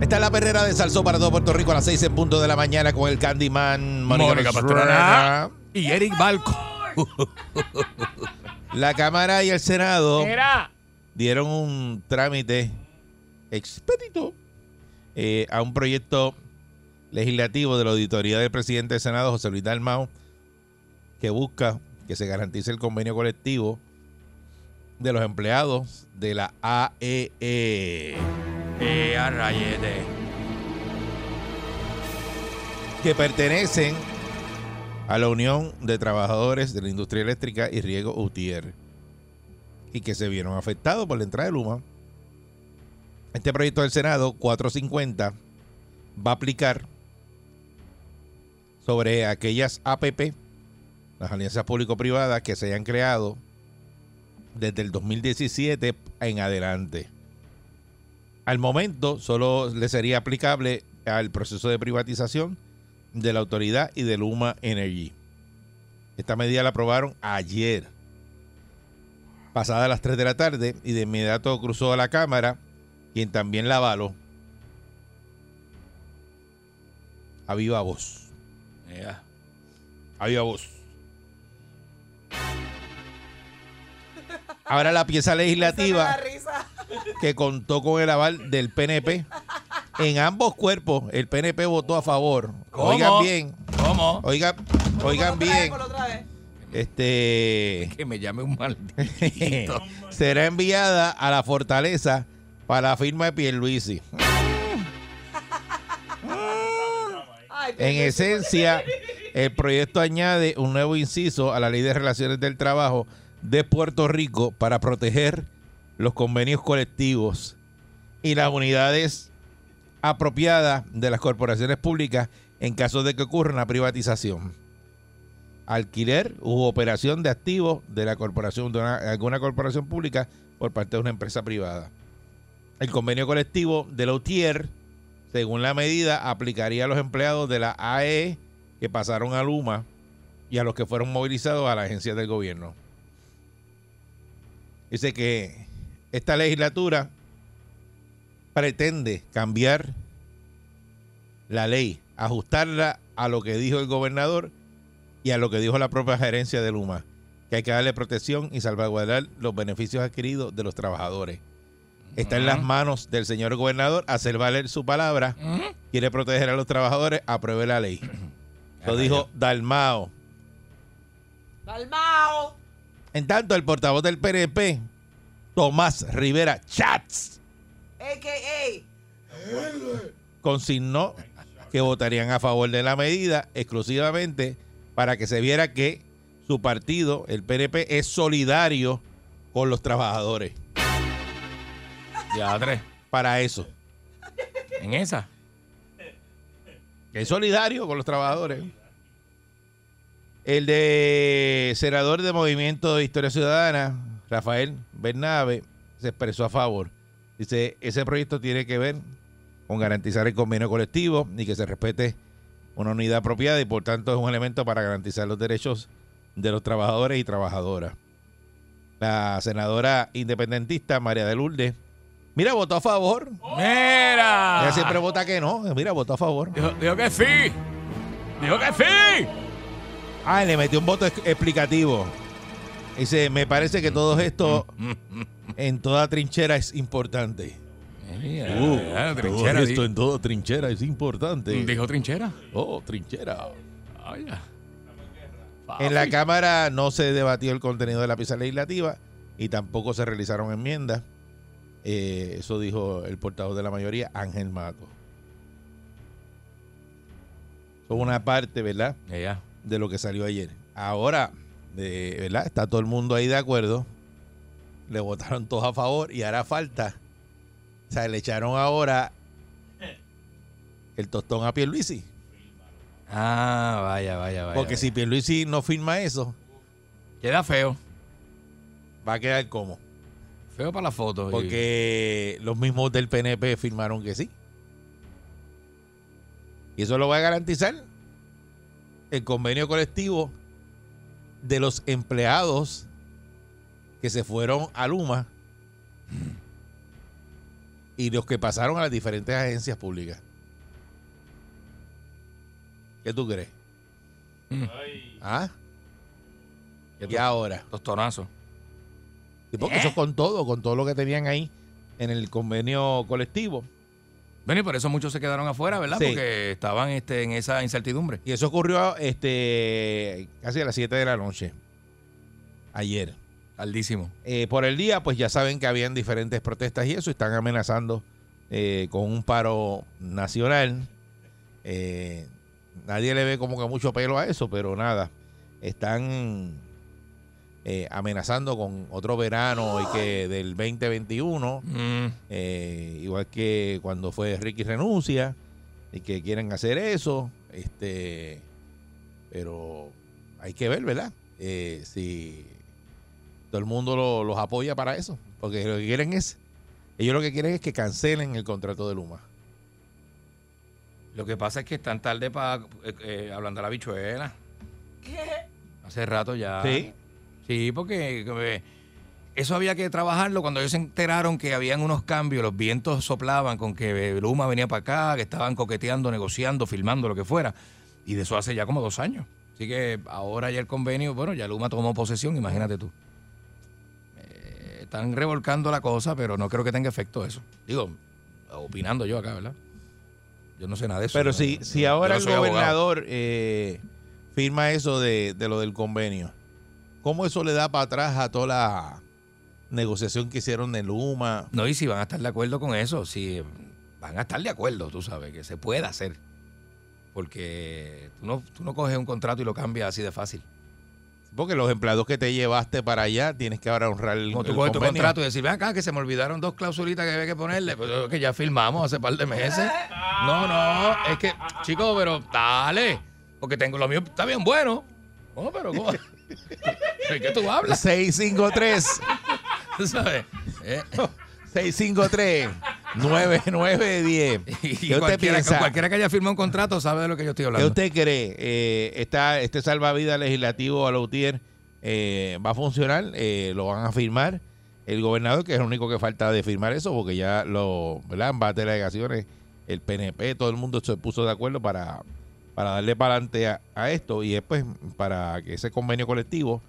Esta es la perrera de Salsó para todo Puerto Rico a las 6 en punto de la mañana con el Candyman Mónica Pastrana y Eric Balco. La Cámara y el Senado Era. dieron un trámite expedito eh, a un proyecto legislativo de la auditoría del presidente del Senado, José Luis Dalmau, que busca que se garantice el convenio colectivo de los empleados de la E AEE. Eh, a rayete. que pertenecen a la Unión de Trabajadores de la Industria Eléctrica y Riego UTIER y que se vieron afectados por la entrada de Luma. Este proyecto del Senado 450 va a aplicar sobre aquellas APP, las alianzas público-privadas que se hayan creado desde el 2017 en adelante. Al momento solo le sería aplicable al proceso de privatización de la autoridad y de Luma Energy. Esta medida la aprobaron ayer, pasadas las 3 de la tarde, y de inmediato cruzó a la Cámara, quien también la avaló a viva voz. Ea. A viva voz. Ahora la pieza legislativa que contó con el aval del PNP. En ambos cuerpos, el PNP votó a favor. ¿Cómo? Oigan bien, ¿Cómo? oigan, oigan bien. Este Que me llame un maldito. será enviada a la fortaleza para la firma de Pierluisi. En pues, esencia, el proyecto añade un nuevo inciso a la Ley de Relaciones del Trabajo de Puerto Rico para proteger los convenios colectivos y las unidades apropiadas de las corporaciones públicas en caso de que ocurra una privatización. Alquiler u operación de activos de la corporación de una- alguna corporación pública por parte de una empresa privada. El convenio colectivo de la UTIER, según la medida, aplicaría a los empleados de la AE que pasaron a Luma y a los que fueron movilizados a la agencia del gobierno. Dice que esta legislatura pretende cambiar la ley, ajustarla a lo que dijo el gobernador y a lo que dijo la propia gerencia de Luma, que hay que darle protección y salvaguardar los beneficios adquiridos de los trabajadores. Está en las manos del señor gobernador hacer valer su palabra. Quiere proteger a los trabajadores, apruebe la ley. Lo dijo Dalmao. Dalmao. En tanto, el portavoz del PNP, Tomás Rivera Chats, AKA. consignó que votarían a favor de la medida exclusivamente para que se viera que su partido, el PNP, es solidario con los trabajadores. Ya, tres. Para eso. En esa. que es solidario con los trabajadores. El de senador de Movimiento de Historia Ciudadana, Rafael Bernabe, se expresó a favor. Dice, ese proyecto tiene que ver con garantizar el convenio colectivo y que se respete una unidad apropiada y por tanto es un elemento para garantizar los derechos de los trabajadores y trabajadoras. La senadora independentista María de Lourdes, mira, votó a favor. ¡Mira! Ella siempre vota que no. Mira, votó a favor. Dijo, dijo que sí. Dijo que sí. Ah, le metió un voto ex- explicativo. Dice, me parece que todo esto en toda trinchera es importante. Mira, Uh, ya, todo Ah, trinchera. esto di- en toda trinchera es importante. Dijo trinchera. Ah, Oh, trinchera. Vaya. En la Papi. Cámara no se debatió el contenido de la pieza legislativa y tampoco se realizaron enmiendas. Eh, eso dijo el portavoz de la mayoría, Ángel Mato. Son una parte, ¿verdad?, Ella. de lo que salió ayer. Ahora, eh, ¿verdad?, está todo el mundo ahí de acuerdo. Le votaron todos a favor y hará falta. O sea, le echaron ahora el tostón a Pierluisi. Ah, vaya, vaya, vaya. Porque si Pierluisi no firma eso, Queda feo. va a quedar como. Feo para la foto. y- Porque los mismos del PNP firmaron que sí. Y eso lo va a garantizar el convenio colectivo de los empleados que se fueron a Luma y los que pasaron a las diferentes agencias públicas. ¿Qué tú crees? Mm. ¿Ah? ¿Qué tú- ¿Y ahora? Tostonazo. Sí, ¿Eh? porque eso con todo, con todo lo que tenían ahí en el convenio colectivo. Bueno, y por eso muchos se quedaron afuera, ¿verdad? Sí. Porque estaban este, en esa incertidumbre. Y eso ocurrió este, casi a las 7 de la noche, ayer. Tardísimo. Eh, por el día, pues ya saben que habían diferentes protestas y eso, están amenazando eh, con un paro nacional. Eh, nadie le ve como que mucho pelo a eso, pero nada, están eh, amenazando con otro verano y que del 2021 Mm, eh, igual que cuando fue Ricky renuncia y que quieren hacer eso este pero hay que ver verdad Eh, si todo el mundo lo- los apoya para eso porque lo que quieren es ellos lo que quieren es que cancelen el contrato de Luma Lo que pasa es que están tarde para hablando a la bichuela. Hace rato ya. Sí. Sí, porque eh, eso había que trabajarlo. Cuando ellos se enteraron que habían unos cambios, los vientos soplaban con que eh, Luma venía para acá, que estaban coqueteando, negociando, filmando, lo que fuera. Y de eso hace ya como dos años. Así que ahora ya el convenio, bueno, ya Luma tomó posesión, imagínate tú. Eh, están revolcando la cosa, pero no creo que tenga efecto eso. Digo, opinando yo acá, ¿verdad? Yo no sé nada de eso. pero No, si no, si yo ahora no el soy abogado. gobernador eh, firma eso de, de lo del convenio cómo eso le da para atrás a toda la negociación que hicieron de Luma No, y si van a estar de acuerdo con eso, si van a estar de acuerdo, tú sabes, que se puede hacer. Porque tú no, tú no coges un contrato y lo cambias así de fácil. Porque los empleados que te llevaste para allá tienes que ahora honrar el, Como tú el coges tu convenio. contrato y decir, ven acá, que se me olvidaron dos clausulitas que había que ponerle, pues es que ya firmamos hace par de meses. No, no, es que, chico, pero dale, porque tengo lo mío, está bien bueno. No, pero ¿cómo? ¿De qué tú hablas? 653 ¿Tú sabes? Eh, 653 9910. y ¿Qué usted cualquiera, piensa? cualquiera que haya firmado un contrato sabe de lo que yo estoy ¿Qué hablando. usted cree? Eh, esta- este salvavidas legislativo a Lautier eh, va a funcionar, Eh, lo van a firmar. El gobernador, que es el único que falta de firmar eso, porque ya lo, ¿verdad? En base a las delegaciones, el PNP, todo el mundo se puso de acuerdo para, para darle para adelante a, a esto y después para que ese convenio colectivo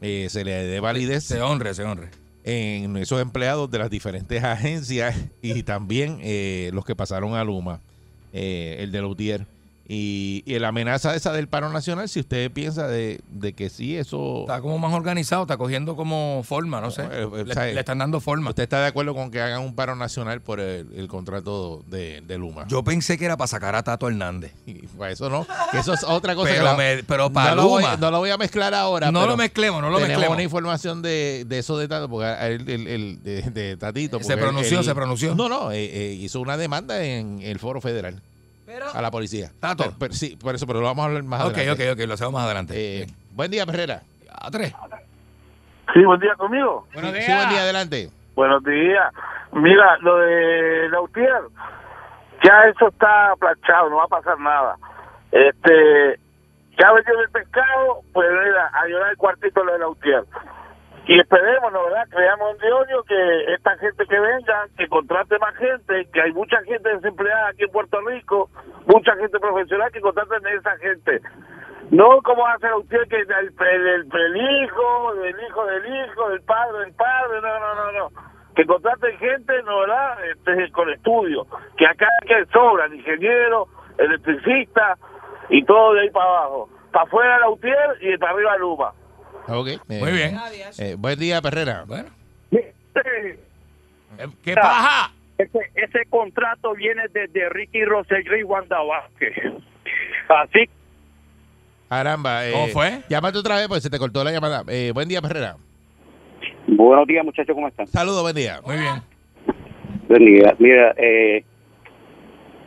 eh, se le dé validez. Se honre, se honre. en esos empleados de las diferentes agencias y también eh, los que pasaron a Luma, eh, el de Lautier. Y, y la amenaza esa del paro nacional, si usted piensa de, de que sí, eso... Está como más organizado, está cogiendo como forma, no sé. Eh, eh, Le, ¿sabes? le están dando forma. ¿Usted está de acuerdo con que hagan un paro nacional por el, el contrato de, de Luma? Yo pensé que era para sacar a Tato Hernández. Y, pues, eso no, que eso es otra cosa. que Pero, la- me- pero no, para lo voy, Luma. no lo voy a mezclar ahora. No pero lo mezclemos, no lo tenemos mezclemos. una información de, de eso de Tato, porque el, el- el- de, de Tatito. Se porque pronunció, se pronunció. No, no, eh, eh, hizo una demanda en el foro federal Pero, a la policía. Tato. Pero- pero sí, por eso, pero lo vamos a hablar más ok, ok, adelante. ok, lo hacemos más adelante. Eh, buen día, Herrera. a tres. Sí, buen día conmigo. Buenos Sí, días. sí, buen día, adelante. Buenos días. Mira, lo de Lautier, ya eso está planchado, no va a pasar nada. Este, ya vendió el pescado, pues mira, a llorar el cuartito lo de Lautier. Y esperemos, ¿no, ¿verdad? Creamos un dionio que esta gente que venga, que contrate más gente, que hay mucha gente desempleada aquí en Puerto Rico, mucha gente profesional que contraten a esa gente. No, ¿cómo hace usted que el, el, el, el hijo, del hijo del hijo, del padre del padre? No, no, no, no. Que contraten gente, no, ¿verdad? Este, con estudio. Que acá que sobran ingenieros, electricistas y todo de ahí para abajo. Para afuera Lautier y de para arriba Luma. Ok. eh, Muy bien. eh, buen día, Perrera. Bueno. Ese, Eh, ¿Qué paja? ese contrato viene desde Ricky Rosselló y Wanda Vázquez. Así Caramba. eh, ¿Cómo fue? Llámate otra vez porque se te cortó la llamada. Eh, buen día, Perrera. Buenos días, muchachos, ¿cómo están? Saludos, buen día. Muy bien. Buen día. Mira, eh,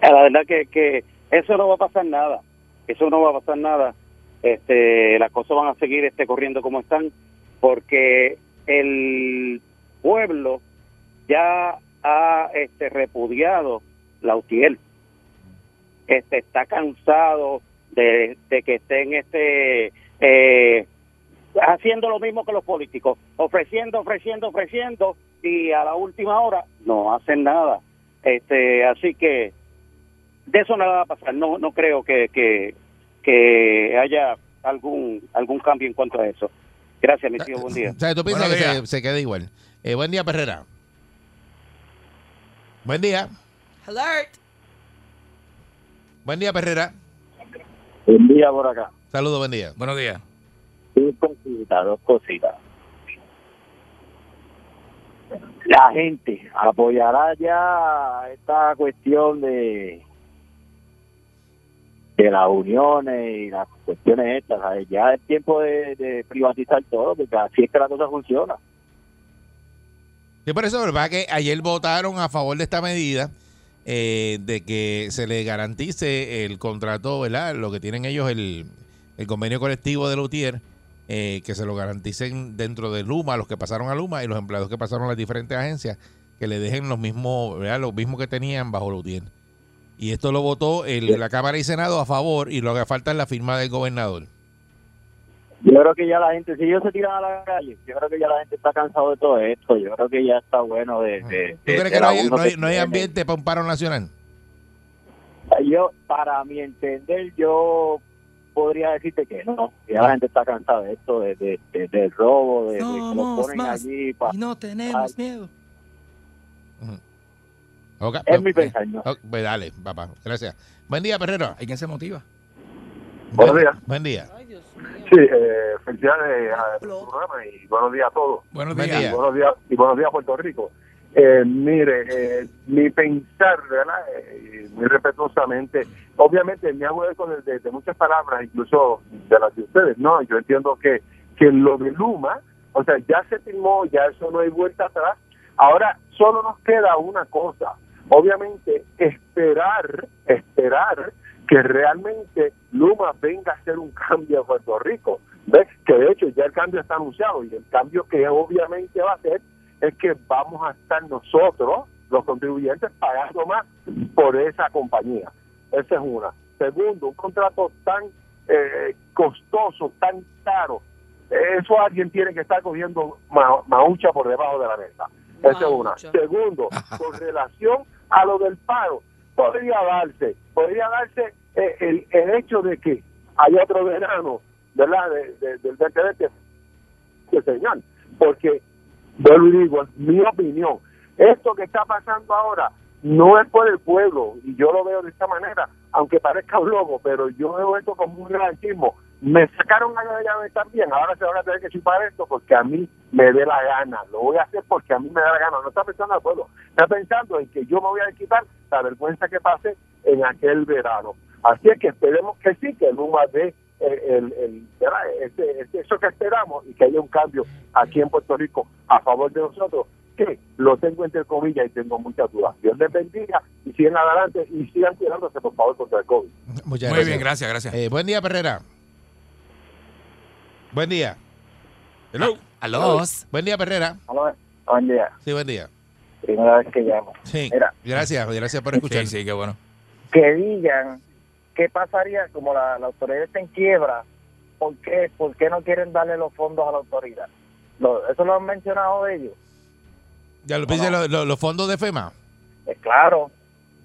la verdad que, que eso no va a pasar nada. Eso no va a pasar nada. Este, las cosas van a seguir este, corriendo como están, porque el pueblo ya ha este, repudiado la UTIEL. Este, está cansado de, de que estén este, eh, haciendo lo mismo que los políticos, ofreciendo, ofreciendo, ofreciendo, y a la última hora no hacen nada. Este, así que de eso nada va a pasar. No, no creo que, que, que haya algún algún cambio en cuanto a eso. Gracias, mi tío. Buen día. O sea, tú piensas Buenos que se, días. se queda igual. Eh, buen día, Perrera. Buen día. Alert. Buen día, Perrera. Buen día por acá. Saludos, buen día. Buenos días. Dos cositas, dos cositas. La gente apoyará ya esta cuestión de de las uniones y las cuestiones estas. ¿sabes? Ya es tiempo de, de privatizar todo, porque así es que la cosa funciona. Sí, por eso, ¿verdad? Que ayer votaron a favor de esta medida eh, de que se le garantice el contrato, ¿verdad? Lo que tienen ellos, el, el convenio colectivo de Lutier, eh, que se lo garanticen dentro de Luma, los que pasaron a Luma y los empleados que pasaron a las diferentes agencias, que le dejen los mismos, ¿verdad? Los mismos que tenían bajo Lutier. Y esto lo votó el- la Cámara y Senado a favor y lo que falta es la firma del gobernador. Yo creo que ya la gente, si ellos se tiran a la calle, yo creo que ya la gente está cansado de todo esto. Yo creo que ya está bueno de. de- Ah. ¿Tú de- crees que del no hay, abuso no hay- que no hay tienen. ambiente para un paro nacional? Yo, para mi entender, yo podría decirte que no. Ya la gente está cansada de esto, de, de- de- del robo, de, de que lo Somos ponen más allí. pa- no tenemos miedo. Ok, Es mi pues, eh, pensar, ¿no? ok, pues dale, papá. Gracias. Buen día, Perrero. Hay quien se motiva. Buenos días. Buen día. Ay, Dios mío. Sí, eh, felicidades a tu programa y buenos días a todos. Buenos Buen días. día. Y buenos días, y buenos días Puerto Rico. Eh, mire, eh, mi pensar, ¿verdad? Eh, muy respetuosamente, obviamente me hago eco de, de- de muchas palabras, incluso de las de ustedes. No, yo entiendo que, que lo de Luma, o sea, ya se firmó, ya eso no hay vuelta atrás. Ahora solo nos queda una cosa, obviamente esperar, esperar que realmente Luma venga a hacer un cambio a Puerto Rico. ¿Ves? Que de hecho ya el cambio está anunciado y el cambio que obviamente va a ser es que vamos a estar nosotros, los contribuyentes, pagando más por esa compañía. Esa es una. Segundo, un contrato tan eh, costoso, tan caro, eh, eso alguien tiene que estar cogiendo ma- maucha por debajo de la mesa. Esa es una. Maucha. Segundo, con relación a lo del paro, podría darse, podría darse eh, el, el hecho de que hay otro verano, ¿verdad? De, de- del 2020, que señal, porque vuelvo y digo, es mi opinión. Esto que está pasando ahora no es por el pueblo, y yo lo veo de esta manera, aunque parezca un lobo, pero yo veo esto como un realismo. Me sacaron a la llave también, ahora se van a tener que chupar esto porque a mí me dé la gana. Lo voy a hacer porque a mí me da la gana. No está pensando en el pueblo, está pensando en que yo me voy a quitar la vergüenza que pase en aquel verano. Así es que esperemos que sí, que Luma dé el, el, el- ¿verdad? Ese- ese- eso que esperamos y que haya un cambio aquí en Puerto Rico a favor de nosotros, que lo tengo entre comillas y tengo muchas dudas. Dios les bendiga y sigan adelante y sigan cuidándose, por favor, contra el COVID. Muchas Muy bien, gracias, gracias. Eh, buen día, Perrera. Buen día. Hello. A los. Buen día, Perrera. Buen día, Sí, buen día. primera vez que llamo. Sí. Mira. Gracias, gracias por escuchar. Sí, sí, qué bueno. Que digan qué pasaría como la, la autoridad está en quiebra, ¿por qué, ¿por qué no quieren darle los fondos a la autoridad? Lo- eso lo han mencionado ellos. Ya lo piden los fondos de FEMA. Eh, Pues claro,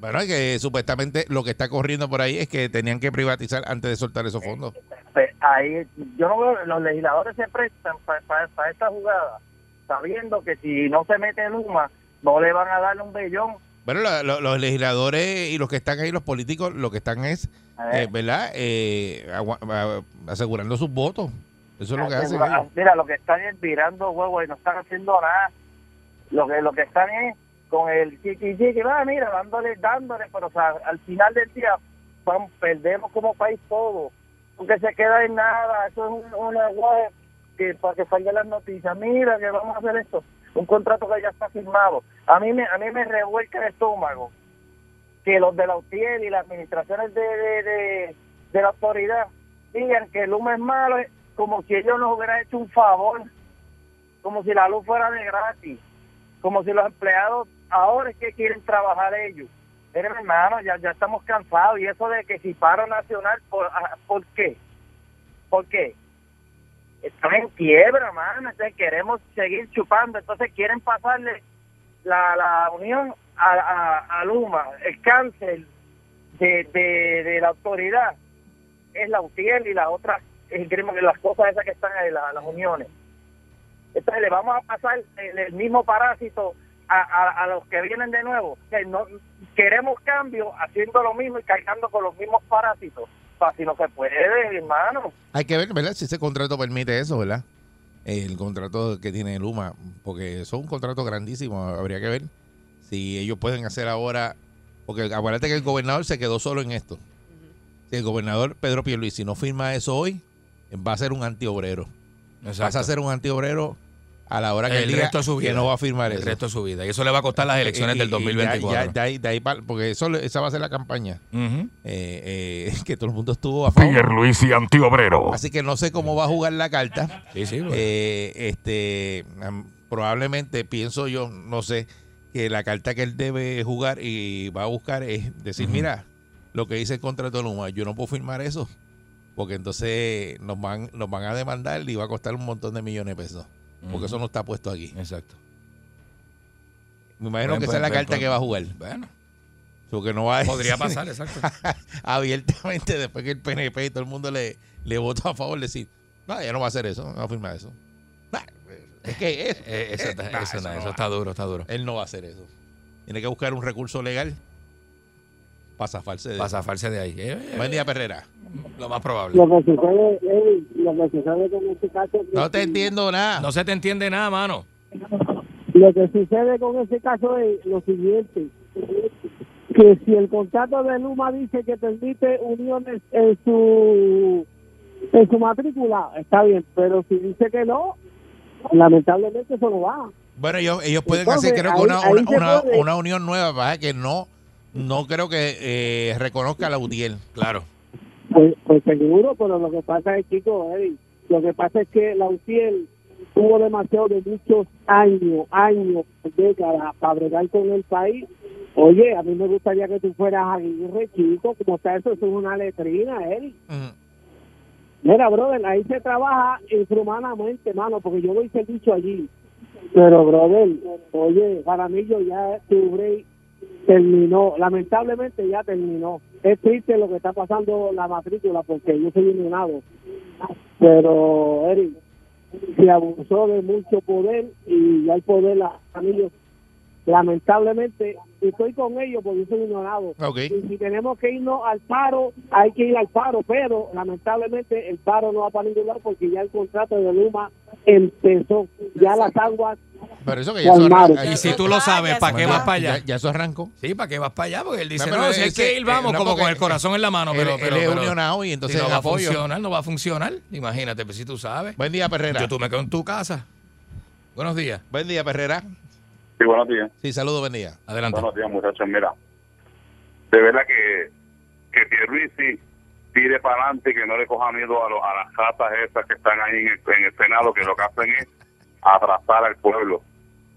Bueno, es que supuestamente lo que está corriendo por ahí es que tenían que privatizar antes de soltar esos fondos. Pues ahí, yo no veo, los legisladores se prestan para esta jugada, sabiendo que si no se mete Luma, no le van a dar un bellón. Bueno, lo- lo- los legisladores y los que están ahí, los políticos, lo que están es, A ver. eh, ¿verdad? Eh, agua- a- asegurando sus votos. Eso es Ah, lo que hacen. Asegura- ellos. Mira, lo que están es virando huevos y no están haciendo nada. Lo que lo que están es con el chiqui que va, mira, dándole, dándole, pero o sea, al final del día vamos, perdemos como país todo, porque se queda en nada. Eso es un, un lenguaje que para que salgan las noticias. Mira, que vamos a hacer esto, un contrato que ya está firmado. A mí me a mí me revuelca el estómago que los de la UTIEL y las administraciones de, de, de- de la autoridad digan que Luma es malo, eh, como si ellos nos hubieran hecho un favor, como si la luz fuera de gratis, como si los empleados ahora es que quieren trabajar ellos. Miren, hermano, ya, ya estamos cansados y eso de que si paro nacional, ¿por, ah, ¿por qué? ¿Por qué? Están en quiebra, hermano, entonces queremos seguir chupando, entonces quieren pasarle la, la unión a, a- a Luma, el cáncer de, de- de la autoridad es la UTIEL y las otras, el gremio, las cosas esas que están ahí, la- las uniones. Entonces le vamos a pasar el, el mismo parásito a, a- a los que vienen de nuevo. O sea, no- queremos cambio haciendo lo mismo y cargando con los mismos parásitos. Para si no se puede, hermano. Hay que ver, ¿verdad? Si ese contrato permite eso, ¿verdad? El contrato que tiene Luma, porque eso es un contrato grandísimo, habría que ver si ellos pueden hacer ahora, porque acuérdate que el gobernador se quedó solo en esto. Si el gobernador Pedro Pierluisi no firma eso hoy, va a ser un antiobrero. Vas a ser un antiobrero a la hora que él el diga resto de su vida. que no va a firmar el eso. resto de su vida. Y eso le va a costar las elecciones Y- del y- y ya- 2024. ya- de ahí- de ahí pa- porque eso, le- esa va a ser la campaña. Ujú. eh, eh, que todo el mundo estuvo a favor. Luis y antiobrero. Así que no sé cómo va a jugar la carta. Sí, sí, porque- Eh, este, am- probablemente pienso yo, no sé, que la carta que él debe jugar y va a buscar es decir, mira, lo que dice el contrato de Luma, yo no puedo firmar eso, porque entonces nos van, nos van a demandar y va a costar un montón de millones de pesos, porque Ujú. eso no está puesto aquí. Exacto. Me imagino Pueden- que esa es la pueden- carta pueden- que va a jugar, pues, Bueno, porque no va a podría decir pasar, exacto. abiertamente después que el PNP y todo el mundo le, le votó a favor, decir, no, ya no va a hacer eso, no va a firmar eso. Nah, es que eso, Eh, eso, está, eh, nah, eso eso no, no eso va. está duro, está duro. Él no va a hacer eso. Tiene que buscar un recurso legal para zafarse de Para eso. zafarse de ahí. Eh, eh, Buen día, Perrera. lo más probable. Lo que sucede, ey, lo que sucede con este caso. es que No te entiendo nada. No se te entiende nada, mano. Lo que sucede con este caso es lo siguiente, que si el contrato de Luma dice que permite uniones en su en su matrícula, está bien, pero si dice que no, lamentablemente eso no va. Bueno, ellos, ellos pueden Entonces, hacer, creo que ahí- una, ahí una, se una- puede. una unión nueva, para que no, no creo que eh, reconozca a la UTIEL. Claro. Pues, pues seguro, pero lo que pasa es, chicos, ey, lo que pasa es que la UCIEL tuvo demasiado de muchos años, años, décadas para bregar con el país. Oye, a mí me gustaría que tú fueras Aguirre, chico, como está eso, eso es una letrina, Eric. Mira, brother, ahí se trabaja infrahumanamente, mano, porque yo lo hice dicho allí. Pero, brother, oye, para mí yo ya tu break terminó. Lamentablemente ya terminó. Es triste lo que está pasando la matrícula porque yo soy iluminado. Pero, Eric, se abusó de mucho poder y ya el poder, la familia, lamentablemente, estoy con ellos porque yo soy ignorado. Ok. Y si tenemos que irnos al paro, hay que ir al paro, pero lamentablemente el paro no va para ningún lado porque ya el contrato de Luma empezó. Ya las aguas Pero eso que ya eso, Calmaros. arran- Y ya- si tú lo sabes, ¿para qué ya- vas para allá? Ya, ya eso arrancó. Sí, ¿para qué vas para allá? Porque él dice, No, no, pero si hay ese- que ir, vamos, eh, no, como con porque el corazón en la mano. él- Pero, él pero, es pero- unionado y entonces si no va a apoyo. funcionar, no va a funcionar. Imagínate, pues si tú sabes. Buen día, Perrera. Yo tú me quedo en tu casa. Buenos días. Buen día, Perrera. Sí, buenos días. Sí, saludos, buen día. Adelante. Buenos días, muchachos. Mira, de verdad que, que Pierluisi tire para adelante y que no le coja miedo a, lo- a las ratas esas que están ahí en el, en el Senado, que lo que hacen es atrasar al pueblo.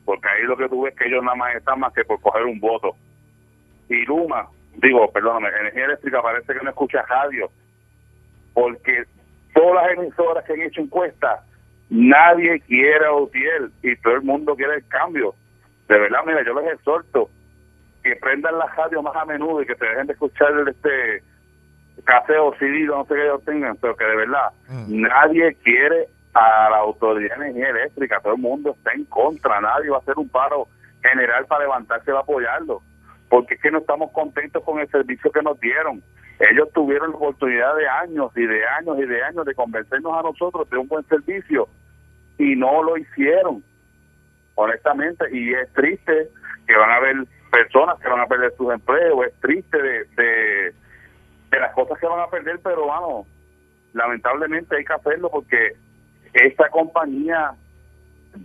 Porque ahí lo que tú ves que ellos nada más están más que por coger un voto. Y Luma, digo, perdóname, Energía Eléctrica parece que no escucha radio, porque todas las emisoras que han hecho encuestas, nadie quiere a Utiel y todo el mundo quiere el cambio. De verdad, mira, yo les exhorto que prendan la radio más a menudo y que te dejen de escuchar este caseo, CD, no sé qué ellos tengan, pero que de verdad mm. nadie quiere a la autoridad de energía eléctrica, todo el mundo está en contra, nadie va a hacer un paro general para levantarse va a apoyarlo, porque es que no estamos contentos con el servicio que nos dieron. Ellos tuvieron la oportunidad de años y de años y de años de convencernos a nosotros de un buen servicio y no lo hicieron, honestamente, y es triste que van a haber personas que van a perder sus empleos, es triste de, de, de las cosas que van a perder, pero vamos, lamentablemente hay que hacerlo porque esta compañía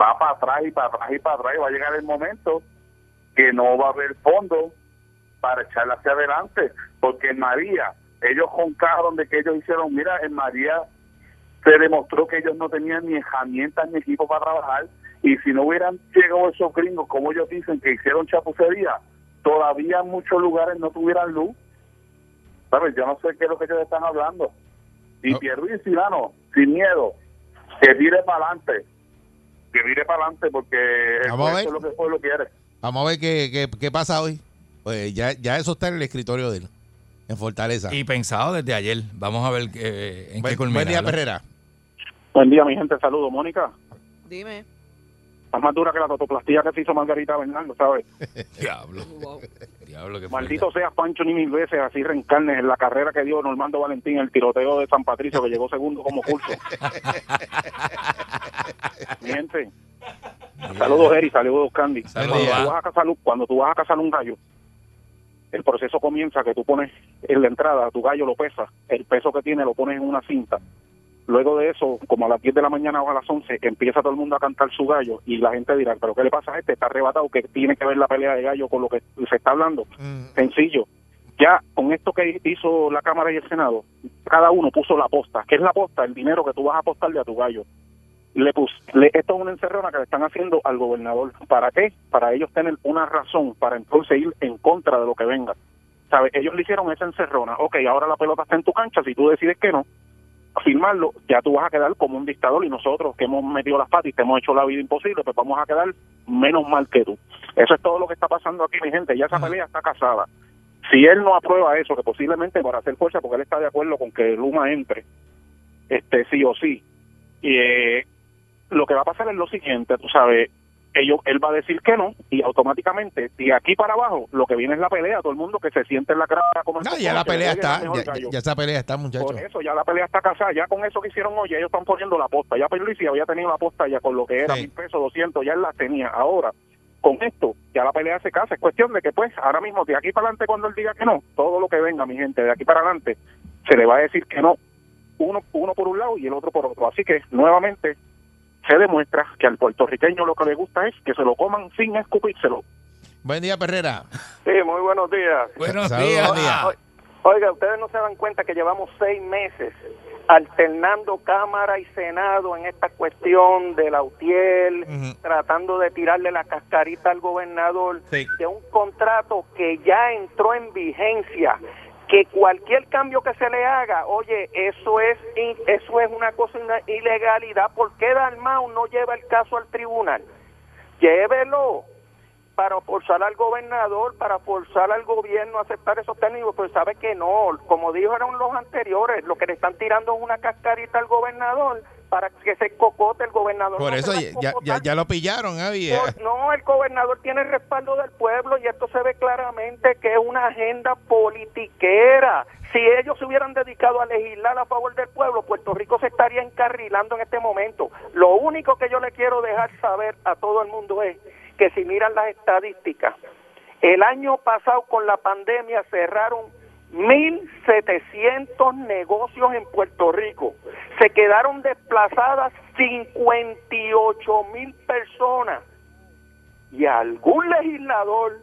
va para atrás y para atrás y para atrás y va a llegar el momento que no va a haber fondo para echarla hacia adelante, porque en María, ellos contaron de que ellos hicieron, mira, en María se demostró que ellos no tenían ni herramientas ni equipo para trabajar, y si no hubieran llegado esos gringos, como ellos dicen, que hicieron chapucería, todavía en muchos lugares no tuvieran luz. ¿Sabes? Yo no sé qué es lo que ellos están hablando. Y Pierluisi, Silano, sin miedo, que vire para adelante, que vire para adelante, porque Vamos a eso ver. es lo que el pueblo quiere. Vamos a ver qué, qué- qué pasa hoy. Pues ya, ya eso está en el escritorio de él, en Fortaleza. Y pensado desde ayer. Vamos a ver eh, en Ah. Buen- qué culmina. buen día, ¿no? Perrera. Buen día, mi gente. Saludos, Mónica. Dime. Estás más dura que la totoplastía que se hizo Margarita Bernardo, ¿sabes? Diablo. Diablo, qué Maldito seas, Pancho, ni mil veces así reencarnes en la carrera que dio Normando Valentín en el tiroteo de San Patricio, que llegó segundo como curso. mi gente. Saludos, Eri. Saludos, Candy. Saludos. Cuando tú, vas a cazar, un- cuando tú vas a cazar un gallo, el proceso comienza que tú pones en la entrada, tu gallo lo pesa, el peso que tiene lo pones en una cinta. Luego de eso, como a las 10 de la mañana o a las 11, empieza todo el mundo a cantar su gallo y la gente dirá, pero ¿qué le pasa a este? Está arrebatado, que tiene que ver la pelea de gallo con lo que se está hablando. Sencillo. Ya con esto que hizo la Cámara y el Senado, cada uno puso la aposta. ¿Qué es la aposta? El dinero que tú vas a apostarle a tu gallo. Le pus, le- esto es una encerrona que le están haciendo al gobernador. ¿Para qué? Para ellos tener una razón para entonces ir en contra de lo que venga. ¿Sabes? Ellos le hicieron esa encerrona. Ok, ahora la pelota está en tu cancha. Si tú decides que no, firmarlo, ya tú vas a quedar como un dictador y nosotros que hemos metido las patas y te hemos hecho la vida imposible, pues vamos a quedar menos mal que tú. Eso es todo lo que está pasando aquí, mi gente. Ya esa pelea está casada. Si él no aprueba eso, que posiblemente para hacer fuerza, porque él está de acuerdo con que Luma entre, este sí o sí. Y eh, lo que va a pasar es lo siguiente, tú sabes, ellos, él va a decir que no y automáticamente de aquí para abajo lo que viene es la pelea, todo el mundo que se siente en la cara como No, Ah, ya la pelea está. Ya, ya- ya esa pelea está, muchachos. por eso, ya la pelea está casada. Ya con eso que hicieron hoy, ya ellos están poniendo la posta. Ya Pierluisi había tenido la posta ya con lo que era, Sí. mil pesos, 200, ya él la tenía. Ahora, con esto, ya la pelea se casa. Es cuestión de que, pues, ahora mismo, de aquí para adelante, cuando él diga que no, todo lo que venga, mi gente, de aquí para adelante, se le va a decir que no. Uno, uno por un lado y el otro por otro. Así que, nuevamente, se demuestra que al puertorriqueño lo que le gusta es que se lo coman sin escupírselo. Buen día, Perrera. Sí, muy buenos días. Ah, Buenos Saludos, días. buen día. Oiga, ustedes no se dan cuenta que llevamos seis meses alternando Cámara y Senado en esta cuestión del Autiel, tratando de tirarle la cascarita al gobernador Sí. de un contrato que ya entró en vigencia que cualquier cambio que se le haga, oye, eso es in- eso es una cosa una ilegalidad, ¿por qué Dalmau no lleva el caso al tribunal? Llévelo para forzar al gobernador, para forzar al gobierno a aceptar esos técnicos, pero sabe que no, como dijeron los anteriores, lo que le están tirando es una cascarita al gobernador para que se cocote el gobernador. Por no eso se va ya, a ya, ya- ya lo pillaron, Avi. Pues no, el gobernador tiene el respaldo del pueblo y esto se ve claramente que es una agenda politiquera. Si ellos se hubieran dedicado a legislar a favor del pueblo, Puerto Rico se estaría encarrilando en este momento. Lo único que yo le quiero dejar saber a todo el mundo es que si miran las estadísticas, el año pasado con la pandemia cerraron 1.700 negocios en Puerto Rico. Se quedaron desplazadas 58.000 personas. Y algún legislador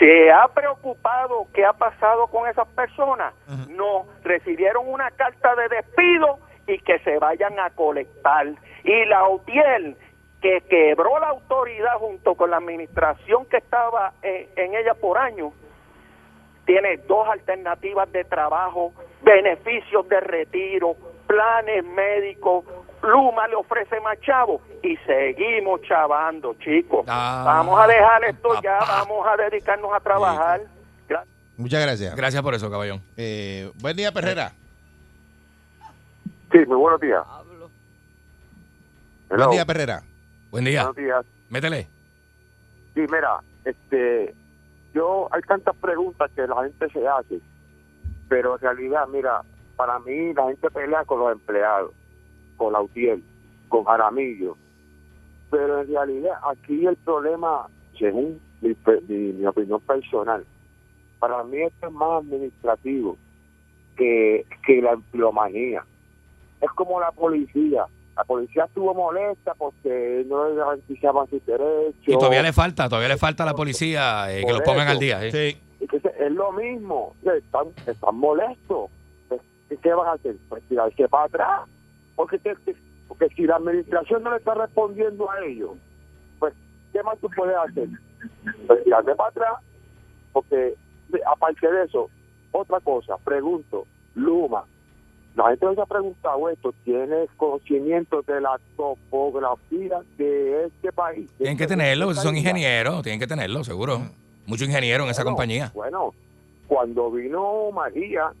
se ha preocupado qué ha pasado con esas personas. No, recibieron una carta de despido y que se vayan a colectar. Y la UTIEL, que quebró la autoridad junto con la administración que estaba eh, en ella por años, tiene dos alternativas de trabajo, beneficios de retiro, planes médicos, Luma le ofrece más chavo y seguimos chavando, chicos. vamos a dejar esto ya, vamos a dedicarnos a trabajar. Muchas gracias. Gracias por eso, caballón. Eh, buen día, Perrera. Sí, muy buenos días. Buen día, Perrera. Buen día. Buenos días. Métele. Sí, mira, este, yo hay tantas preguntas que la gente se hace, pero en realidad, mira, para mí la gente pelea con los empleados, con la UTIEL, con Jaramillo, pero en realidad aquí el problema, según mi, pe- mi- mi opinión personal, para mí esto es más administrativo que, que la empleomanía. Es como la policía. La policía estuvo molesta porque no le garantizaban sus derechos. Y todavía le falta, todavía le falta a la policía eh, que Por los pongan eso. al día. ¿eh? Sí. Entonces, es lo mismo. Están, están molestos. Pues, ¿Qué, qué van a hacer? Pues tirarse para atrás. Porque, te- te- porque si la administración no le está respondiendo a ellos, pues, ¿qué más tú puedes hacer? Pues tirarse para atrás. Porque, de- aparte de eso, otra cosa, pregunto, Luma, la gente nos ha preguntado esto, ¿tiene conocimiento de la topografía de este país? Tienen que tenerlo, son ingenieros, tienen que tenerlo, seguro. Mucho ingeniero en esa Bueno, compañía. Bueno, cuando vino María,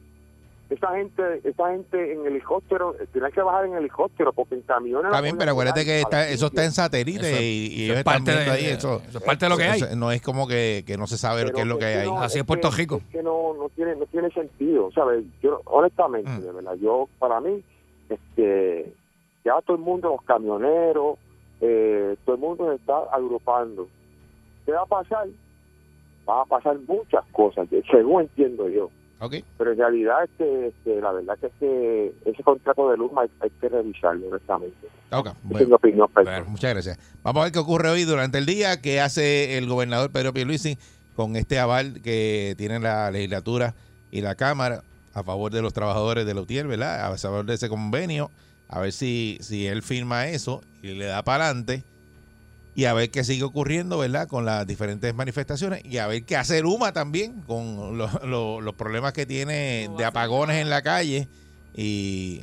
esa gente, esa gente en helicóptero, eh, tenía que bajar en helicóptero porque en camiones. Está bien, pero acuérdate que está- eso está en satélite Eso es- y, y eso es ellos están parte de- viendo ahí. Eso, eso es parte de lo que eso- hay. eso no es como que, que no se sabe qué es lo que hay ahí. que- es que no, no tiene, no tiene sentido, ¿sabes? Yo, honestamente, de verdad, yo, para mí, este, ya todo el mundo, los camioneros, eh, todo el mundo se está agrupando. ¿Qué va a pasar? Van a pasar muchas cosas, según entiendo yo. Pero en realidad, este, este, la verdad que este, ese contrato de Luma hay, hay que revisarlo, honestamente. Ok, Esa es mi bueno. opinión personal. Bueno, muchas gracias. Vamos a ver qué ocurre hoy durante el día, qué hace el gobernador Pedro Pierluisi con este aval que tiene la legislatura y la Cámara a favor de los trabajadores de la UTIER, ¿verdad? A favor de ese convenio, a ver si, si él firma eso y le da para adelante y a ver qué sigue ocurriendo, ¿verdad? Con las diferentes manifestaciones y a ver qué hace Luma también con lo- lo- los problemas que tiene de apagones en la calle y,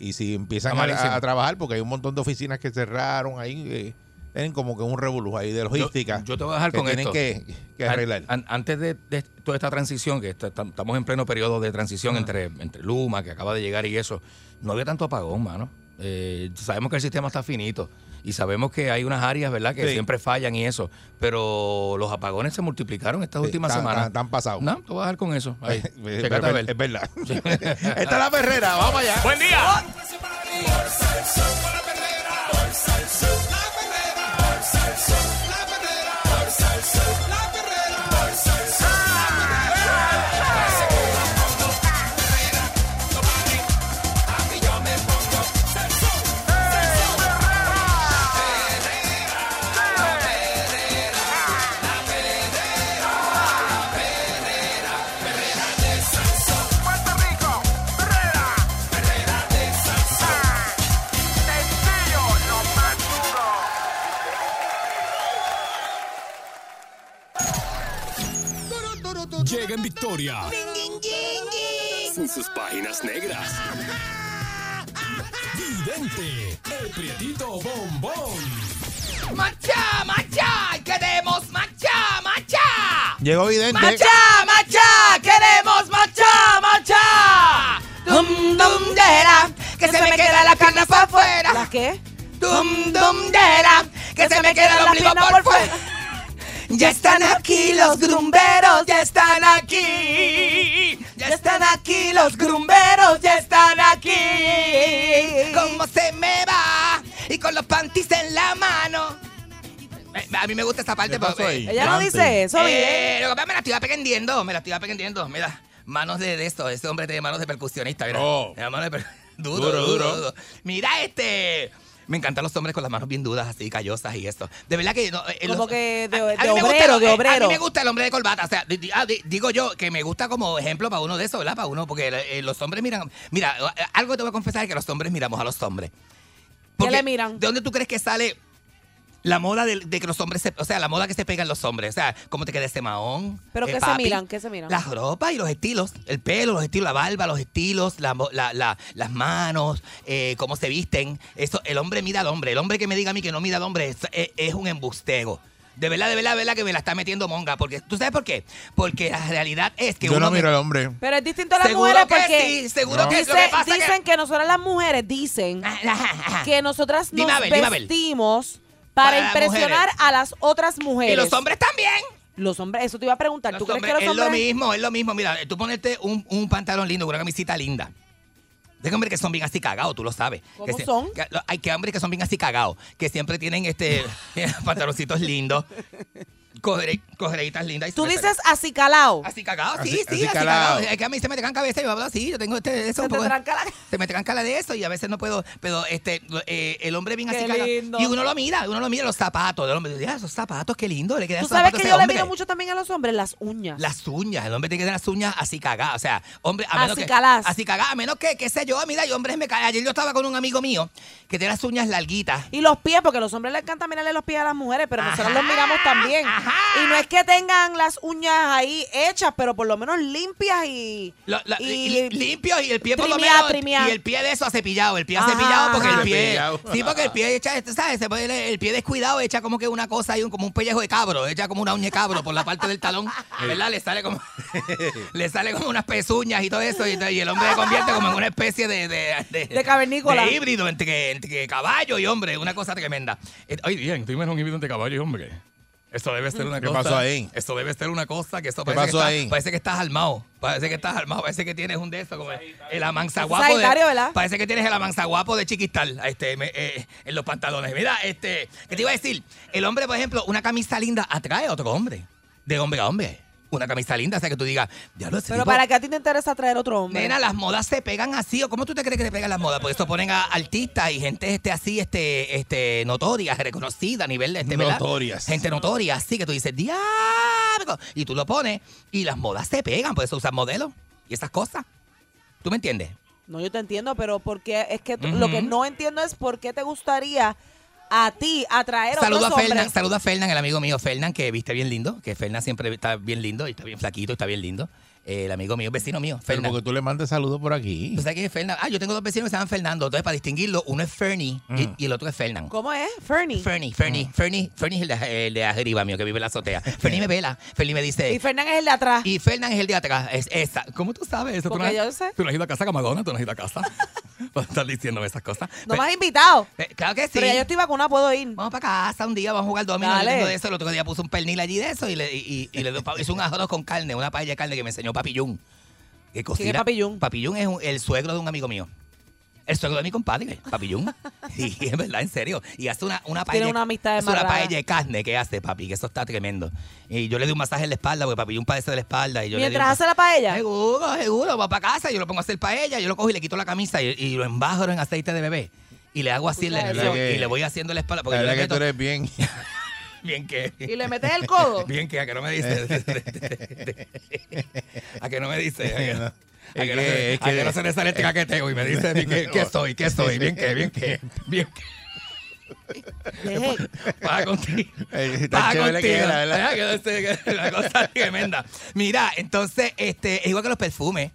y si empiezan Está a, malísimo. a- a trabajar porque hay un montón de oficinas que cerraron ahí, eh, tienen como que un revolú ahí de logística. Yo te voy a dejar que con tienen esto. que, que An- arreglar. an- antes de, de toda esta transición, que está- está- estamos en pleno periodo de transición entre, entre Luma, que acaba de llegar y eso, no había tanto apagón, mano. Eh, sabemos que el sistema está finito y sabemos que hay unas áreas, ¿verdad?, que Sí. siempre fallan y eso, pero los apagones se multiplicaron estas Sí, últimas tan- semanas. tan- tan pasado. No, te voy a dejar con eso. Ahí, Es checate a ver- ver. es verdad. Esta es la perrera, vamos allá. Buen día. Llega en victoria. Con sus páginas negras. Vidente, el prietito bombón. ¡Macha, macha! ¡Queremos macha, macha! Llegó Vidente. ¡Macha, macha! ¡Queremos macha, macha! ¡Dum, dum, dera! ¡Que se me queda la carne para afuera! ¿La qué? ¡Dum, dum, dera! ¡Que se me queda la pierna por fuera! Ya están aquí los grumberos, ya están aquí. Ya están aquí los grumberos, ya están aquí. ¿Cómo se me va? Y con los panties en la mano. Eh, A mí me gusta esta parte ¿Qué pasó ahí? Ella no dice eso, bien. Eh, Lo que pasa es que me la estoy apendiendo, me la estoy apendiendo. Mira, manos de, de esto. Este hombre tiene manos de percusionista, mira. Oh. Mira, manos de per- duro, Duro, duro, duro. duro. Mira este. Me encantan los hombres con las manos bien dudas, así callosas y esto. De verdad que. no, eh, Como los- que de, a de mí me gusta obrero, el- de eh, obrero. A mí me gusta el hombre de corbata. O sea, di- di- ah, di- digo yo que me gusta como ejemplo para uno de esos, ¿verdad? Para uno, porque eh, los hombres miran. Mira, eh, algo te voy a confesar que los hombres miramos a los hombres. ¿Qué le miran? ¿De dónde tú crees que sale la moda del- de, que los hombres, se- o sea, la moda que se pegan los hombres, o sea, cómo te queda este mahón. ¿Pero eh, qué se papi, miran? ¿Qué se miran? Las ropas y los estilos, el pelo, los estilos, la barba, los estilos, la mo- la- la- las manos, eh, cómo se visten. Eso, el hombre mira al hombre. El hombre que me diga a mí que no mira al hombre es, es- es un embustego. De verdad, de verdad, de verdad que me la está metiendo monga. Porque, ¿Tú sabes por qué? Porque la realidad es que Yo uno no me- miro al hombre. Pero es distinto a las Seguro mujeres que porque sí, seguro que es lo dice- que pasa dicen que... nosotras las mujeres dicen que nosotras Dime nos a ver, dime a ver. vestimos para, Para las impresionar mujeres. a las otras mujeres. Y los hombres también. Los hombres, eso te iba a preguntar. ¿Tú Los crees que hombres- los hombres Es lo mismo, es lo mismo. Mira, tú ponerte un, un pantalón lindo, una camisita linda. De hombres que son bien así cagados, tú lo sabes. ¿Cómo Que se- son? que- hay que hombres que son bien así cagados, que siempre tienen este pantaloncitos lindos, cojere- cojereitas lindas. y Tú se me dices así calao. Así cagado, sí, sí, así, calao. calado. Es que a mí se me trancan cabeza y yo hablo así, yo tengo este, eso. Se un te poco- tranca la- se me tranca la de eso y a veces no puedo, pero este, eh, el hombre bien Qué así cagado. lindo. Y uno lo mira, uno lo mira los zapatos del hombre. Ya, esos zapatos, qué lindo, le quedan Tú esos sabes zapatos que yo a ese le hombre. miro mucho también a los hombres las uñas. Las uñas, el hombre tiene que tener las uñas así cagadas, o sea, hombre, a menos que- Acicaladas. Así cagadas, a menos que, qué sé yo, mira, yo hombres me cae. Ayer yo estaba con un amigo mío que tiene las uñas larguitas. Y los pies, porque a los hombres les encanta mirarle los pies a las mujeres, pero nosotros los miramos también. Y no es que tengan las uñas ahí hechas, pero por lo menos limpias y. Lo- lo- y- li- limpios y el pie por lo Trimea, menos trimea. Ah. y el pie de eso acepillado el pie Ajá, acepillado porque ajá. el pie Acepillado. sí porque el pie echa este, sabes Se pone el, el pie descuidado echa como que una cosa y un, como un pellejo de cabro echa como una uña de cabro por la parte del talón verdad le sale como le sale como unas pezuñas y todo eso y, y el hombre se convierte como en una especie de de, De cavernícola. de híbrido entre, entre caballo y hombre una cosa tremenda Eh, ay bien tú imaginas un híbrido entre caballo y hombre eso debe ser una ¿Qué cosa pasó ahí? eso debe ser una cosa que eso ¿Qué parece que pasó está- ahí? parece que estás armado parece que estás armado parece que tienes un de estos como el, el Es amanzaguapo de, sagitario, ¿verdad? parece que tienes el amanzaguapo de chiquistal este, me- eh, en los pantalones mira este ¿qué te iba a decir? el hombre por ejemplo una camisa linda atrae a otro hombre de hombre a hombre una camisa linda o sea que tú digas diablo ese Pero tipo- para que a ti te interesa traer otro hombre. Nena, las modas se pegan así. ¿O cómo tú te crees que te pegan las modas? Por eso ponen a artistas y gente este, así, este, este, notoria, reconocida a nivel de este, ¿verdad? Notorias. Gente notoria, así que tú dices, diablo. Y tú lo pones y las modas se pegan. Por eso usan modelos y esas cosas. ¿Tú me entiendes? No, yo te entiendo, pero porque es que t- lo que Ujú. no entiendo es por qué te gustaría a ti atraer a Saludo otros a hombres. Fernán, saludo a Fernan, el amigo mío Fernan, que viste bien lindo, que Fernan siempre está bien lindo y está bien flaquito y está bien lindo. Eh, el amigo mío, vecino mío, Pero Fernan. porque tú le mandes saludos por aquí. ¿Tú sabes quién es Fernan? Ah, yo tengo dos vecinos que se llaman Fernando. Entonces, para distinguirlo, uno es Fernie y- y, el otro es Fernan. ¿Cómo es? Fernie. Fernie, Fernie, Fernie, Fernie es el de, el de arriba mío que vive en la azotea. Fernie me vela, Fernie me dice. Y Fernán es el de atrás. Y Fernán es el de atrás, es esa. ¿Cómo tú sabes eso? ¿Tú Porque no has- yo sé. ¿Tú no has ido a casa con Madonna? ¿Tú no has ido a casa? Vas a estar diciéndome esas cosas. No Pe- me has invitado. pe- Eh, claro que sí. Pero ya yo estoy vacunada, puedo ir. Vamos para casa un día, vamos a jugar domino. Dale. Yo tengo de eso. El otro día puse un pernil allí de eso y le, y, y le doy pa- hice un arroz con carne, una paella de carne que me enseñó Papillón. Que cocina. es Papillón? Papillón es un- el suegro de un amigo mío. El suegro de mi compadre, Papillón. Sí, es verdad, en serio. Y hace una, una paella. Tiene una amistad de hace una marrada. paella de carne que hace, papi, que eso está tremendo. Y yo le di un masaje en la espalda porque Papillón padece de la espalda. Y yo le di un Mientras masaje. hace la paella. Seguro, seguro, va para casa, yo lo pongo a hacer paella, yo lo cojo y le quito la camisa y, y lo embajo en aceite de bebé. Y le hago así en la- sabes y le- que- y le voy haciendo la espalda. Porque La yo le verdad que tú meto- eres bien. Bien que. Y le metes el codo. Bien que, a que no me dices. a que no me dices. A que, a No. Es que no, se, que- es a que no que- se le sale este caqueteo y me dice bien que, que soy, que soy, bien que, bien que, bien Deje. que. Para contigo. Eh, tan Para chévere contigo. que era, ¿verdad? Ah, que no sé, que La cosa es tremenda. Mira, entonces, este, es igual que los perfumes.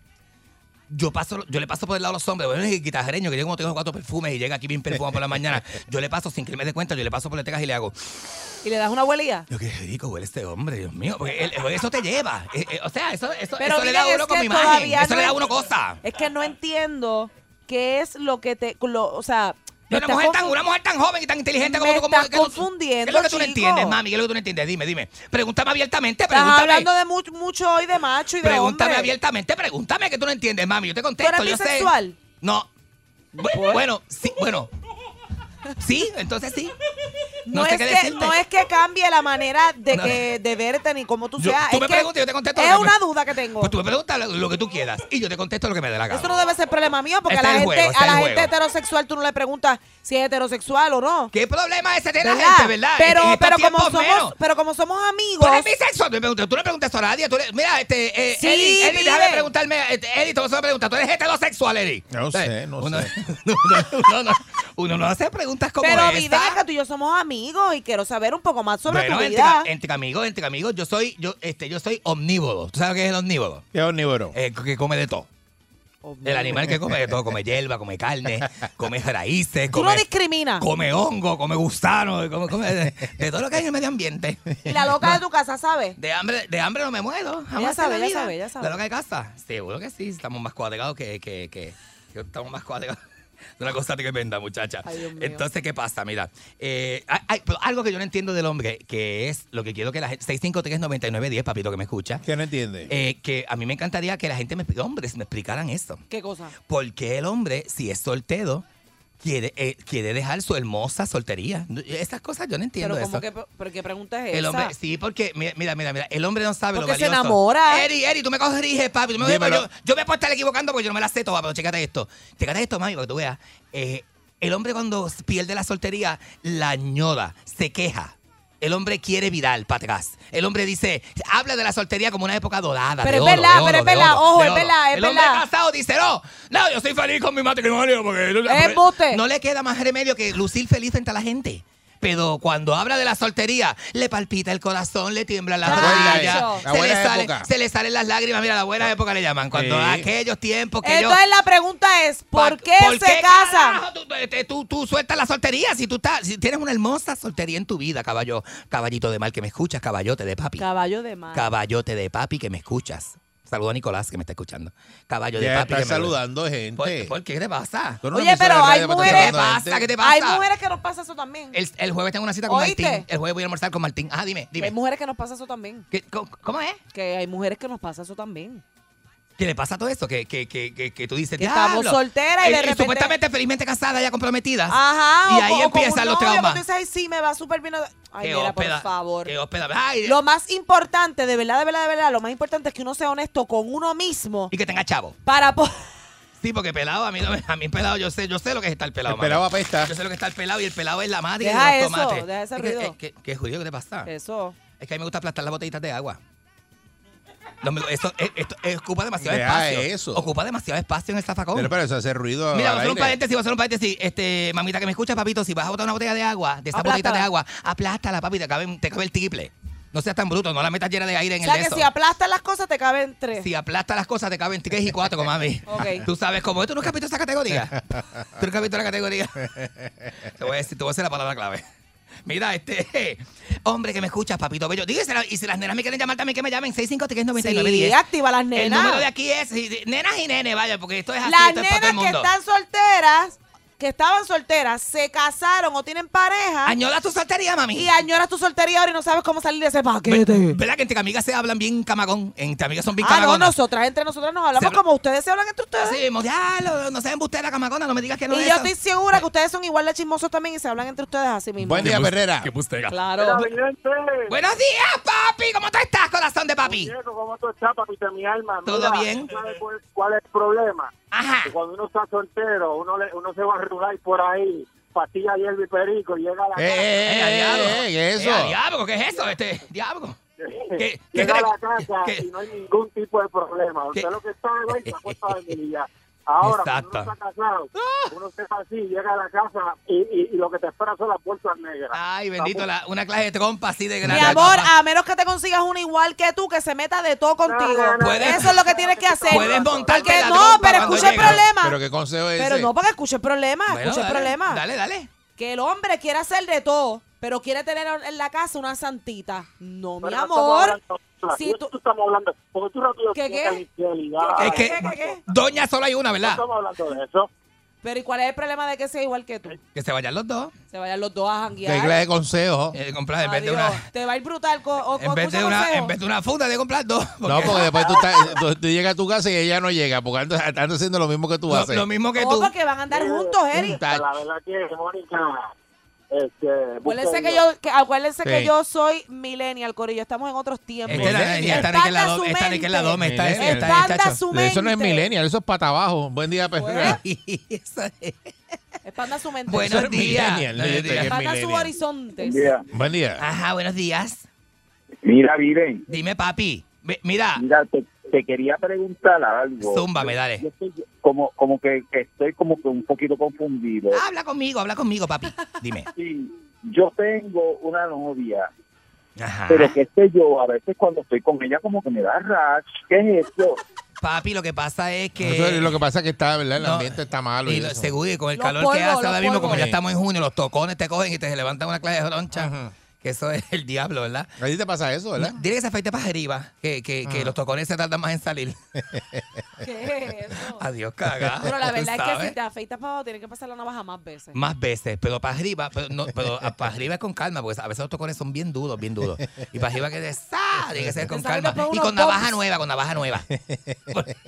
Yo, paso, yo le paso por el lado a los hombres, bueno, es guitarreño, que yo como tengo cuatro perfumes y llega aquí bien perfumado por la mañana, yo le paso sin que él me dé cuenta, yo le paso por letras y le hago, Y le das una abuelía. yo qué rico huele este hombre, Dios mío. Porque él- porque eso te lleva. Eh, eh, o sea, eso, eso, Pero eso le mira, da a es uno como que imagen. todavía Eso no le da a es- uno cosa. Es que no entiendo qué es lo que te. lo- o sea. me Una estás mujer, tan, confu- una mujer tan joven y tan inteligente como Me tú. Como, estás ¿qué tú- confundiendo, ¿Qué es lo que tú no chico. entiendes, mami? ¿Qué es lo que tú no entiendes? Dime, dime. Pregúntame abiertamente, Estás pregúntame. hablando de mucho, mucho hoy de macho y de pregúntame hombre. abiertamente, pregúntame que tú no entiendes, mami. Yo te contesto, eres yo bisexual? sé. No. Bu- Bueno, sí, bueno. Sí, entonces sí. No, No, sé es qué que, decirte. no es que cambie la manera de, No. que, de verte ni cómo tú Yo- seas. tú es me que preguntas y yo te contesto lo Es que me- una duda que tengo. Pues tú me preguntas lo, lo que tú quieras y yo te contesto lo que me dé la gana. Eso no debe ser problema mío porque a Está la, el gente, juego, está a la el gente juego. heterosexual tú no le preguntas si es heterosexual o no. ¿Qué problema ese tiene ¿Verdad? la gente, verdad? Pero, En estos pero, como tiempos somos, menos. pero como somos Tú amigos, eres bisexual, tú, me preguntas, tú no preguntas eso a nadie. Tú eres- mira, este, eh, Sí, Eddie, Eddie, mire. déjame preguntarme. Este, Eddie, te voy a hacer una pregunta. ¿Tú eres heterosexual, Eddie? No sé, no uno, sé. uno, uno no, uno no hace preguntas como pero esta. Vidal, que tú y yo somos amigos y quiero saber un poco más sobre Bueno, eh, tu entre, vida. ca- entre amigos, entre amigos, yo soy, yo, este, yo soy omnívoro. ¿Tú sabes qué es el omnívoro? Eh, ¿Qué es omnívoro? que come de todo. El animal que come de todo, come hierba, come carne, come raíces, Tú no come, discriminas. come hongo, come gusano, come, come de, de todo lo que hay en el medio ambiente. Y la loca de tu casa sabe. De hambre, de hambre no me muero. Jamás Ella en sabe, ella la vida. sabe, ella sabe. ¿De lo que hay casa? Seguro que sí, estamos más cuadregados que, que, que, que estamos más cuadregados. Es Una cosa tremenda, muchacha. Ay, Dios mío. Entonces, ¿qué pasa? Mira, eh, hay- hay- pero algo que yo no entiendo del hombre, que es lo que quiero que la gente... 653-9910, papito, que me escucha. Eh, ¿Qué no entiende? que a mí me encantaría que la gente, me, hombres, me explicaran esto. ¿Qué cosa? ¿Por qué el hombre, si es soltero, quiere, eh, quiere dejar su hermosa soltería? Estas cosas yo no entiendo Pero eso. como que, pero qué pregunta es esa? El hombre, sí, porque mi- mira, mira, mira, el hombre no sabe lo Porque se valioso. enamora. Eri, Eri, tú me corriges, papi. Tú me corriges, Dímelo. yo, yo me puedo estar equivocando porque yo no me la sé toda, pero chécate esto. Chécate esto, mami, para que tú veas. Eh, el hombre cuando pierde la soltería, la añora, se queja. El hombre quiere viral para atrás. El hombre dice, habla de la soltería como una época dorada. Pero de es oro, verdad, de oro, pero es de verdad, oro, ojo, de es oro. verdad, es El hombre verdad. casado dice, no, no, yo soy feliz con mi matrimonio porque... Embuste. No le queda más remedio que lucir feliz frente a la gente. Pero cuando habla de la soltería, le palpita el corazón, le tiembla la buena rodilla, época. La se, le buena sale, época. se le salen las lágrimas. Mira, la buena época le llaman. Cuando Ah, Sí. aquellos tiempos que yo... Entonces la pregunta es, ¿por qué ¿por se qué casan? carajo tú, este, tú- tú sueltas la soltería si tú estás, si tienes una hermosa soltería en tu vida, caballo, caballito de mal que me escuchas, caballote de papi. Caballo de mar. Caballote de papi que me escuchas. Saludo a Nicolás que me está escuchando. Caballo de Ya papi está que me Pues, saludando gente. ¿Por, por qué te pasa? Tú eres una Oye, emisora pero de hay radio, pero mujeres. estás hablando de gente. ¿Qué te pasa? Hay mujeres que nos pasa eso también. El, el jueves tengo una cita con ¿Oíste? Martín. El jueves voy a almorzar con Martín. Ah, dime, Hay dime. mujeres que nos pasa eso también. ¿Qué- co- ¿Cómo es? Que hay mujeres que nos pasa eso también. ¿Qué le pasa a todo esto? Que, que, que, que, que tú dices, Que estamos "Diablo". eh, solteras y de repente- Supuestamente felizmente casada, ya comprometida. Ajá. Y o con- o ahí con un empiezan los novio que traumas. tú dices, ay, sí, me va súper bien. Ay, Qué mira, hóspeda, por favor. qué hóspeda. Ay, Lo más importante, de verdad, de verdad, de verdad, lo más importante es que uno sea honesto con uno mismo Y que tenga chavo. para po- Sí, porque pelado, a mí, no me- a mí pelado, yo sé, yo sé lo que es estar pelado. El pelado mano. apesta. Yo sé lo que es estar pelado y el pelado es la madre Deja de los eso, tomates. deja ese Es que- ruido. es que- ¿Qué judío que te pasa? Eso. Es que a mí me gusta aplastar las botellitas de agua. No, me- esto, eh, esto, eh, ocupa demasiado Deja espacio. eso. Ocupa demasiado espacio en el zafacón. Pero, pero eso hace ruido. Mira, al vamos a hacer un aire. paréntesis, vamos a hacer un paréntesis. Este, mamita que me escucha, papito, si vas a botar una botella de agua, de esa botellita de agua, aplástala, papi, te cabe, te cabe el triple. No seas tan bruto, no la metas llena de aire en O sea, el de que eso. si aplastas las cosas, te caben tres. Si aplasta las cosas, te caben tres y cuatro, mami. Ok. Tú sabes cómo. Tú nunca has visto esa categoría. Tú nunca has visto la categoría. Te voy a decir, te voy a hacer la palabra clave. Mira, este hombre que me escuchas, papito bello. Dígasela, y si las nenas me quieren llamar también, que me llamen 6539910. Sí, activa las El nenas. número de aquí es y- nenas y nenes, vaya, porque esto es así, Las esto es para todo nenas el que mundo. están solteras, que estaban solteras, se casaron o tienen pareja. Añoras tu soltería, mami. Y añoras tu soltería ahora y no sabes cómo salir de ese paquete. ¿Verdad que entre amigas se hablan bien camagón? Entre amigas son bien Ah, no, camagonas. nosotras entre nosotras nos hablamos Se- como ustedes se hablan entre ustedes. Sí, mismo, ya, lo- no sean la camagona, no me digas que no Y es yo eso. estoy segura que ustedes son igual de chismosos también y se hablan entre ustedes así mismo. Buen día, Perrera. Claro. Buenos días, papi. ¿Cómo tú estás, corazón de papi? ¿Cómo tú estás, papito? Mi alma. ¿Todo Mira, bien? ¿tú sabes cuál, cuál es el problema? Que cuando uno está soltero, uno, le- uno se va a rular por ahí, pastilla, hierba y perico, y llega a la Eh, casa. eh, eh, a diablo. eh, ¿qué es Eh, a eso? diablo, ¿qué es eso? Este, diablo. ¿Qué- qué llega a cre- la casa y no hay ningún tipo de problema. Usted lo que está es güey, la puesta de millar. Ahora, cuando uno Exacto. está casado, uno se va así, llega a la casa y, y- y lo que te espera son las bolsas negras. Ay, Bendito, la- una clase de trompa así de Mi grande. amor, papá. a menos que te consigas una igual que tú, que se meta de todo contigo. no, no. Puedes- Eso es lo que tienes que hacer. puedes montarte Porque la no, trompa pero cuando escucha el llegas. problema. Pero qué consejo es Pero ese? no, porque escuche el problema, Bueno, escuche el dale, problema. dale, dale. Que el hombre quiere hacer de todo, pero quiere tener en la casa una santita. No, mi Pero no estamos amor. hablando de la- Si tú- tú- tú estamos hablando. Porque tú rápido ¿Qué, explicas qué? la infidelidad. Es que doña solo hay una, No ¿verdad? estamos hablando de eso. Eh. Pero ¿y cuál es el problema de que sea igual que tú? Que se vayan los dos. Se vayan los dos a janguear. ¿Qué clase de consejo? comprar en vez de Adiós. una... Te va a ir brutal. co- o- En o- vez, de escucha una, consejo. en vez de una funda, de comprar dos. No, porque después tú, estás- tú- tú llegas a tu casa y ella no llega, porque andas, andas haciendo lo mismo que tú haces. lo mismo No, porque van a andar juntos, Eri. Eh, La verdad que, Eh, Mónica, este, Acuérdense que búsquenlo. yo, que, acuérdense que Sí. yo soy millennial, Corillo. Estamos en otros tiempos. Esta Este era- ella está ni que la dome, esta ni que la dome, esta- esta- esta- Expanda esta- su mente. Eso no es millennial, eso es pata abajo. Buen día, pues, Perrera. Expanda su mente. Buenos Eso es días. millennial, no, yo dije que es Expanda su millennial. horizonte. Buen día. Ajá, buenos días. Mira, Viren, Dime, papi. Ve- Mira, mira, te, te quería preguntar algo. Zúmbame, Yo- dale. yo estoy como, como que estoy como que un poquito confundido. habla conmigo, habla conmigo, papi. Ah, Dime. Sí, yo tengo una novia, pero qué sé yo, a veces cuando estoy con ella como que me da rash, ¿qué es eso? Papi, lo que pasa es que. Eso es lo que pasa es que está, ¿verdad? El No. ambiente está malo. Y Y lo- eso. seguro que con el Los calor que polvos, hace ahora los mismo, como polvos. ya estamos en junio, los tocones te cogen y te levantan una clase de loncha. Que eso es el diablo, ¿verdad? A ti te pasa eso, ¿verdad? No, dile que se afeite para arriba, que, que, que los tocones se tardan más en salir. ¿Qué es eso? Adiós, caga. Pero la tú verdad es que sabes. si te afeitas para abajo, tienes que pasar la navaja más veces. Más veces, pero para arriba, pero, no, pero a- para arriba es con calma, porque a veces los tocones son bien duros, bien duros. Y para arriba que de ¡sa! tiene que ser con Te salen calma. después Y unos con navaja bumps. nueva, con navaja nueva.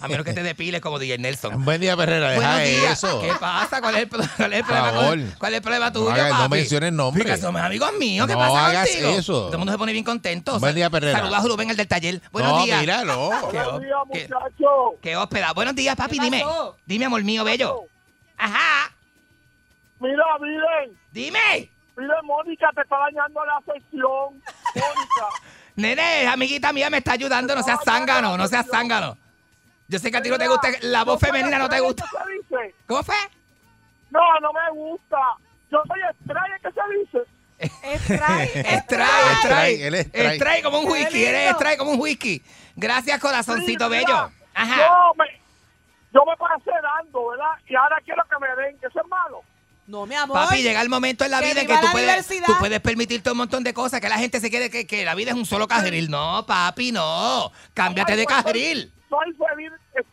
a menos que te depiles como DJ Nelson. Buen día, Perrera, deja Buenos días. eso. ¿Qué pasa? ¿Cuál es el, pro- cuál es el problema? favor. ¿Cuál, cuál es el problema No, tuyo, hagas- no papi? menciones nombres. Porque son mis amigos míos, ¿qué No pasa hagas contigo? eso. Todo el mundo se pone bien contento. Buen día, Perrera. Perrera. Saludos a Rubén, el del taller. Buenos No, días. mira, no. Qué Buenos hó- días, qué- Qué hóspeda. Buenos días, papi, dime. pasó? Dime, amor mío, bello. Ajá. Mira, miren. Dime. Mira, Mónica, te está dañando la sección. Mónica. Nene, amiguita mía me está ayudando, no seas zángano, no seas zángano. Yo sé que a ti no te gusta, la voz femenina no te gusta. ¿Cómo fue? No, no me gusta. Yo soy extraña, ¿qué se dice? Extrae, extrae. él es extrae. Extrae como un Qué whisky, lindo. eres extrae como un whisky. Gracias, corazoncito Sí, bello. mira, Ajá. Yo me, yo me pasé dando, ¿verdad? Y ahora quiero que me den, que eso es malo. No, mi amor. Papi, llega el momento en la que vida en que viva tú la puedes, diversidad. tú puedes permitirte un montón de cosas, que la gente se quede que, que la vida es un solo cajeril. No, papi, no. Cámbiate Ay, de pues, cajeril. Soy soy feliz, es-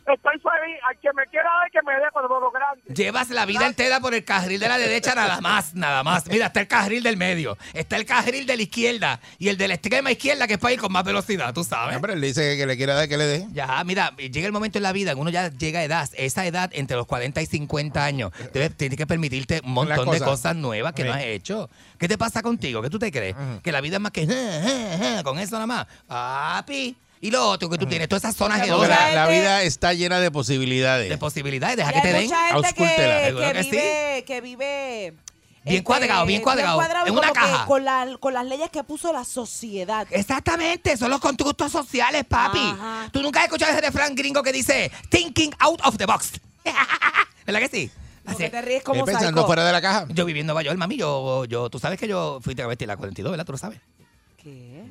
estoy feliz. Al que me quiera dar, que me dé con lo grande. Llevas la vida entera por el carril de la derecha nada más, nada más. Mira, está el carril del medio, está el carril de la izquierda y el de la extrema izquierda que es para ir con más velocidad, tú sabes. Hombre, él dice que le quiera dar que le dé. Ya, mira, llega el momento en la vida, uno ya llega a edad, esa edad entre los 40 y 50 años, debes, tienes que permitirte un Las montón de cosas. cosas nuevas que no Sí. has hecho. ¿Qué te pasa contigo? ¿Qué tú te crees? Que la vida es más que eh, eh, eh, con eso nada más. Papi. Y lo otro que tú tienes, todas esas zonas Porque hedosas. la, la vida está llena de posibilidades. De eh, posibilidades, deja Y hay mucha gente que, que Seguro que sí. vive, que vive este, eh, Bien cuadrado, bien cuadrado, cuadrado y en una como que caja. con, la- con las leyes que puso la sociedad. Exactamente, son los constructos sociales, papi. Ajá. Tú nunca has escuchado ese refrán gringo que dice thinking out of the box. ¿Verdad que sí? Porque te ríes como Eh, pensando psycho. fuera de la caja. Yo viví en Nueva York, mami. Yo, yo, tú sabes que yo fui travesti en la 42, ¿verdad? Tú lo sabes.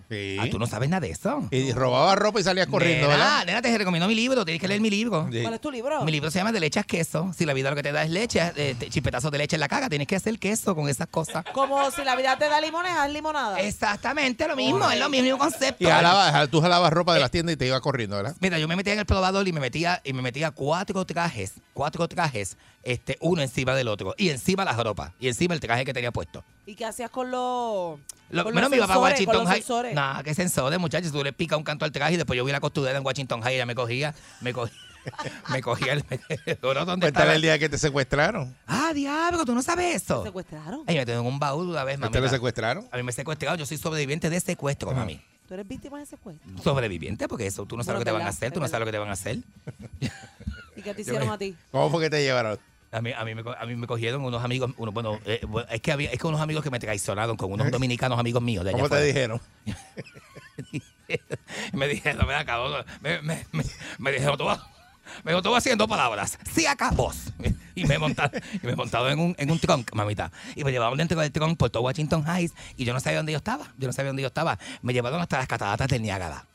Sí. Ah, tú no sabes nada de eso. Y robaba ropa y salías corriendo, nena, ¿verdad? nena, te recomiendo mi libro. Tienes que leer mi libro. Sí. ¿Cuál es tu libro? Mi libro se llama De lechas queso. Si la vida lo que te da es leche, eh, te- chispetazos de leche en la caga, tienes que hacer queso con esas cosas. Como si la vida te da limones, haz limonada. Exactamente lo mismo, es lo mismo concepto. Y jalaba- tú jalabas Eh. ropa de las tiendas y te ibas corriendo, ¿verdad? Mira, yo me metía en el probador y me metía y me metía cuatro trajes, cuatro trajes, este, uno encima del otro y encima las ropas y encima el traje que tenía puesto. ¿Y qué hacías con los Lo, con bueno, los mi sensores, papá con Washington los High. sensores? Nada, qué sensores, muchachos. Tú le picas un canto al traje y después yo vi la costurera en Washington High y ella me cogía, me cogía, me cogía el. oro ¿Dónde Cuéntale estaba? el día que te secuestraron. Ah, diablo, tú no sabes eso. secuestraron? Ay, me tengo en un baúl una vez, ¿A mami. usted lo secuestraron? A mí me secuestraron, yo soy sobreviviente de secuestro, mami. ¿Tú eres víctima de secuestro? Sobreviviente, porque eso tú no sabes Bueno, lo que te van a verdad, hacer, es tú no sabes lo que te van a hacer. ¿Y qué te Yo hicieron me- a ti? ¿Cómo fue que te llevaron? A mí, a, mí me, co- a mí me cogieron unos amigos, unos, bueno, eh, bueno, es, que había, es que unos amigos que me traicionaron con unos dominicanos amigos míos de allá ¿Cómo te afuera. dijeron? Me dijeron, me acabó, me, me, me, me dijeron, tú vas- me dijo, tú vas haciendo palabras, sí acá vos. Y me montaron, y me montaron en un, en un trunk, mamita. Y me llevaron dentro del trunk por todo Washington Heights y yo no sabía dónde yo estaba, yo no sabía dónde yo estaba. Me llevaron hasta las cataratas del Niágara.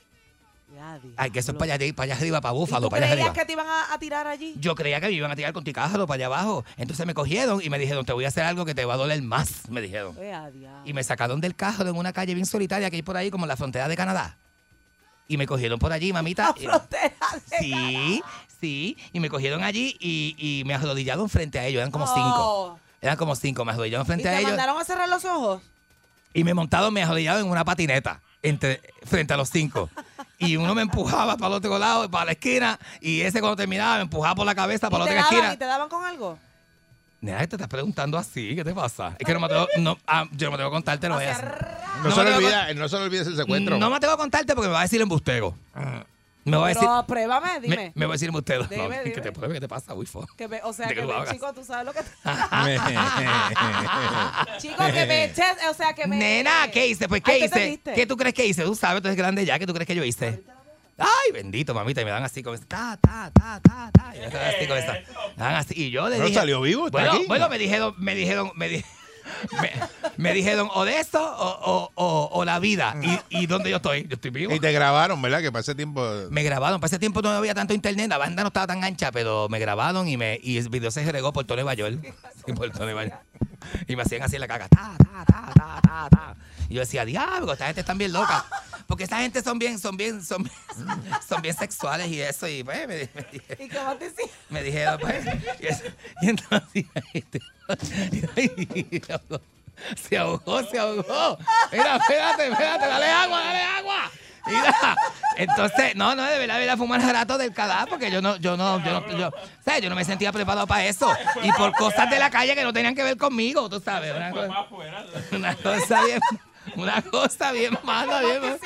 Ay, que eso es para allá, arri- para allá arriba, para Búfalo, ¿Tú para allá creías arriba. que te iban a, a tirar allí? Yo creía que me iban a tirar con ticajado para allá abajo. Entonces me cogieron y me dijeron, te voy a hacer algo que te va a doler más, me dijeron. Eh, a diablo. Y me sacaron del carro en una calle bien solitaria que hay por ahí, como en la frontera de Canadá. Y me cogieron por allí, mamita. La frontera de Sí, sí. Y me cogieron allí y, y me arrodillaron frente a ellos. Eran como cinco. Oh. Eran como cinco. Me arrodillaron ¿Y frente te a ellos. mandaron a cerrar los ojos? Y me montaron, me arrodillaron en una patineta entre, frente a los cinco. Y uno me empujaba para el otro lado, para la esquina. Y ese cuando terminaba me empujaba por la cabeza Ah, para ¿Y te, la otra daban, esquina. ¿Y te daban con algo? Nena, te estás preguntando así, ¿qué te pasa? Es que no me atrevo, no, ah, yo no me atrevo a contarte, lo voy a hacer. No, se le olvida, no se le olvida ese secuestro. No me atrevo a contarte porque me va Ah. a decir embustero. Me va a decir, Pero pruébame, dime. me, me va a decir embustero. No, Dime, Que dime. te pruebe, que te pasa, Wifo. Que me- o sea, De que, que lo me- hagas. chico, tú sabes lo que... Chico, Chico, que me eches, o sea, que me... Nena, ¿qué hice? Pues, ¿qué Ay, ¿qué te hice? diste? ¿Qué tú crees que hice? Tú sabes, tú eres grande ya, ¿qué tú crees que yo hice? Ay, bendito, mamita, y me dan así con esta, ta, ta, ta, ta, ta, y me dan así con esta. Me dan así, y yo le Pero dije... salió vivo, está bueno, aquí. bueno, me dijeron, me dijeron, me di- Me dije, don, o de esto o, o- o- o la vida. ¿Y, y dónde yo estoy? Yo estoy vivo. Y te grabaron, ¿verdad? Que para ese tiempo. Me grabaron. Para ese tiempo no había tanto internet. La banda no estaba tan ancha, pero me grabaron y me y el video se agregó por todo Nueva York. Y por todo Nueva York. Y me hacían así la caca. ta, ta, ta, ta, ta, ta. Y yo decía, diablo, esta gente está bien loca. Porque esta gente son bien, son bien, son bien, son bien sexuales y eso. Y pues me, me dije- ¿Y cómo te sientes? me dijeron, pues. Y, eso- y entonces. y ahogó. se ahogó, se ahogó. Mira, espérate, espérate, dale agua, dale agua. Mira, entonces, no, no, de verdad, de verdad, fue un mal rato del cadáver porque yo no, yo no, yo no, yo, ¿sabes? Yo no me sentía preparado para eso. Y por cosas de la calle que no tenían que ver conmigo, tú sabes. Una cosa, una cosa bien, una cosa bien mala, bien mala.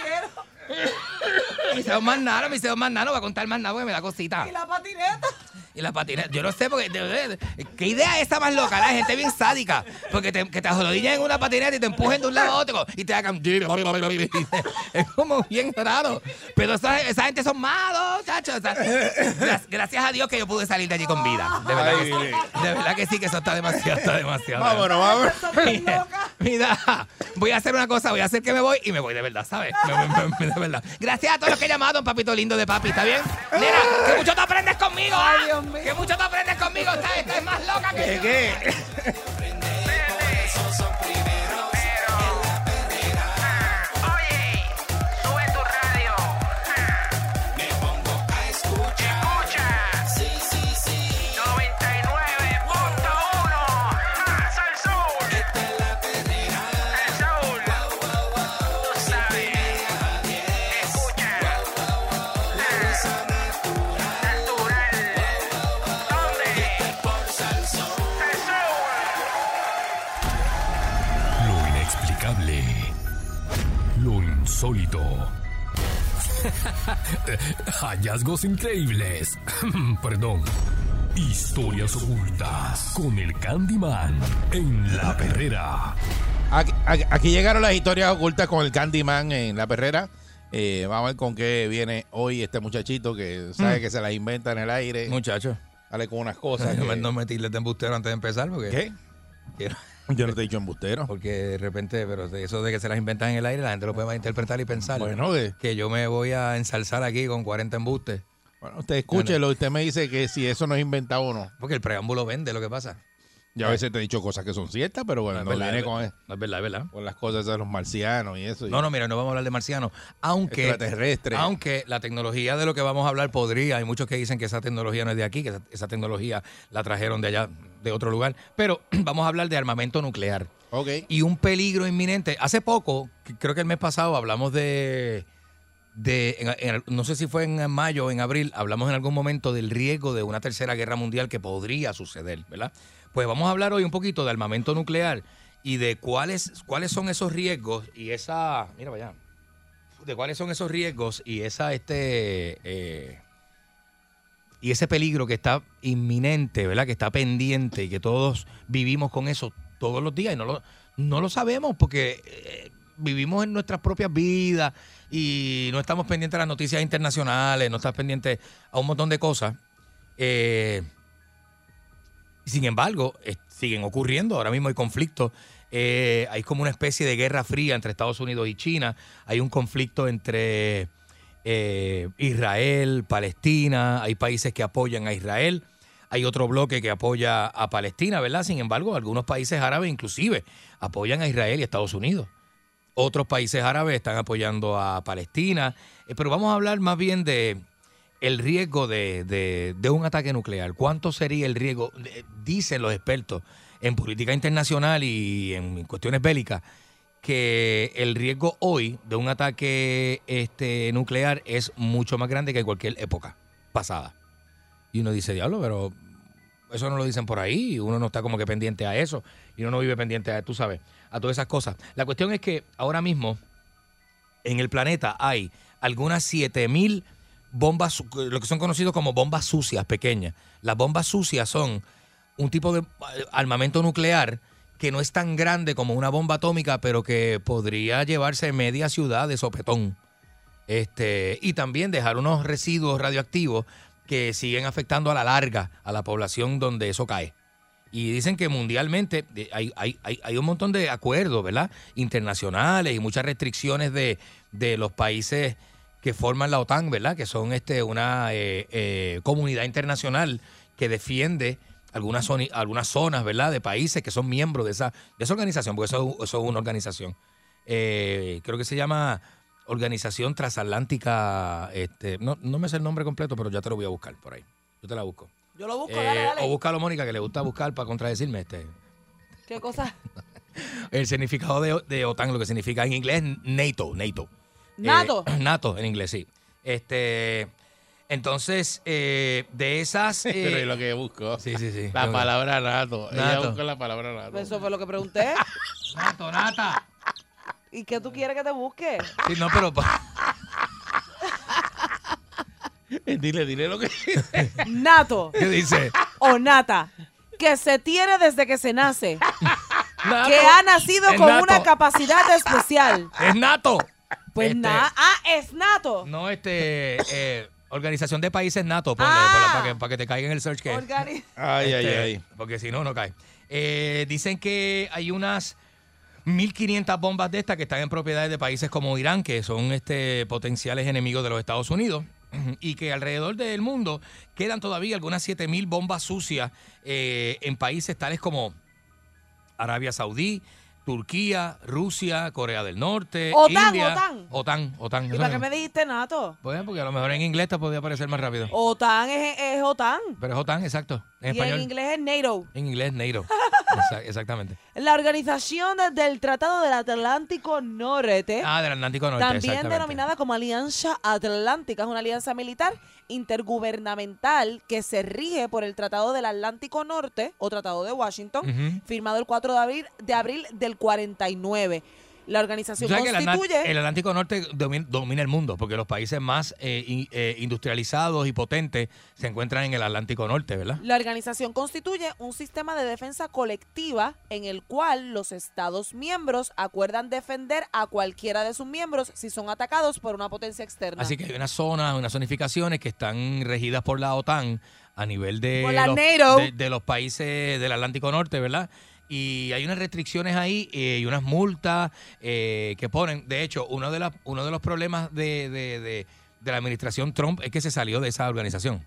Me hicieron más nada, me hicieron más nada, voy a contar más nada porque me da cosita. ¿Y la patineta? Y la patineta, yo no sé, porque. de- de- de- ¿Qué idea es esa más loca? La gente bien sádica. Porque te, que te arrodillen en una patineta y te empujen de un lado a otro y te hagan. Es como bien raro. Pero esa, esa gente son malos, chachos. gracias a Dios que yo pude salir de allí con vida. De verdad, que, sí. de verdad que sí, que eso está demasiado, está demasiado. Vámonos, vámonos. Mira, mira, voy a hacer una cosa, voy a hacer que me voy y me voy de verdad, ¿sabes? Me voy, me voy de verdad. Gracias a todos los que llamaron, papito lindo de papi, ¿está bien? Nena, que mucho te aprendes conmigo, ¿ah? Que mucho te aprendes conmigo, esta, esta es más loca que yo. Oye, sube tu radio. Me pongo a escuchar. Escucha. Sí, sí, sí. 99.1. Más al sol. Esta es la perrera. El sol. Tú sabes. Escucha. Natural. ¿Dónde? Por Sal Sol. Sal Lo inexplicable. Lo insólito. Hallazgos increíbles. Perdón. Historias ocultas con el Candyman Eh, en la perrera. Aquí, aquí- aquí llegaron las historias ocultas con el Candyman en la perrera. Eh, vamos a ver con qué viene hoy este muchachito que sabe Mm. que se las inventa en el aire. Muchacho. Sale con unas cosas. No me- que- no me tildes de embustero antes de empezar, porque. ¿Qué? Yo no te he dicho embustero. Porque de repente, pero de eso de que se las inventan en el aire, la gente lo puede malinterpretar y pensar. Bueno, que yo me voy a ensalzar aquí con 40 embustes. Bueno, usted escúchelo y usted me dice que si eso no es inventado o no. Porque el preámbulo vende lo que pasa. Yo a veces te he dicho cosas que son ciertas, pero bueno, No, es no verdad, viene es con, No, es verdad, es verdad. con las cosas de los marcianos y eso. y- No, no, mira, no vamos a hablar de marcianos. Aunque, Extraterrestre. aunque la tecnología de lo que vamos a hablar podría, hay muchos que dicen que esa tecnología no es de aquí, que esa, esa tecnología la trajeron de allá, de otro lugar. Pero vamos a hablar de armamento nuclear. Y un peligro inminente. Hace poco, que- creo que el mes pasado, hablamos de. de en- en- no sé si fue en mayo o en abril, hablamos en algún momento del riesgo de una tercera guerra mundial que podría suceder, ¿verdad? Pues vamos a hablar hoy un poquito de armamento nuclear y de cuáles, cuáles son esos riesgos y esa. Mira, vaya. De cuáles son esos riesgos y esa, este. eh, y ese peligro que está inminente, ¿verdad? Que está pendiente y que todos vivimos con eso todos los días y no lo, no lo sabemos porque eh, vivimos en nuestras propias vidas y no estamos pendientes a las noticias internacionales, no estás pendiente a un montón de cosas. Eh, sin embargo, eh, siguen ocurriendo. Ahora mismo hay conflictos. Eh, hay como una especie de guerra fría entre Estados Unidos y China. Hay un conflicto entre eh, Israel, Palestina. Hay países que apoyan a Israel. Hay otro bloque que apoya a Palestina, ¿verdad? Sin embargo, algunos países árabes inclusive apoyan a Israel y a Estados Unidos. Otros países árabes están apoyando a Palestina. Eh, pero vamos a hablar más bien de el riesgo de, de- de un ataque nuclear. ¿Cuánto sería el riesgo? Eh, Dicen los expertos en política internacional y en cuestiones bélicas que el riesgo hoy de un ataque este, nuclear es mucho más grande que en cualquier época pasada. Y uno dice, diablo, pero eso no lo dicen por ahí, uno no está como que pendiente a eso, y uno no vive pendiente a, tú sabes, a todas esas cosas. La cuestión es que ahora mismo en el planeta hay algunas 7000 bombas, su- lo que son conocidos como bombas sucias pequeñas. Las bombas sucias son un tipo de eh, armamento nuclear que no es tan grande como una bomba atómica, pero que podría llevarse media ciudad de sopetón. Este, y también dejar unos residuos radioactivos que siguen afectando a la larga a la población donde eso cae. Y dicen que mundialmente eh, hay, hay, hay, hay un montón de acuerdos, ¿verdad? Internacionales y muchas restricciones de, de los países que forman la OTAN, ¿verdad? Que son este una eh, eh, comunidad internacional que defiende algunas, zoni- algunas zonas, ¿verdad? De países que son miembros de esa, de esa organización, porque eso, eso es una organización. Eh, creo que se llama Organización Transatlántica, este, no, no me sé el nombre completo, pero ya te lo voy a buscar por ahí. Yo te la busco. Yo lo busco, Eh, dale, dale. O búscalo, Mónica, que le gusta buscar para contradecirme. Este. ¿Qué cosa? Eh, El significado de, de OTAN, lo que significa en inglés NATO, NATO. Eh, Nato. NATO en inglés, sí. Este, entonces, eh, de esas... eh, Pero es lo que buscó. Sí, sí, sí. La Yo- palabra nato. Ella Nato. buscó la palabra nato. Eso fue lo que pregunté. Nato, nata. ¿Y qué tú quieres que te busque? Sí, no, pero... Eh, Dile, dile lo que. Nato. ¿Qué dice? O nata. Que se tiene desde que se nace. Nato. Que ha nacido Es con nato. una capacidad especial. Es NATO. Pues Este, nada. Ah, es nato. No, este... eh, Organización de Países NATO, ponle, para, que, pa' que te caiga en el search que es. Organi- Ay, ay, Este, ay. Porque si no, no cae. Eh, dicen que hay unas 1.500 bombas de estas que están en propiedades de países como Irán, que son este, potenciales enemigos de los Estados Unidos, y que alrededor del mundo quedan todavía algunas 7.000 bombas sucias eh, en países tales como Arabia Saudí, Turquía, Rusia, Corea del Norte, OTAN, India. OTAN. OTAN, OTAN. ¿Y para qué me dijiste nato? Bueno, porque a lo mejor en inglés te podría parecer más rápido. OTAN es, es OTAN. Pero es OTAN, exacto. Oh. En y en español. inglés es NATO. En inglés, negro. Exactamente. La organización de- del Tratado del Atlántico Norte. Ah, del Atlántico Norte. También exactamente. denominada como Alianza Atlántica, es una alianza militar intergubernamental que se rige por el Tratado del Atlántico Norte o Tratado de Washington, Ujú. firmado el 4 de abril, de abril del 49. La Tú organización sabes que el, Atlan- constituye el Atlántico Norte domi- domina el mundo porque los países más eh, in- eh, industrializados y potentes se encuentran en el Atlántico Norte, ¿verdad? La organización constituye un sistema de defensa colectiva en el cual los Estados miembros acuerdan defender a cualquiera de sus miembros si son atacados por una potencia externa. Así que hay unas zonas, unas zonificaciones que están regidas por la OTAN a nivel de, Por la los, NATO. de- de los países del Atlántico Norte, ¿verdad? Y hay unas restricciones ahí eh, y unas multas eh, que ponen. De hecho, uno de, las- uno de los problemas de, de- de- de la administración Trump es que se salió de esa organización.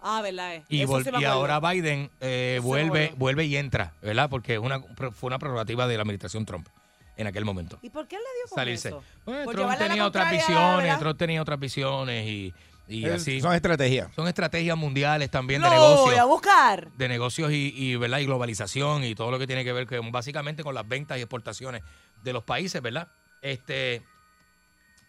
ah, ¿verdad? eh? Y, Eso vol- sí me y acuerdo. ahora Biden eh, Eso me vuelve, acuerdo. vuelve y entra, ¿verdad? Porque es una, fue una prerrogativa de la administración Trump en aquel momento. ¿Y por qué él le dio con Salirse. eso? Pues, Por Trump llevarle la tenía otras contraria, visiones, ¿verdad? Trump tenía otras visiones y, y Eh, así. Son estrategias. Son estrategias mundiales también Lo de negocios. voy a buscar. De negocios y, y, ¿verdad? y globalización y todo lo que tiene que ver con, básicamente con las ventas y exportaciones de los países, ¿verdad? Este,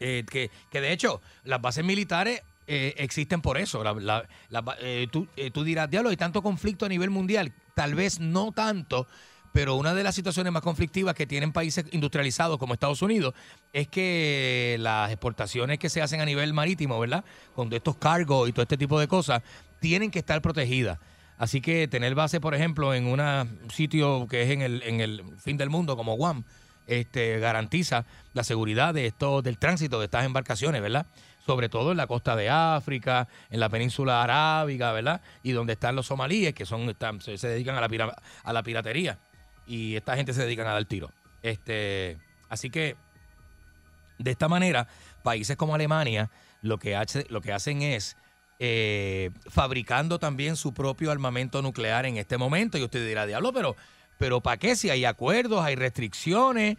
eh, que, que de hecho, las bases militares eh, existen por eso. La- la- la ba- eh, tú, eh, tú dirás, diablo, hay tanto conflicto a nivel mundial. Tal vez no tanto, pero una de las situaciones más conflictivas que tienen países industrializados como Estados Unidos es que las exportaciones que se hacen a nivel marítimo, ¿verdad? Con estos cargos y todo este tipo de cosas, tienen que estar protegidas. Así que tener base, por ejemplo, en una- un sitio que es en el, en el fin del mundo como Guam, este, garantiza la seguridad de esto, del tránsito de estas embarcaciones, ¿verdad? Sobre todo en la costa de África, en la península arábiga, ¿verdad? Y donde están los somalíes, que son, están- se, se dedican a la, pira- a la piratería. Y esta gente se dedican a dar tiro. Este, así que, de esta manera, países como Alemania lo que, hace- lo que hacen es eh, fabricando también su propio armamento nuclear en este momento. Y usted dirá, diablo, pero, pero ¿para qué? Si hay acuerdos, hay restricciones.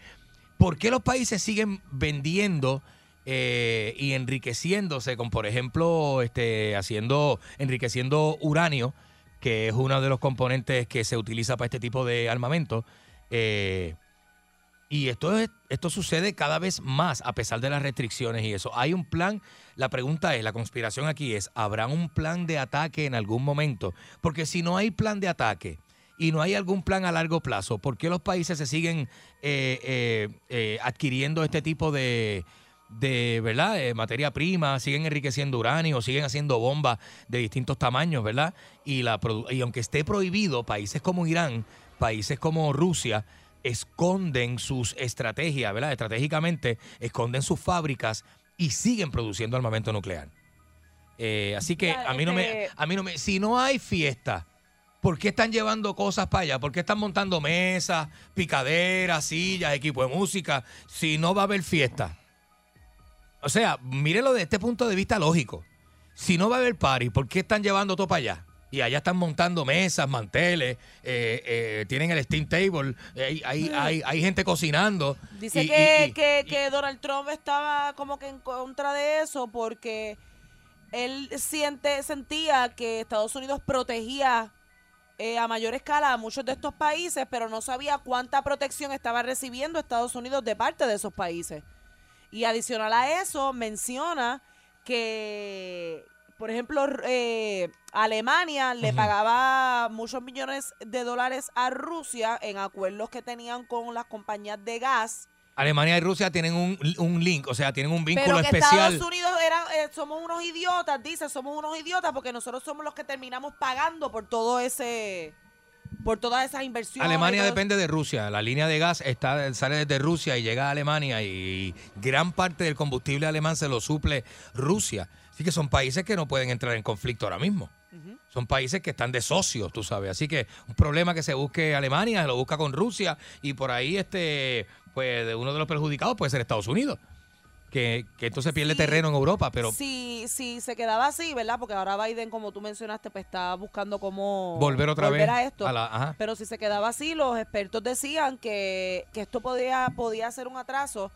¿Por qué los países siguen vendiendo eh, y enriqueciéndose con, por ejemplo, este, haciendo, enriqueciendo uranio, que es uno de los componentes que se utiliza para este tipo de armamento? Eh, y esto, es- esto sucede cada vez más a pesar de las restricciones y eso. Hay un plan, la pregunta es, la conspiración aquí es, ¿habrá un plan de ataque en algún momento? Porque si no hay plan de ataque y no hay algún plan a largo plazo, ¿por qué los países se siguen eh, eh, eh, adquiriendo este tipo de, de ¿verdad? Eh, materia prima, siguen enriqueciendo uranio, siguen haciendo bombas de distintos tamaños, ¿verdad? Y, la, produ- y aunque esté prohibido, países como Irán, países como Rusia, esconden sus estrategias, ¿verdad? Estratégicamente esconden sus fábricas y siguen produciendo armamento nuclear. Eh, así que Ya, a mí no me, este- a mí no me, si no hay fiesta ¿Por qué están llevando cosas para allá? ¿Por qué están montando mesas, picaderas, sillas, equipo de música, si no va a haber fiesta? O sea, mírelo desde este punto de vista lógico. Si no va a haber party, ¿por qué están llevando todo para allá? Y allá están montando mesas, manteles, eh, eh, tienen el steam table, eh, hay, hay, hay, hay gente cocinando. Mm. Dice Y- que, y- y- que, que Donald Trump estaba como que en contra de eso porque él siente, sentía que Estados Unidos protegía eh, a mayor escala a muchos de estos países, pero no sabía cuánta protección estaba recibiendo Estados Unidos de parte de esos países. Y adicional a eso, menciona que, por ejemplo, r- eh, Alemania le Ujú. pagaba muchos millones de dólares a Rusia en acuerdos que tenían con las compañías de gas. Alemania y Rusia tienen un, un link, o sea, tienen un Pero vínculo que especial. Estados Unidos era, eh, somos unos idiotas, dice, somos unos idiotas porque nosotros somos los que terminamos pagando por todo ese, por todas esas inversiones. Alemania todo- depende de Rusia. La línea de gas está, sale desde Rusia y llega a Alemania y gran parte del combustible alemán se lo suple Rusia. Así que son países que no pueden entrar en conflicto ahora mismo. Son países que están de socios, tú sabes. Así que un problema que se busque Alemania, se lo busca con Rusia y por ahí este, pues de uno de los perjudicados puede ser Estados Unidos. Que, que entonces pierde terreno en Europa, pero si, si se quedaba así, ¿verdad? Porque ahora Biden, como tú mencionaste, pues está buscando cómo Volver otra vez a esto. a la- ajá. Pero si se quedaba así, los expertos decían que, que esto podía, podía ser un atraso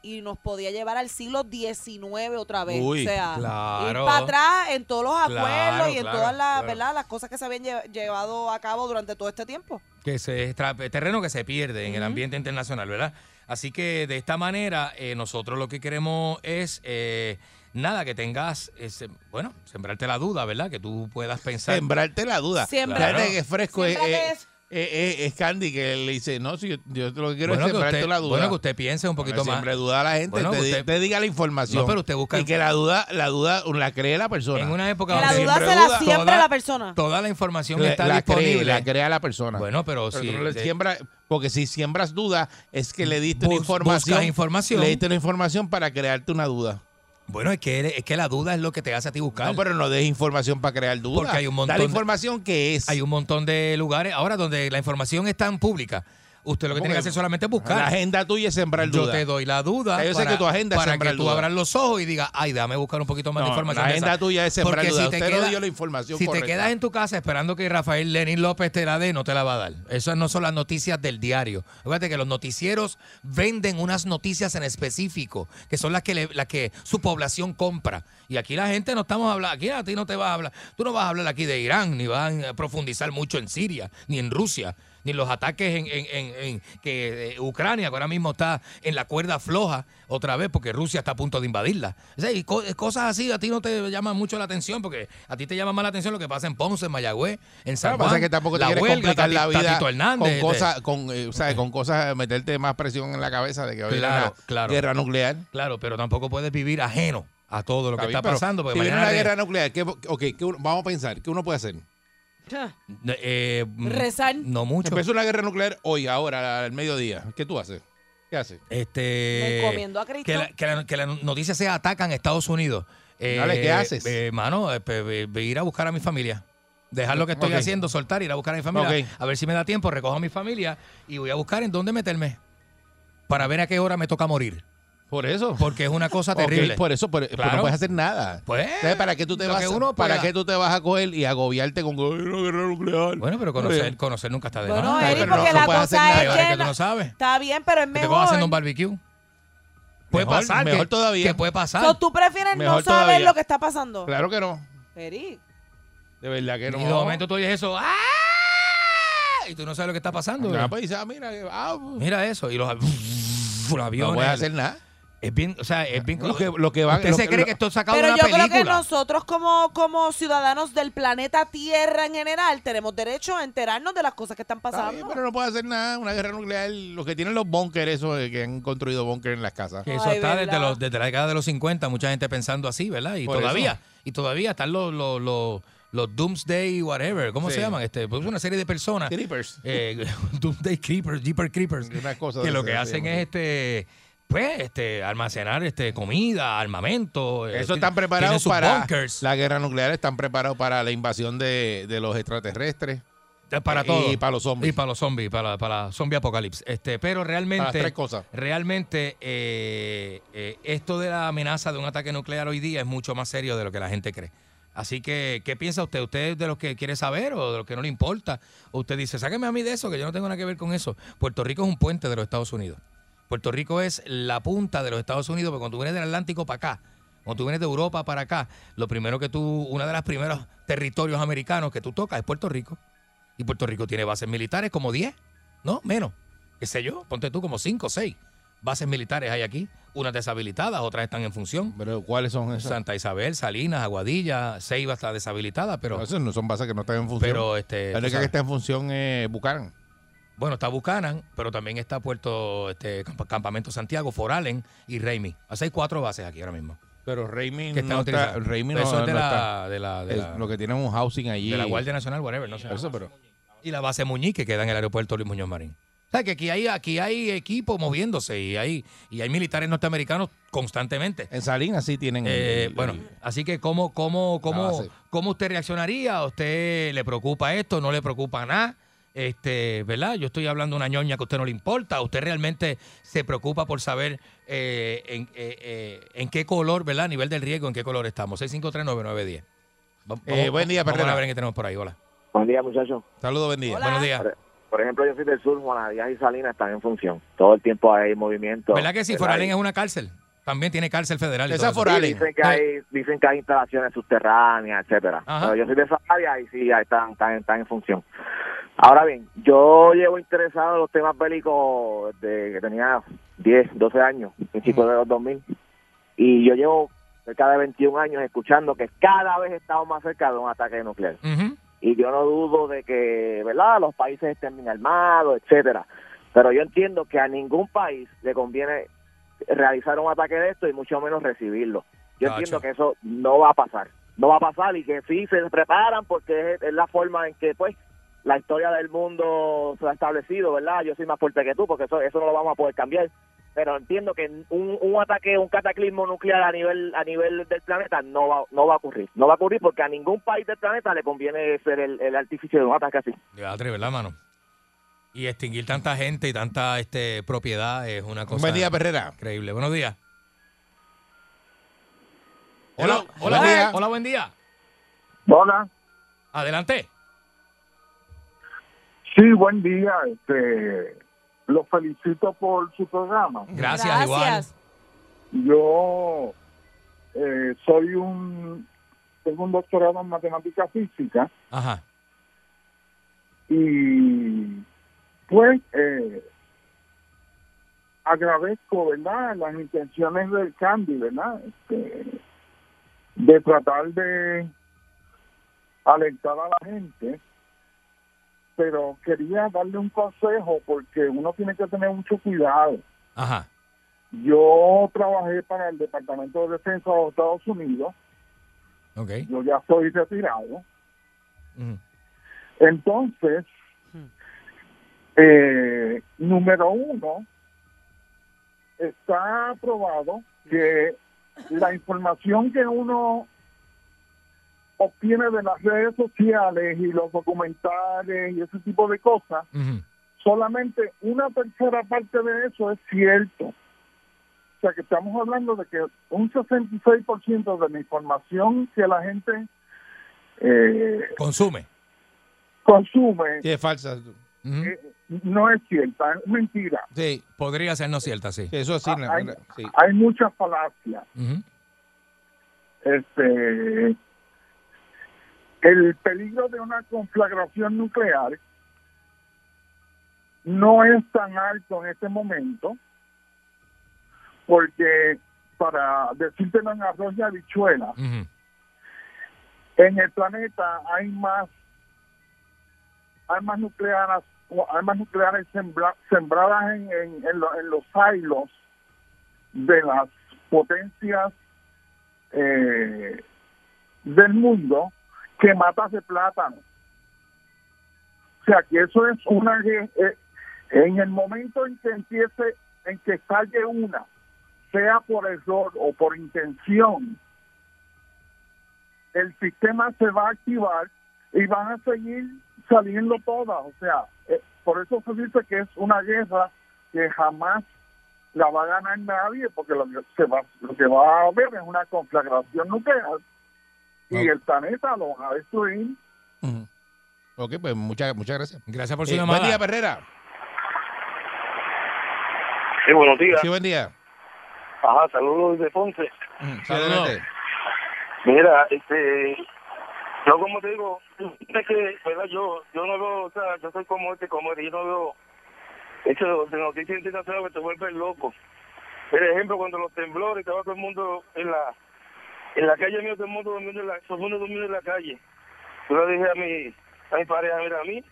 y nos podía llevar al siglo XIX otra vez. Uy, o sea, claro. ir para atrás en todos los acuerdos Claro, y en claro, todas las, claro. ¿verdad? las cosas que se habían lle- llevado a cabo durante todo este tiempo. que se tra- terreno que se pierde en el ambiente internacional, ¿verdad? Así que de esta manera eh, nosotros lo que queremos es eh, nada que tengas, eh, se- bueno, sembrarte la duda, ¿verdad? Que tú puedas pensar. Sembrarte la duda. Siembra- Fíjate que fresco es, Siémbrate es, es- es Candy que le dice, no, si yo, yo lo que quiero Bueno, es que sembrarte usted- la duda. bueno, que usted piense un poquito más. Siempre duda a la gente, Bueno, te, que di- usted- te diga la información. No, pero usted busca- Y que la duda, la duda la cree la persona. En una época Que la donde duda siempre se la duda- siembra Toda- la persona. Toda la información La- está la cree, disponible. la crea la persona. Bueno, pero Pero si tú no le de- siembra- porque si siembras duda, es que le diste Bus- una información. buscas información. Le diste una información para crearte una duda. Bueno, es que, es que la duda es lo que te hace a ti buscar. No, pero no des información para crear duda. Porque hay un Da montón. la información que es. Hay un montón de lugares ahora donde la información es tan pública. Usted lo que tiene que hacer solamente es buscar. Ah, La agenda tuya es sembrar Yo duda. te doy la duda. Ya yo sé para, que tu agenda es para sembrar que tú duda. abras los ojos y digas, ay, dame buscar un poquito más No, de información. la de esa". agenda tuya es sembrar Porque duda. te Usted no queda- dio la información Si correcta. te quedas en tu casa esperando que Rafael Lenín López te la dé, no te la va a dar. Esas no son las noticias del diario. Fíjate que los noticieros venden unas noticias en específico, que son las que, le- las que su población compra. Y aquí la gente no estamos hablando, aquí a ti no te vas a hablar, tú no vas a hablar aquí de Irán, ni vas a profundizar mucho en Siria, ni en Rusia, ni en los ataques en, en- en- en que eh, Ucrania, que ahora mismo está en la cuerda floja otra vez porque Rusia está a punto de invadirla. O sea, y co- eh, cosas así a ti no te llama mucho la atención porque a ti te llama más la atención lo que pasa en Ponce, en Mayagüez, en San Lo que Juan. pasa es que tampoco te la quieres huelga, complicar Tati- la vida Tatito Hernández, con de- cosas, con, eh, ¿sabes? con cosas, meterte más presión en la cabeza de que va a haber Claro, una claro. guerra nuclear. Claro, pero tampoco puedes vivir ajeno a todo lo que bien, está pero pasando. Porque si viene mañana una te- guerra nuclear, ¿qué- ok, ¿qué uno- vamos a pensar, ¿qué uno puede hacer? eh, mm, Rezar. No mucho. Empezó una guerra nuclear hoy, ahora, al mediodía. ¿Qué tú haces? ¿Qué haces? Este, Me encomiendo a Cristo. Que la, que la- que la noticia sea atacan a Estados Unidos. Dale, ¿qué haces? eh, mano, eh, pe- pe- pe- ir a buscar a mi familia. Dejar lo que estoy Ok. haciendo, soltar, ir a buscar a mi familia. A ver si me da tiempo, recojo a mi familia y voy a buscar en dónde meterme. Para ver a qué hora me toca morir. Por eso. Porque es una cosa Ok, terrible. por eso, por- pero no puedes hacer nada. Pues, Entonces, ¿Para qué tú te lo vas que uno para pueda. qué tú te vas a coger y agobiarte con "Ay, una guerra nuclear? Bueno, pero conocer, conocer nunca está de Bueno, eh, más. Eric, Pero no- porque no la puedes hacer cosa nada. es Hay que horas que tú la- no sabes. Está bien, pero es Que te cojas haciendo un mejor. barbecue. Puede Mejor- pasar. mejor que, todavía. que puede pasar. So, ¿Tú prefieres no Mejor saber todavía. lo que está pasando? Claro que no. Eric. De verdad que no. Y de momento tú oyes eso. ¡Ah! Y tú no sabes lo que está pasando. Ah, ¿verdad? pues, ah, mira, que- ah, pues. Mira eso. Y los, av- los aviones. No puedes hacer nada. Es bien, o sea, es bien. Lo que- lo que va- ¿Usted lo se que- cree lo- que esto es sacado Pero de yo una película? creo que nosotros como, como ciudadanos del planeta Tierra en general tenemos derecho a enterarnos de las cosas que están Está pasando. bien, pero no puedes hacer nada. Una guerra nuclear, los que tienen los bunkers, esos eh, que han construido bunkers en las casas. Que eso está desde, los, desde la década de los 50, mucha gente pensando así, ¿verdad? Y Por todavía, eso. y todavía están los, los, los, los Doomsday whatever, ¿cómo Sí. se llaman? Este, pues una serie de personas. Creepers. Eh, Doomsday Creepers, Jeeper Creepers. cosa que de lo esa, que se hacen llama es este pues este almacenar este comida, armamento. eh, Eso ti- tienen están preparados sus para bunkers. la guerra nuclear, están preparados para la invasión de, de los extraterrestres. Eh, Para Y todo. para los zombies. Y para los zombies, para, para zombie apocalipsis. Este, pero realmente. Para las tres cosas. Pues Realmente, eh, eh, esto de la amenaza de un ataque nuclear hoy día es mucho más serio de lo que la gente cree. Así que, ¿qué piensa usted? ¿Usted es de los que quiere saber o de los que no le importa? ¿O usted dice, sáqueme a mí de eso, que yo no tengo nada que ver con eso? Puerto Rico es un puente de los Estados Unidos. Puerto Rico es la punta de los Estados Unidos, porque cuando tú vienes del Atlántico para acá, cuando tú vienes de Europa para acá, lo primero que tú, uno de los primeros territorios americanos que tú tocas es Puerto Rico. Y Puerto Rico tiene bases militares como 10, ¿no? Menos. ¿Qué sé yo? Ponte tú como 5 o 6 bases militares hay aquí. Unas deshabilitadas, otras están en función. ¿Pero cuáles son esas? Santa Isabel, Salinas, Aguadilla, Ceiba está deshabilitada, pero... No, esas no son bases que no están en función. Pero, este, La tú única que sabes. está en función es Bucaran. Bueno, está Bucanan, pero también está Puerto este, Camp- Campamento Santiago, Foralen y Raimi. O sea, hay cuatro bases aquí ahora mismo. Pero Raymond Que están no está, utilizando. Raymond no, Eso es de no la- está. de la- de Es la- lo que tienen un housing allí. De la Guardia Nacional, whatever, no sé. Eso, pero. Y la base Muñiz, que queda en el aeropuerto Luis Muñoz Marín. O sea, que aquí hay, aquí hay equipo moviéndose y hay, y hay militares norteamericanos constantemente. En Salinas sí tienen. Eh, bueno, así que ¿cómo, cómo, La cómo, base. cómo usted reaccionaría? ¿A usted le preocupa esto? ¿No le preocupa nada? Este, ¿Verdad? Yo estoy hablando una ñoña que a usted no le importa. ¿A ¿Usted realmente se preocupa por saber eh, en, eh, eh, en qué color, ¿verdad? A nivel del riesgo, ¿en qué color estamos? 6539910. Va- vamos- buen día, Vamos Perrera. a ver qué tenemos por ahí. Hola. Buen día, muchachos. Saludos, buen día. Buenos días. Por, por ejemplo, yo soy del sur, Juana Díaz y Salinas están en función. Todo el tiempo hay movimiento. ¿Verdad que si ¿Verdad? Foralén es una cárcel? También tiene cárcel federal. y Sí, todo eso. Dicen que, hay, dicen que hay instalaciones subterráneas, etcétera. Ajá. Pero yo soy de esa área y sí, ya están, están, están en función. Ahora bien, yo llevo interesado en los temas bélicos desde que tenía 10, 12 años, principios de los 2000. Y yo llevo cerca de 21 años escuchando que cada vez estamos más cerca de un ataque nuclear. Y yo no dudo de que, ¿verdad?, los países estén bien armados, etcétera. Pero yo entiendo que a ningún país le conviene realizar un ataque de esto y mucho menos recibirlo. Yo Tacho. entiendo que eso no va a pasar. No va a pasar y que sí se preparan porque es, es la forma en que, pues, la historia del mundo se ha establecido, ¿verdad? Yo soy más fuerte que tú porque eso, eso no lo vamos a poder cambiar. Pero entiendo que un, un ataque, un cataclismo nuclear a nivel a nivel del planeta no va, no va a ocurrir. No va a ocurrir porque a ningún país del planeta le conviene ser el, el artífice de un ataque así. Diadre, ¿verdad, mano? Y extinguir tanta gente y tanta este, propiedad es una cosa. Buen día, Perrera. Increíble. Buenos días. Hola, Hola, buen buen día. hola, buen día. Hola. Adelante. Sí, buen día. Este, los felicito por su programa. Gracias, igual. Yo eh, soy un tengo un doctorado en matemática física Ajá. y pues eh, agradezco, ¿verdad? Las intenciones del cambio, ¿verdad? Este, de tratar de alentar a la gente, pero quería darle un consejo porque uno tiene que tener mucho cuidado. Ajá. Yo trabajé para el Departamento de Defensa de los Estados Unidos. Ok. Yo ya soy retirado. Ujú. Entonces, eh, número uno, está probado que la información que uno obtiene de las redes sociales y los documentales y ese tipo de cosas, solamente una tercera parte de eso es cierto. O sea que estamos hablando de que un 66% de la información que la gente eh, Consume. consume Sí, es falsa. eh, no es cierta, es mentira. Sí. Podría ser no cierta, sí. Eso sí. Ah, la- hay, la- sí. hay muchas falacias. Ujú. Este, el peligro de una conflagración nuclear no es tan alto en este momento, porque para decirte en arroz y habichuela, en el planeta hay más armas nucleares, o armas nucleares sembra- sembradas en, en- en lo- en los silos de las potencias eh, del mundo que matas de plátano. O sea, que eso es una... gue- eh, en el momento en que empiece, en que falle una, sea por error o por intención, el sistema se va a activar y van a seguir saliendo todas. O sea, eh, por eso se dice que es una guerra que jamás la va a ganar nadie, porque lo que, se va, lo que va a haber es una conflagración nuclear y el planeta lo va a destruir. Ok, pues muchas muchas gracias. Gracias por su Eh, llamada. Buen día, Perrera. Sí, buenos días. Sí, buen día. Ajá, saludos de Ponce. Adelante. Mira, este, yo como te digo, es que, ¿verdad? Yo, yo no veo, o sea, yo soy como este, como este, yo no veo eso de noticias internacionales que te vuelven loco. Por ejemplo, cuando los temblores, estaba todo el mundo en la, en la calle mío, todo el mundo durmiendo en la, todo el mundo durmiendo en la calle. Yo le dije a mi, a mi pareja, mira, a mí,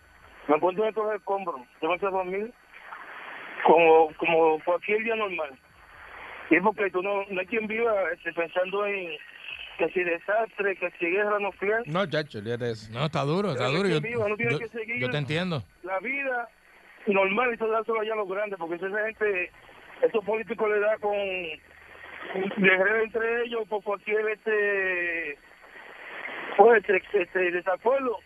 me encuentro en estos escombros, yo me estoy a dormir como, como cualquier día normal. Y es porque tú no, no hay quien viva este, pensando en que si desastre, que si guerra nuclear, No, chacho, olvídate de eso. No, está duro, está Pero duro. Yo, es que viva, no tiene yo- que seguir. yo te entiendo. la vida normal y todo dárselo allá a los grandes, porque esa gente, esos políticos le da con de guerra entre ellos por cualquier este pues este, este, desacuerdo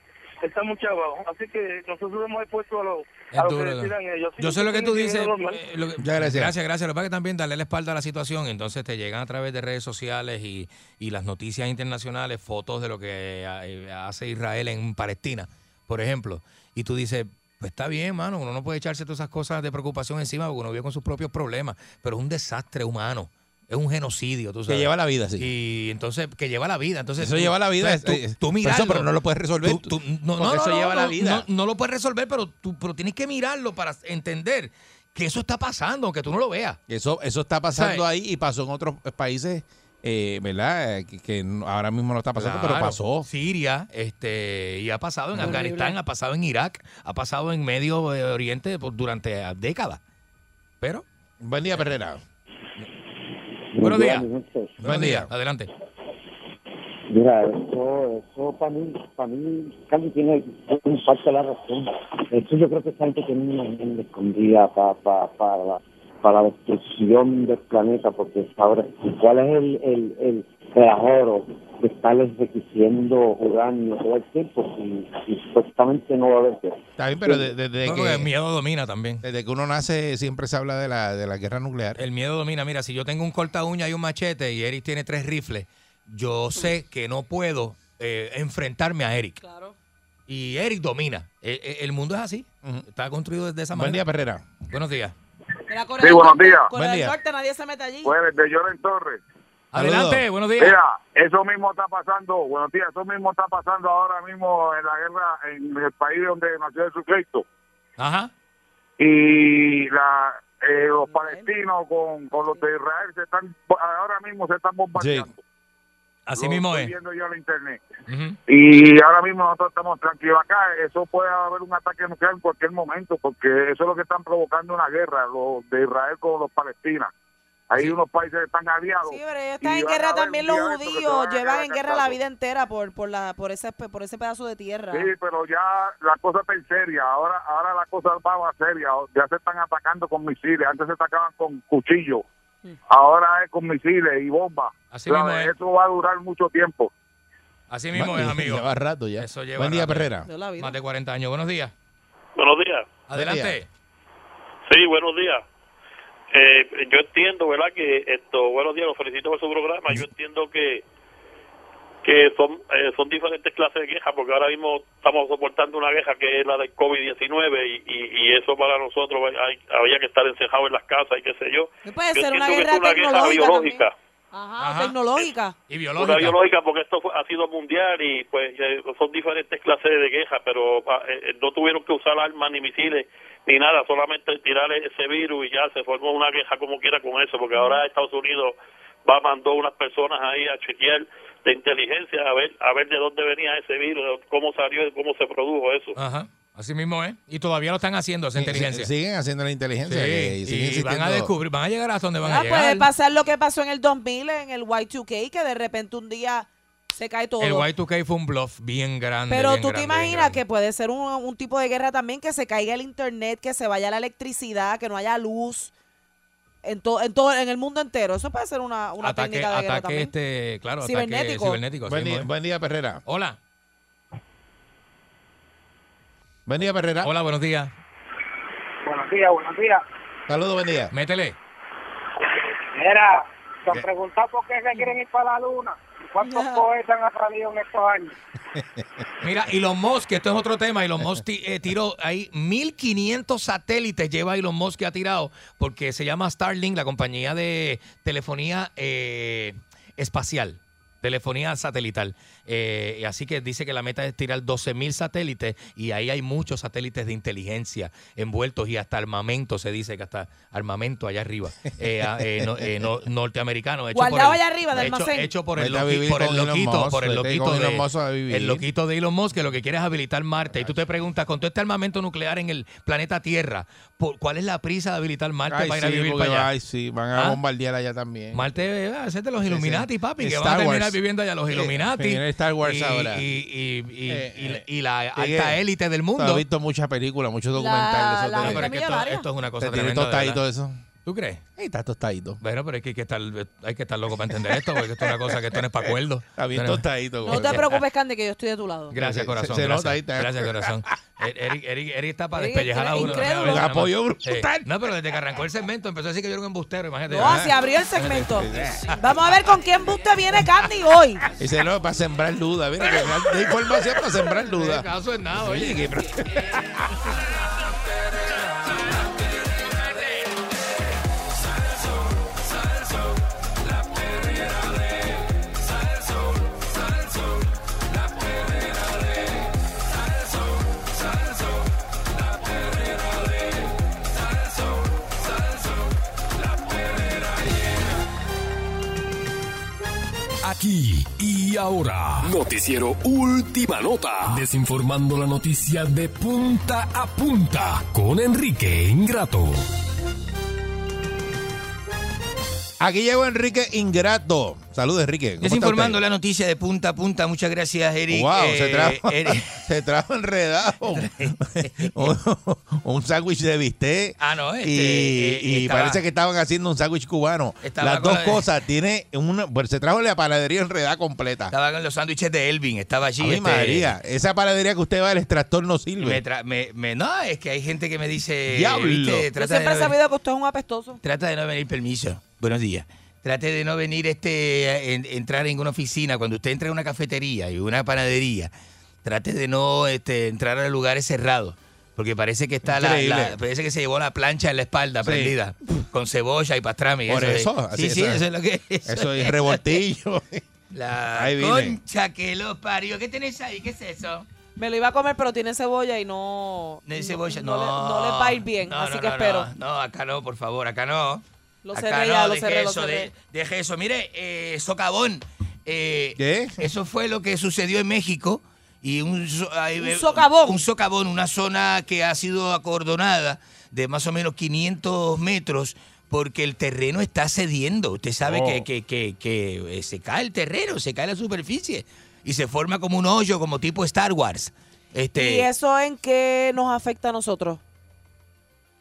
está mucho abajo, así que nosotros hemos expuesto a los a Es lo duro, que ¿no? decidan ellos. Yo sé lo que tú dices. eh, lo que- gracias. Gracias, gracias. Lo que pasa es que también darle la espalda a la situación. Entonces te llegan a través de redes sociales y, y las noticias internacionales, fotos de lo que eh, hace Israel en Palestina, por ejemplo. Y tú dices, pues está bien, mano. Uno no puede echarse todas esas cosas de preocupación encima porque uno vive con sus propios problemas. Pero es un desastre humano. Es un genocidio, tú Que sabes. lleva la vida, sí. Y entonces, que lleva la vida. Entonces, Eso tú- lleva la vida, tú- eh, tú por eso, mirarlo. pero no lo puedes resolver. Tú- tú- no, Porque no, no, eso no, lleva la no, vida. no, no lo puedes resolver, pero tú pero tienes que mirarlo para entender que eso está pasando, aunque tú no lo veas. Eso, eso está pasando ¿Sabes? ahí y pasó en otros países, eh, ¿verdad? Eh, Que, que no- ahora mismo no está pasando, pero Claro. pasó. Siria, este, y ha pasado en Afganistán, ha pasado en Irak, ha pasado en Medio eh, Oriente por- durante ah, décadas. Pero. Buen día, Perrera. Buenos Buen día, días. mi gente. Buen día. Adelante. Mira, eso, eso para mí, para mí, Candy tiene un parte de la razón. Esto yo creo que esta gente tiene una agenda escondida para, para, para, la, para la destrucción del planeta, porque ahora, ¿cuál es el, el, el, el ahorro de estarles requiriendo uranio todo el tiempo? Y, supuestamente no va a haber guerra? Está bien, pero de- desde No, porque que. el miedo domina también. Desde que uno nace siempre se habla de la, de la guerra nuclear. El miedo domina. Mira, si yo tengo un corta uña y un machete y Eric tiene tres rifles, yo sé que no puedo eh, enfrentarme a Eric. Y Eric domina. E- e- El, mundo es así. Está construido desde esa Buen manera. día, Perrera. Buenos días. Mira, Corea Sí, del buenos Norte- días. Corea Buen del día. Norte, nadie se mete allí. Pues de Jordan Torres. Adelante, buenos días. Mira, eso mismo está pasando, buenos días, eso mismo está pasando ahora mismo en la guerra en el país donde nació Jesucristo. Ajá. Y la, eh, los palestinos con, con los de Israel se están, ahora mismo se están bombardeando. Así Lo mismo estoy es. viendo yo en la internet. Ujú. Y ahora mismo nosotros estamos tranquilos acá. Eso puede haber un ataque nuclear en cualquier momento, porque eso es lo que están provocando una guerra, los de Israel con los palestinos. Hay unos países que están aliados. Sí, pero ellos están Y en van a guerra haber también los días de estos que se van judíos, a quedar llevan en guerra la cantados. vida entera por por la por ese pe- por ese pedazo de tierra. Sí, pero ya la cosa está en seria. Ahora, ahora la cosa va más seria. Ya se están atacando con misiles. Antes se atacaban con cuchillos. Ahora es con misiles y bombas. Así O sea, mismo es. Eso va a durar mucho tiempo. Así mismo es, amigo. Lleva rato ya. Eso lleva Buen día, rato. Perrera. Más de 40 años. Buenos días. Buenos días. Adelante. Sí, buenos días. Eh, yo entiendo, ¿verdad? Que esto, buenos días, los felicito por su programa. Yo entiendo que que son eh, son diferentes clases de quejas, porque ahora mismo estamos soportando una queja que es la del COVID-19 y, y, y eso para nosotros eh, hay- había que estar encerrado en las casas y qué sé yo. No puede Yo ser una entiendo que guerra es una queja tecnológica biológica. Ajá, tecnológica. Y Una biológica porque esto fue- ha sido mundial y pues eh, son diferentes clases de quejas, pero ah, eh, eh, no tuvieron que usar armas ni misiles ni nada, solamente tirar ese virus y ya se formó una queja como quiera con eso, porque ahora Estados Unidos va mandó unas personas ahí a chequear de inteligencia a ver a ver de dónde venía ese virus, cómo salió y cómo se produjo eso. Ajá. Así mismo es. Y todavía lo están haciendo, esa inteligencia. Sí, siguen haciendo la inteligencia. Sí, que- y siguen y van a existiendo- descubrir, van a llegar hasta donde van Ah, a llegar. puede pasar lo que pasó en el 2000 en el Y2K, que de repente un día se cae todo. El Y2K fue un bluff bien grande. Pero bien tú grande, te bien imaginas que puede ser un, un tipo de guerra también que se caiga el internet, que se vaya la electricidad, que no haya luz en todo en todo en el mundo entero. Eso puede ser una, una ataque, técnica de guerra ataque también. este, claro, ataque Cibernético. cibernético. Buen día, buen día, Perrera. Hola. Buen día, Perrera. Hola, buenos días. Buenos días, buenos días. Saludos, buen día. Métele. Mira, te ¿Qué? han preguntado por qué se quieren ir para la luna. ¿Cuántos cohetes han salido en estos años? Mira, Elon Musk, que esto es otro tema, Elon Musk ti- eh, tiró ahí 1500 satélites lleva Elon Musk que ha tirado porque se llama Starlink, la compañía de telefonía eh, espacial, telefonía satelital. Eh, y así que dice que la meta es tirar 12000 satélites y ahí hay muchos satélites de inteligencia envueltos y hasta armamento, se dice que hasta armamento allá arriba, eh, ah, eh, no- eh, no- norteamericano. hecho por Guardado el- allá arriba del hecho- almacén. Hecho por el, Vete a loqui- vivir por el con Elon loquito, Musk, por el vete con loquito Elon Musk a de, vivir. el loquito loquito de Elon Musk que lo que quiere es habilitar Marte. Y tú te preguntas, con todo este armamento nuclear en el planeta Tierra, ¿por- ¿cuál es la prisa de habilitar Marte Ay, para ir a sí, vivir porque para allá? ay, sí, van a ¿Ah? bombardear allá también. Marte, eh, va a ser de los Sí, sí. Illuminati, papi, que Star van a terminar Wars. viviendo allá los Eh, Illuminati. sí, en Star Wars y, ahora. Y, y- y- Eh, y- y la Sigue- alta élite del Tú has mundo. visto muchas películas, muchos La- documentales. la eso te- gente Pero es que esto- millonaria. esto es una cosa Te tiene tremenda, de tostadito verdad. eso. ¿Tú crees? Ahí está tostadito. Bueno, pero es que hay que estar, hay que estar loco para entender esto, porque esto es una cosa que esto no es para acuerdo. Está bien Esto no es- tostadito. No te preocupes, Candy, que yo estoy de tu lado. eh, ah. Gracias, Se- corazón. se gracias, nota, ahí está. Gracias, corazón. Er- Eric, Eric- Eric está para Eric, despellejar a eres uno. incrédulo. Nada más. Apoyo Eh, no, pero desde que arrancó el segmento empezó a decir que yo era un embustero, imagínate. No, se abrió el segmento. Vamos a ver con qué embuste viene Candy hoy. Dice, no, para sembrar duda. Mira, que da- da información para sembrar duda. caso es nada, oye. Aquí y ahora, Noticiero Última Nota, desinformando la noticia de punta a punta con Enrique Ingrato. Aquí llegó Enrique Ingrato. Saludos, Enrique. ¿Cómo está Desinformando la noticia de punta a punta. Muchas gracias, usted? Eric. Wow, Eh, se trajo, Eric- se trajo enredado un, un sándwich de bistec. Ah, no, este, y, eh, y estaba- parece que estaban haciendo un sándwich cubano. Estaba Las con dos la- cosas. Tiene una, pues, se trajo la panadería enredada completa. Estaba con los sándwiches de Elvin, estaba allí. A mi este, María, esa panadería que usted va al extractor no me sirve. tra- me- me- no, es que hay gente que me dice. Diablo. ¿viste? Yo Trata siempre he de no, sabido que usted es un apestoso. trata de no venir permiso. Buenos días. Trate de no venir este en- entrar en una oficina. Cuando usted entra en una cafetería y una panadería, trate de no este, entrar a lugares cerrados. Porque parece que está la, Increíble. la- parece que se llevó la plancha en la espalda Sí. prendida con cebolla y pastrami. Por es. eso, así Sí, es, sí, eso es. eso es lo que Eso es revoltillo. La Ahí vine. concha que los parió. ¿Qué tenés ahí? ¿Qué es eso? Me lo iba a comer, pero tiene cebolla y no. No hay cebolla. No, No, le- no le va a ir bien, No, así no, que no, espero. No, No, acá no, por favor, acá no. Lo Acá cerré ya, no, lo deje cerré, lo eso, cerré. de- deje eso. Mire, eh, socavón. eh, Eso fue lo que sucedió en México. Y un, so- ahí Un ve- socavón. Un socavón, una zona que ha sido acordonada de más o menos 500 metros porque el terreno está cediendo. Usted sabe Oh. que, que- que- que, eh, se cae el terreno, se cae la superficie y se forma como un hoyo, como tipo Star Wars. Este, ¿Y eso en qué nos afecta a nosotros?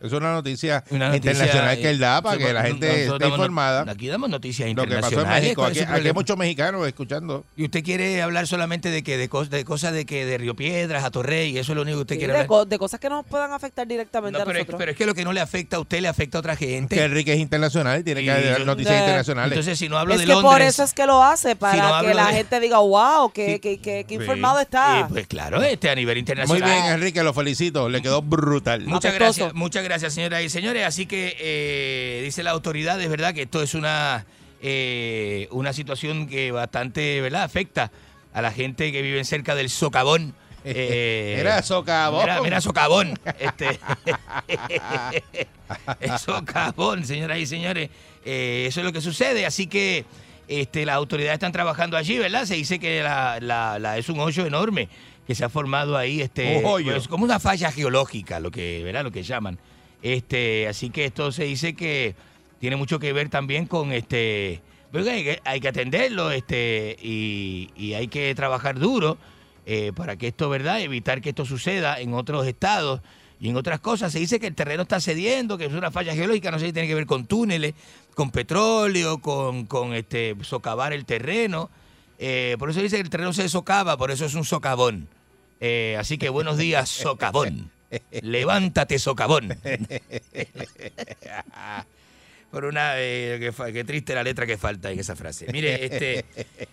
Es una noticia Una noticia, internacional que él da eh, para sí, que bueno, la gente nosotros esté damos no- informada. Aquí damos noticias Lo que internacionales. pasó en México. ¿cuál es Aquí, el aquí hay problema? muchos mexicanos escuchando. Y usted quiere hablar solamente de que de, cos- de cosas de que de Río Piedras, a Torrey, eso es lo único que usted Sí, quiere de, hablar. co- de cosas que nos puedan afectar directamente No, a pero, es, nosotros. pero es que lo que no le afecta a usted le afecta a otra gente. Que Enrique es internacional y tiene Y que dar yo- noticias Eh, internacionales. Entonces, si no hablo Es de que Londres. por eso es que lo hace, Si no para hablo que la de- gente diga, wow, que, que, que- que Sí. informado está. Pues claro, este a nivel Muy internacional. bien, Enrique, lo felicito. Le quedó brutal. Muchas gracias, muchas gracias, señoras y señores. Así que eh, dice la autoridad, es verdad que esto es una, eh, una situación que bastante ¿verdad? afecta a la gente que vive cerca del socavón. Eh, Mira, socavón. Mira, mira, socavón. Este, socavón, señoras y señores. Eh, eso es lo que sucede. Así que este, las autoridades están trabajando allí, ¿verdad? Se dice que la, la- la- es un hoyo enorme que se ha formado ahí. Este, Un hoyo. pues, como una falla geológica, lo que, ¿verdad? Lo que llaman. Este, así que esto se dice que tiene mucho que ver también con este. pero Hay que, hay que atenderlo, este, y, y hay que trabajar duro eh, para que esto, ¿verdad? Evitar que esto suceda en otros estados y en otras cosas. Se dice que el terreno está cediendo, que es una falla geológica, no sé si tiene que ver con túneles, con petróleo, con, con este, socavar el terreno. Eh, por eso dice que el terreno se socava, por eso es un socavón. Eh, así que buenos días, socavón. Levántate, socavón. Por una. eh, que fa- qué triste la letra que falta en esa frase. Mire, este.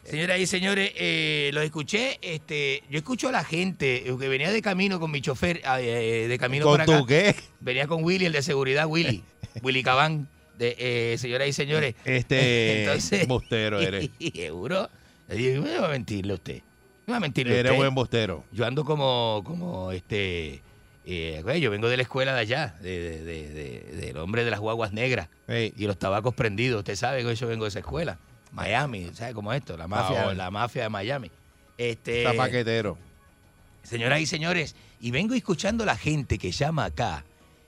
Señoras y señores, eh, los escuché. Este, yo escucho a la gente eh, que venía de camino con mi chofer, ah, eh, eh, de camino ¿Con por acá. tu qué? Venía con Willy, el de seguridad, Willy. Willy Cabán. De, eh, señoras y señores. Este, bustero eres. Seguro. Le dije, me va a mentirle a usted. Me va a mentirle a Eres usted. buen bustero. Yo ando como, como este. eh, güey, yo vengo de la escuela de allá, de, de- de- de- del hombre de las guaguas negras y los tabacos prendidos. Usted sabe que yo vengo de esa escuela. Miami, ¿sabe cómo es esto? La mafia, Favor. la mafia de Miami. Este, Está paquetero. Señoras y señores, y vengo escuchando la gente que llama acá.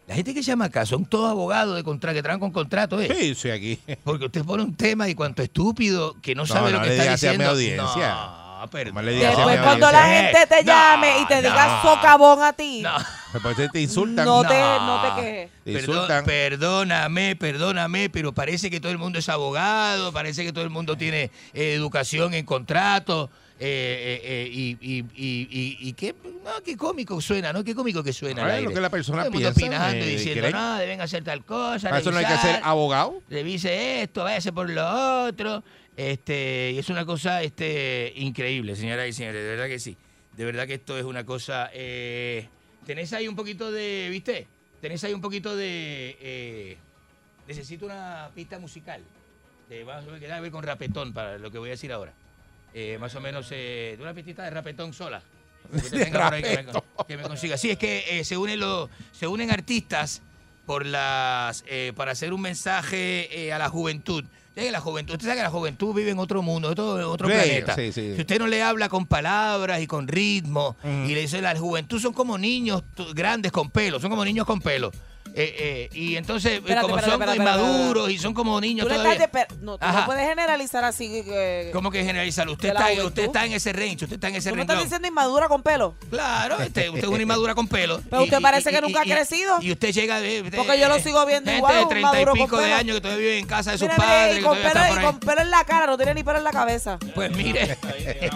La gente que llama acá son todos abogados de contra que traen con contrato, ¿eh? Sí, sí, aquí. Porque usted pone un tema y cuanto estúpido que no, No, sabe no lo que le está digas así a mi diciendo. audiencia. No, pero Nomás le digas así a mi Después cuando la Eh, gente te llame y te diga socavón a ti, Después te- te insultan. no te, no te quejes. Te Ah. Perdón- insultan. perdóname, perdóname, pero parece que todo el mundo es abogado, parece que todo el mundo tiene eh, educación en contrato. eh, eh, eh, y, y, y- y- y qué, no, qué cómico suena, ¿no? Qué cómico que suena. Ah, al es aire. lo que la persona Todo el mundo piensa, opinando y eh, diciendo, creen. no, deben hacer tal cosa. Para eso no hay que revisar, ser abogado. Revise esto, váyase por lo otro. Este, y es una cosa este, increíble, señoras y señores, de verdad que sí. De verdad que esto es una cosa. eh, tenés ahí un poquito de. ¿Viste? Tenés ahí un poquito de. eh, necesito una pista musical. De, vamos a ver, que tiene que ver con rapetón para lo que voy a decir ahora. Eh, más o menos, eh, de una pistita de rapetón sola. Que, te De tenga por ahí, que, rapetón. me, que me consiga. Sí, es que eh, se, unen los, se unen artistas por las eh, para hacer un mensaje eh, a la juventud. Ustedes que La juventud, usted sabe que la juventud vive en otro mundo, otro, en otro Sí, planeta. sí, sí. Mm. Si usted no le habla con palabras y con ritmo y le dice la juventud son como niños t- grandes con pelo, son como niños con pelo. Eh, eh, y entonces, eh, Espérate, como espérate, son espérate, espérate, inmaduros espérate. y son como niños Tú le todavía. estás de per- no, tú Ajá. no puedes generalizar así. que- ¿Cómo que generalizarlo? Usted De la está, juventud. usted está en ese range, usted está en ese ¿Tú me renglón. estás diciendo inmadura con pelo? Claro, este, usted es una inmadura con pelo. Pero Y- usted y- parece y- que y- nunca ha y- crecido. Y usted llega de. de- Porque yo lo sigo viendo gente igual, de un treinta y maduro con pico de pelo. años que todavía vive en casa de sus Mira, padres. y que con todavía está pelo, y por ahí. con pelo en la cara, no tiene ni pelo en la cabeza. Pues mire.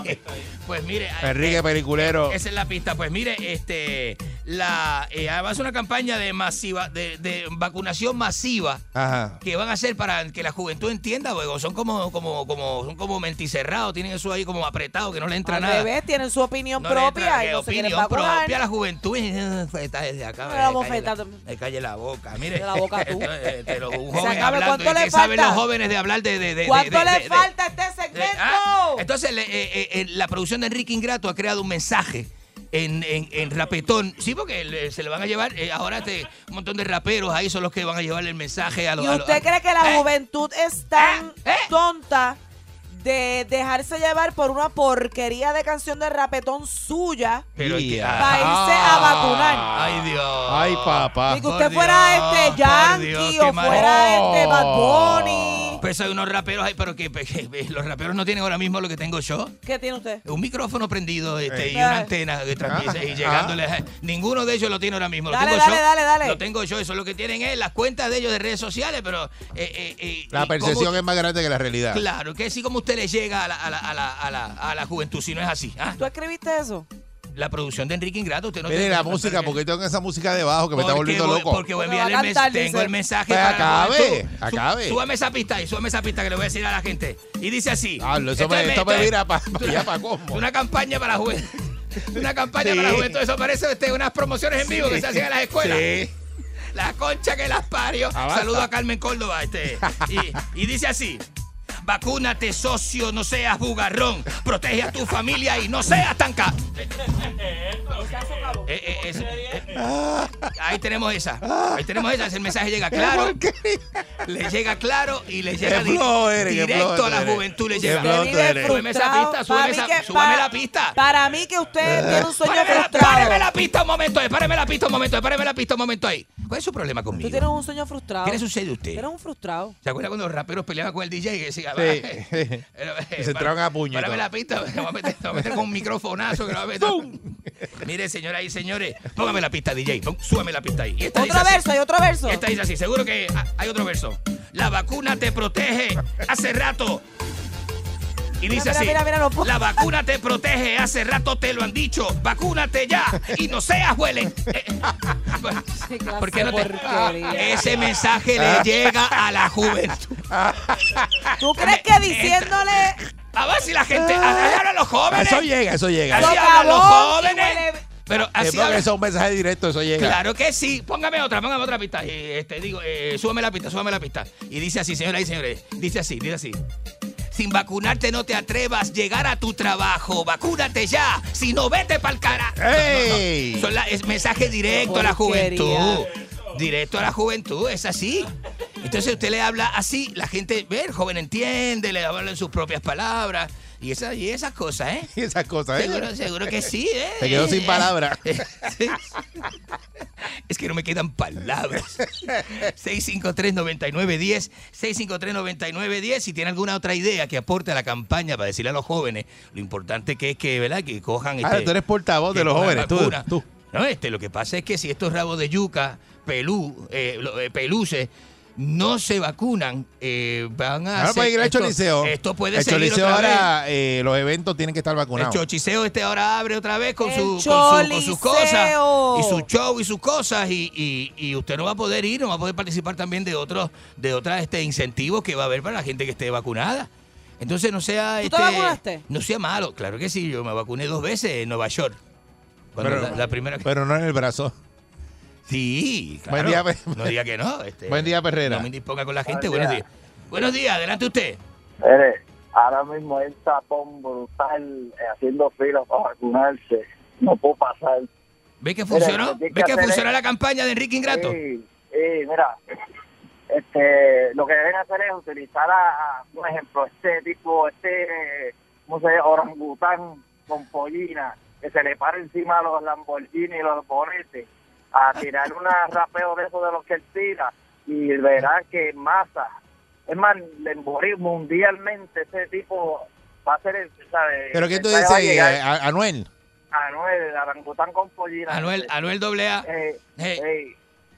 pues mire. Enrique Periculero. Esa es la pista. Pues mire, este, la, eh, además una campaña de masiva, de, de vacunación masiva Ajá. que van a hacer para que la juventud entienda, porque son como, como, como, son como menticerrados, tienen eso ahí como apretado, que no le entra Al nada. revés, tienen su opinión No le entra, propia y que no se quieren opinión vacunar. propia la juventud. Está desde acá, Pero la me calle bofetada. me calle la boca, mire. De la boca tú. Eh, pero un Se joven acaba, hablando, ¿cuánto ¿qué le saben falta? los jóvenes de hablar de... de, de- ¿Cuánto de- le de- de- falta a este segmento? Ah, entonces, le- eh, eh, eh, la producción de Enrique Ingrato ha creado un mensaje en, en- en rapetón. Sí, porque le- se le van a llevar. eh, ahora te- un montón de raperos ahí son los que van a llevarle el mensaje a los. ¿Y a los- usted a- cree que la Eh, juventud es tan tonta de dejarse llevar por una porquería de canción de rapetón suya? Pero es que- Ah. Para irse a vacunar. Ay, Dios. Ay, papá. Ni que usted fuera este Yankee o fuera Oh. este Bad Bunny. Pues hay unos raperos ahí, pero que, que- que los raperos no tienen ahora mismo lo que tengo yo. ¿Qué tiene usted? Un micrófono prendido este, y Eh. una antena de transmisión y llegándole. a- Ninguno de ellos lo tiene ahora mismo. Lo ah. Dale, tengo dale, yo. dale, dale. Lo tengo yo. Eso es lo que tienen es las cuentas de ellos de redes sociales, pero. eh, eh, eh, ¿y La cómo- percepción es más grande que la realidad. Claro, que si como usted le llega a la, a la- a la- a la- a la juventud, si no es así. ¿ah? ¿Tú escribiste eso? La producción de Enrique Ingrato, usted no Mire tiene- la no- no- música, no- porque tengo esa música debajo que me está porque volviendo voy- loco. Porque voy a Porque enviarle va a el cantar, mes- tengo dice. el mensaje Pues para la acabe, juventud. Sú- acabe. Súbame esa pista ahí, súbame esa pista que le voy a decir a la gente. Y dice así. Pablo, eso me- es- esto me es- vira pa- pa allá, pa' Una campaña para la juventud. Una campaña para la Sí. juventud. Eso parece este, unas promociones en vivo que se hacen en las escuelas. Sí. Ah, La concha que las parió. Avanza. Saludo a Carmen Córdoba. Este, y, y dice así. Vacúnate, socio, no seas bugarrón. Protege a tu familia y no seas tan ca... Eh, eh, es- eh, ahí tenemos esa. Ah. Ahí tenemos esa. El mensaje llega claro. Le llega claro y le llega Qué di- flojo eres, qué directo flojo a la eres. juventud. Le Qué llega. flojo tú eres. Súbeme esa pista, súbeme, Para mí esa- que- súbame pa- la pista. Para mí que usted tiene un sueño Páreme la, frustrado. páreme la pista un momento ahí, páreme la pista un momento ahí, páreme la pista un momento ahí. ¿Cuál es su problema Tú conmigo? tienes un sueño frustrado. ¿Qué le sucede a usted? Eres un frustrado. ¿Se acuerda cuando los raperos peleaban con el DJ y que decía, Sí. Eh, se entraban a puño y Párame todo. la pista, me voy a meter, me voy a meter con un microfonazo que lo va a meter. Mire, señoras y señores, póngame la pista, DJ, pon- súbeme la pista ahí. Y esta dice Otro así. verso, hay otro verso. Esta dice así, seguro que ah, hay otro verso. La vacuna te protege hace rato. Y dice Mira, así: mira, mira, no puedo. La vacuna te protege, hace rato te lo han dicho. Vacúnate ya y no seas huele. ¿Por qué no te- Ese mensaje le llega a la juventud. ¿Tú crees que diciéndole A ver si la gente. Así hablan los jóvenes. Eso llega, eso llega. Así Eso hablan los acabó, jóvenes. Pero Es así porque hablan. eso es un mensaje directo, eso llega. Claro que sí. Póngame otra, póngame otra pista. Eh, este, digo, eh, súbame la pista, súbame la pista. Y dice así, señoras y señores. Dice así, dice así. Sin vacunarte no te atrevas a llegar a tu trabajo. Vacúnate ya. Si no, vete pa'l cara. No, no, no. ¡Ey! Son la- es mensaje directo a la juventud. Directo a la juventud, es así. Entonces usted le habla así, la gente, ve, el joven entiende, le habla en sus propias palabras. Y, esa, y esas cosas, ¿eh? Y esas cosas, ¿eh? Seguro, seguro que sí, ¿eh? Se quedó sin palabras. Es que no me quedan palabras. 653-9910. 653-9910. Si tiene alguna otra idea que aporte a la campaña para decirle a los jóvenes, lo importante que es que, ¿verdad? Que cojan. este, Ah, tú eres portavoz que de los cojan jóvenes, tú, vacuna. tú. No, este, lo que pasa es que si estos rabos de yuca, pelú, eh, lo- eh, peluces, no se vacunan, eh, van a. Ahora ser- puede Ah, pues ir al esto- Choliseo. Esto puede El seguir Choliseo otra vez. ahora, eh, los eventos tienen que estar El vacunados. chochiceo este ahora abre otra vez con, El su, con, su- con sus cosas choliseo. y su show y sus cosas y, y- y usted no va a poder ir, no va a poder participar también de otros de otras este incentivos que va a haber para la gente que esté vacunada. Entonces no sea ¿Tú te este, vacunaste? no sea malo, claro que sí, yo me vacuné dos veces en Nueva York. Cuando Pero- la, la primera Pero no en el brazo. Sí, Buen claro, día, Pe- no diga que no, este, Buen día, Perrera. No me disponga con la gente, Buen buenos día. días. Buenos días, adelante usted. Mire, ahora mismo el tapón brutal eh, haciendo fila para vacunarse. No puedo pasar. ¿Ve que Mira, funcionó? lo que hay que ¿Ve que hacer es- funcionó la campaña de Enrique Ingrato? Sí, sí, mira, este, lo que deben hacer es utilizar, a, a, por ejemplo, este tipo, este, ¿cómo se llama? Orangután con pollina, que se le para encima a los Lamborghini y los bonetes, a tirar un rapeo de esos de los que él tira, y verás que en masa, es más, le- mundialmente ese tipo va a ser, el, ¿sabes? Pero ¿qué tú Va a dices, eh, llegar a- Anuel? Anuel, Orangután con pollina. Anuel, Anuel doble A. Eh, eh,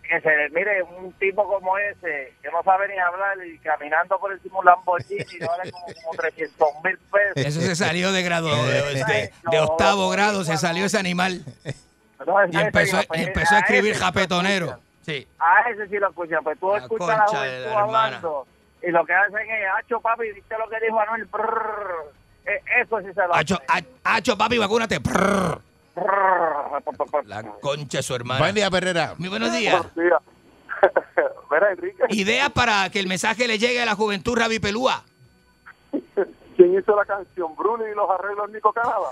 que se le mire un tipo como ese, que no sabe ni hablar y caminando por encima de un Lamborghini, no vale como, como 300 mil pesos. Eso se salió de grado, de, de- de octavo grado se salió ese animal. Y empezó, y empezó a escribir japetonero. Sí. A ese sí lo escuchan, pues tú escuchas a la concha de juventud la hermana. hablando y lo que hacen es, hacho papi, ¿viste lo que dijo Anuel? Brrr". Eh, eso sí se lo Hacho, ha- hacho, papi, vacúnate. Prrr. La concha de su hermana. Buen día, Perrera. Muy buenos días. Ideas para que el mensaje le llegue a la juventud Rabi Pelúa. ¿Quién hizo la canción? Bruno y los arreglos Nico Canava.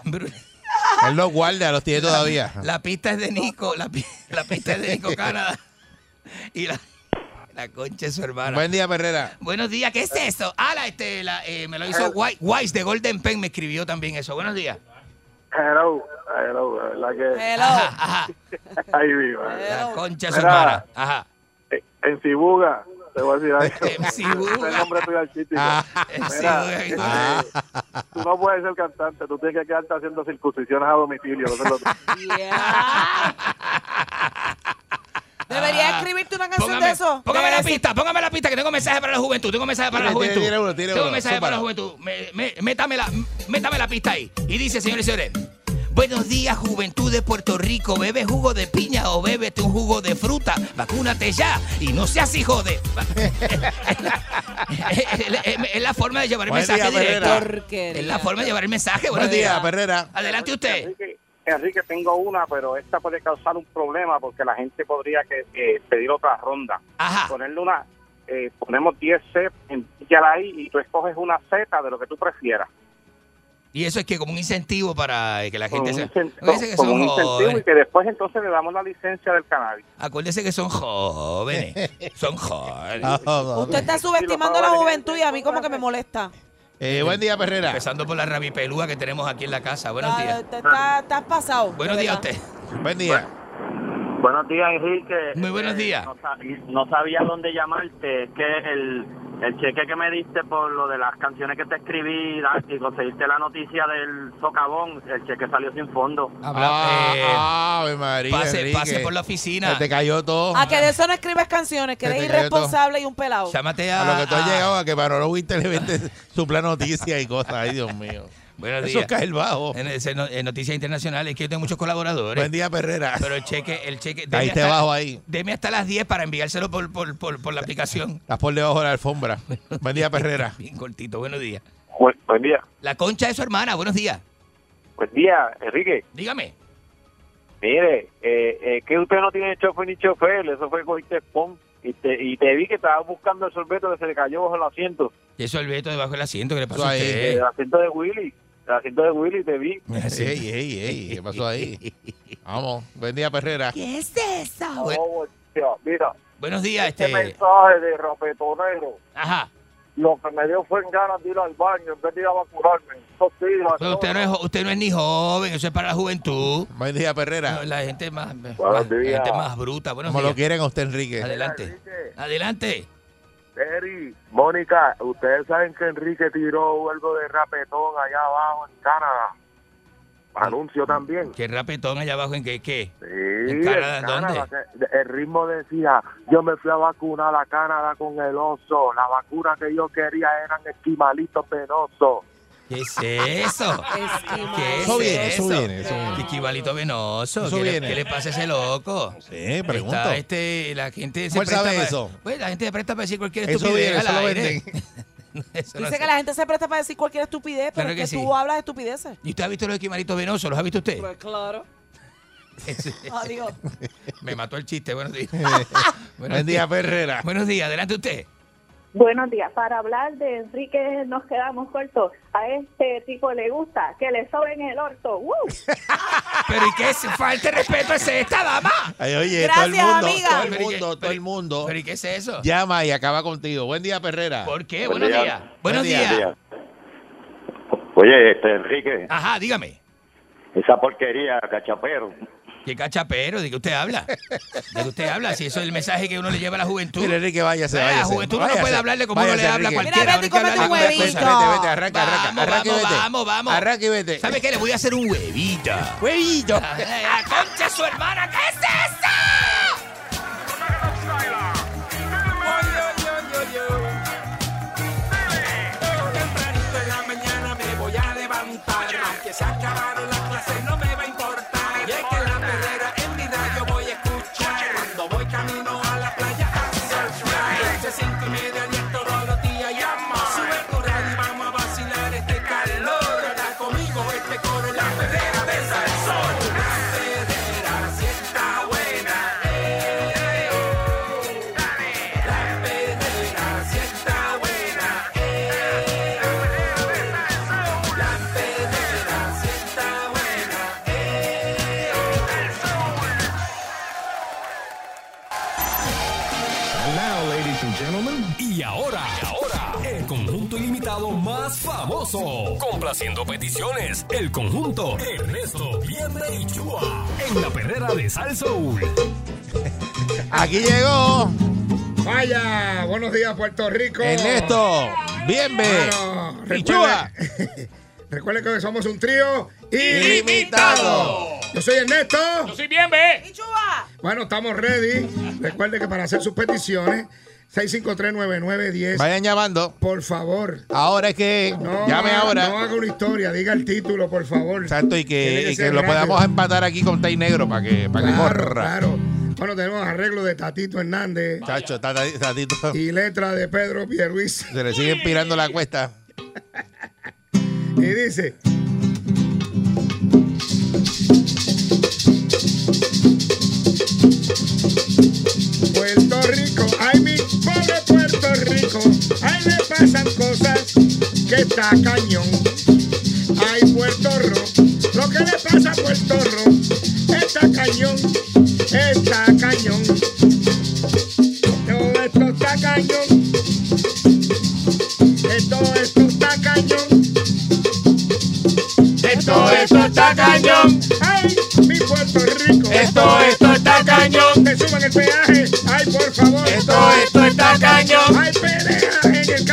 Él los guarda, los tiene todavía. La pista es de Nico, la, pi- la pista es de Nico Canadá. Y la, la concha de su hermana. Buen día, Perrera. Buenos días, ¿qué es eso? Ala, este, la, eh, me lo hizo Wise, de Golden Pen, me escribió también eso. Buenos días. Hello, hello, la verdad que. Ahí viva. La concha de su Mira, hermana. Ajá. eh, En Cibuga, te voy a decir algo. En Cibuga. Ese nombre tuyo artístico. En Mira, Cibuga. eh, Tú no puedes ser cantante, tú tienes que quedarte haciendo circuncisiones a domicilio. no sé lo otro. Debería escribirte una canción Ah, Póngame, de eso. póngame De la ese- pista, póngame la pista, que tengo mensaje para la juventud. Tengo mensaje para la Tiene- juventud. tiene- tiene uno, tiene tengo uno, mensaje para la juventud. Me- me- métame, la, métame la pista ahí. Y dice, señores y señores. Buenos días, juventud de Puerto Rico. Bebe jugo de piña o bébete un jugo de fruta. Vacúnate ya y no seas hijo de. es, la- es la forma de llevar el Buen mensaje día, directo. Perrera. Es la forma de llevar el mensaje. Buen Buenos día, días. Perrera. Adelante usted. Enrique, Enrique, tengo una, pero esta puede causar un problema porque la gente podría que, eh, pedir otra ronda. Ponerle una, eh, ponemos 10 sets, envíala ahí y tú escoges una Z de lo que tú prefieras. Y eso es que como un incentivo para eh, que la gente Como se. un incentivo- Acuérdense que como son un incentivo y jóvenes. que después entonces le damos la licencia del cannabis. Acuérdense que son jóvenes. Son Ah, jóvenes. Usted está subestimando la juventud y a mí como que me molesta. Eh, buen día, Perrera. Empezando por la rabipelúa que tenemos aquí en la casa. Buenos Ah, días. te- está- Estás pasado. Buenos de días a verdad. usted. Buen día. Buenos días, Enrique. eh, Muy buenos días. No, sabía dónde llamarte. Es que el, el cheque que me diste por lo de las canciones que te escribí la- y conseguiste la noticia del socavón, el cheque salió sin fondo. Ah, Ave María. eh, pase- Enrique. pase por la oficina. Se te cayó todo. Ah, A que de eso no escribes canciones, que Se eres te cayó todo. irresponsable y un pelado. Llámate A lo que tú has a- llegado a que Manolo Winter le vende su plan noticia y cosas. Ay, Dios mío. Buenos Eso días. cae el bajo. En, ese no- en Noticias Internacionales, que yo tengo muchos colaboradores. Buen día, Perrera. Pero el cheque, el cheque. deme Caíste hasta- bajo ahí. Deme hasta las 10 para enviárselo por, por, por, por la aplicación. Estás por debajo de la alfombra. Buen día, Perrera. Bien cortito, buenos días. Buen, buen día. La concha de su hermana, buenos días. Buen día, Enrique. Dígame. Mire, eh, eh, que usted no tiene chofer ni chofer, eso fue cogiste pon y te, y te vi que estabas buscando el sorbeto que se le cayó bajo el asiento. Y eso el veto debajo del asiento que le pasó Eso a ahí. usted. El asiento de Willy, el asiento de Willy te vi. Ey, ey, ey. ¿Qué pasó ahí? Vamos. Buen día, Perrera. ¿Qué es eso? Oh, tío, mira, Buenos días, este este. mensaje de rapetonero. Ajá. Lo que me dio fue en ganas de ir al baño en vez de ir a vacunarme. Eso sí, la- Pero usted no, es, jo- usted no es ni joven, eso es para la juventud. Buen día, Perrera. la gente más, Buenos más- la días. gente más bruta. Buenos Como días. lo quieren a usted, Enrique. Adelante. Adelante. Eri, Mónica, ustedes saben que Enrique tiró algo de rapetón allá abajo en Canadá. Anuncio también. Que rapetón allá abajo en que qué. Sí, en Canadá, en ¿dónde? Canadá, que El ritmo decía, yo me fui a vacunar a Canadá con el oso. La vacuna que yo quería eran esquimalitos penosos. ¿Qué es eso? Ah, ¿Qué es Eso viene, eso eso? viene, eso viene. Esquivalito venoso. Eso ¿Qué, Le, viene. ¿Qué le pasa a ese loco? Sí, Eh, pregunto. este, la gente se ¿Cómo él presta sabe para- eso? Pues la gente se presta para decir cualquier Eso estupidez viene, al eso lo aire. venden. Eso lo Dice hace. que la gente se presta para decir cualquier estupidez, pero Claro es que que sí. tú hablas estupideces. ¿Y usted ha visto los esquimalitos venosos? ¿Los ha visto usted? Pues claro. Adiós. Me mató el chiste. Buenos días. Buen día, Perrera. Buenos días. Adelante usted. Buenos días. Para hablar de Enrique nos quedamos cortos. A este tipo le gusta que le soben el orto. ¡Woo! Pero ¿y qué falta de respeto es esta, dama? Ay, oye, todo el mundo, todo el mundo, todo el mundo. ¿Pero y qué es eso? Llama y acaba contigo. Buen día, Perrera. ¿Por qué? Buen Buenos día. días. Buenos Buen día. días. Oye, este Enrique, Ajá, dígame. esa porquería, cachapero. ¿Qué cachapero? ¿De qué usted habla? ¿De qué usted habla? Si eso es el mensaje que uno le lleva a la juventud. Mire, Enrique, váyase, Ah, váyase. juventud váyase, no puede hablarle como váyase, uno le habla a Enrique. cualquiera. Ahora hay que hablarle Vete, con vete, cosas. vete, arranca, arranca. Vamos, arranca y vamos, vete. vamos, vamos. Arranca y vete. ¿Sabe qué? Le voy a hacer un huevito. Huevito. La concha su hermana, ¿qué es eso? Tempranito en la mañana me voy a levantar. Aunque se acabaron las clases, no me va a importar. Y es que la perrera en mi radio voy a escuchar. Cuando voy camino a la playa a surfear. Entre cinco y media diez todos los días y amor. Sube tu radio y vamos a vacilar este calor. Está conmigo este coro, la perrera de Salsón. La perrera si está buena. eh, eh, oh. La perrera si está buena. eh, eh, oh. La perrera si está buena. eh, oh. Y ahora, y ahora, el conjunto ilimitado más famoso. Complaciendo peticiones, el conjunto Ernesto Vierne y Chua. En la perrera de Sal Soul. Aquí llegó Vaya, buenos días Puerto Rico. Ernesto. Bienve. Bueno, Pichúa. recuerden, recuerden que hoy somos un trío Ilimitado. ilimitado. Yo soy Ernesto. Yo soy bien, ve. Bueno, estamos ready. Recuerden que para hacer sus peticiones, 6539910. Vayan llamando. Por favor. Ahora es que No, llame ahora. No haga una historia, diga el título, por favor. Exacto, y Tiene que, y ser que lo rápido. podamos empatar aquí con Tay Negro para que, para que corra. Claro. Bueno, tenemos arreglo de Tatito Hernández Chacho, está- está- está- está- y letra de Pedro Pierluisi. se le sigue inspirando la cuesta. Y dice. Puerto Rico, ay mi pobre Puerto Rico, ay me pasan cosas que está cañón. Ay Puerto Rico, lo que le pasa a Puerto Rico, está cañón, está cañón. Todo esto está cañón, que todo esto está cañón. Esto, esto está cañón. Ay, mi Puerto Rico. Esto, esto está cañón. Que suban el peaje. Ay, por favor. Esto, esto está cañón. Ay, pelea en el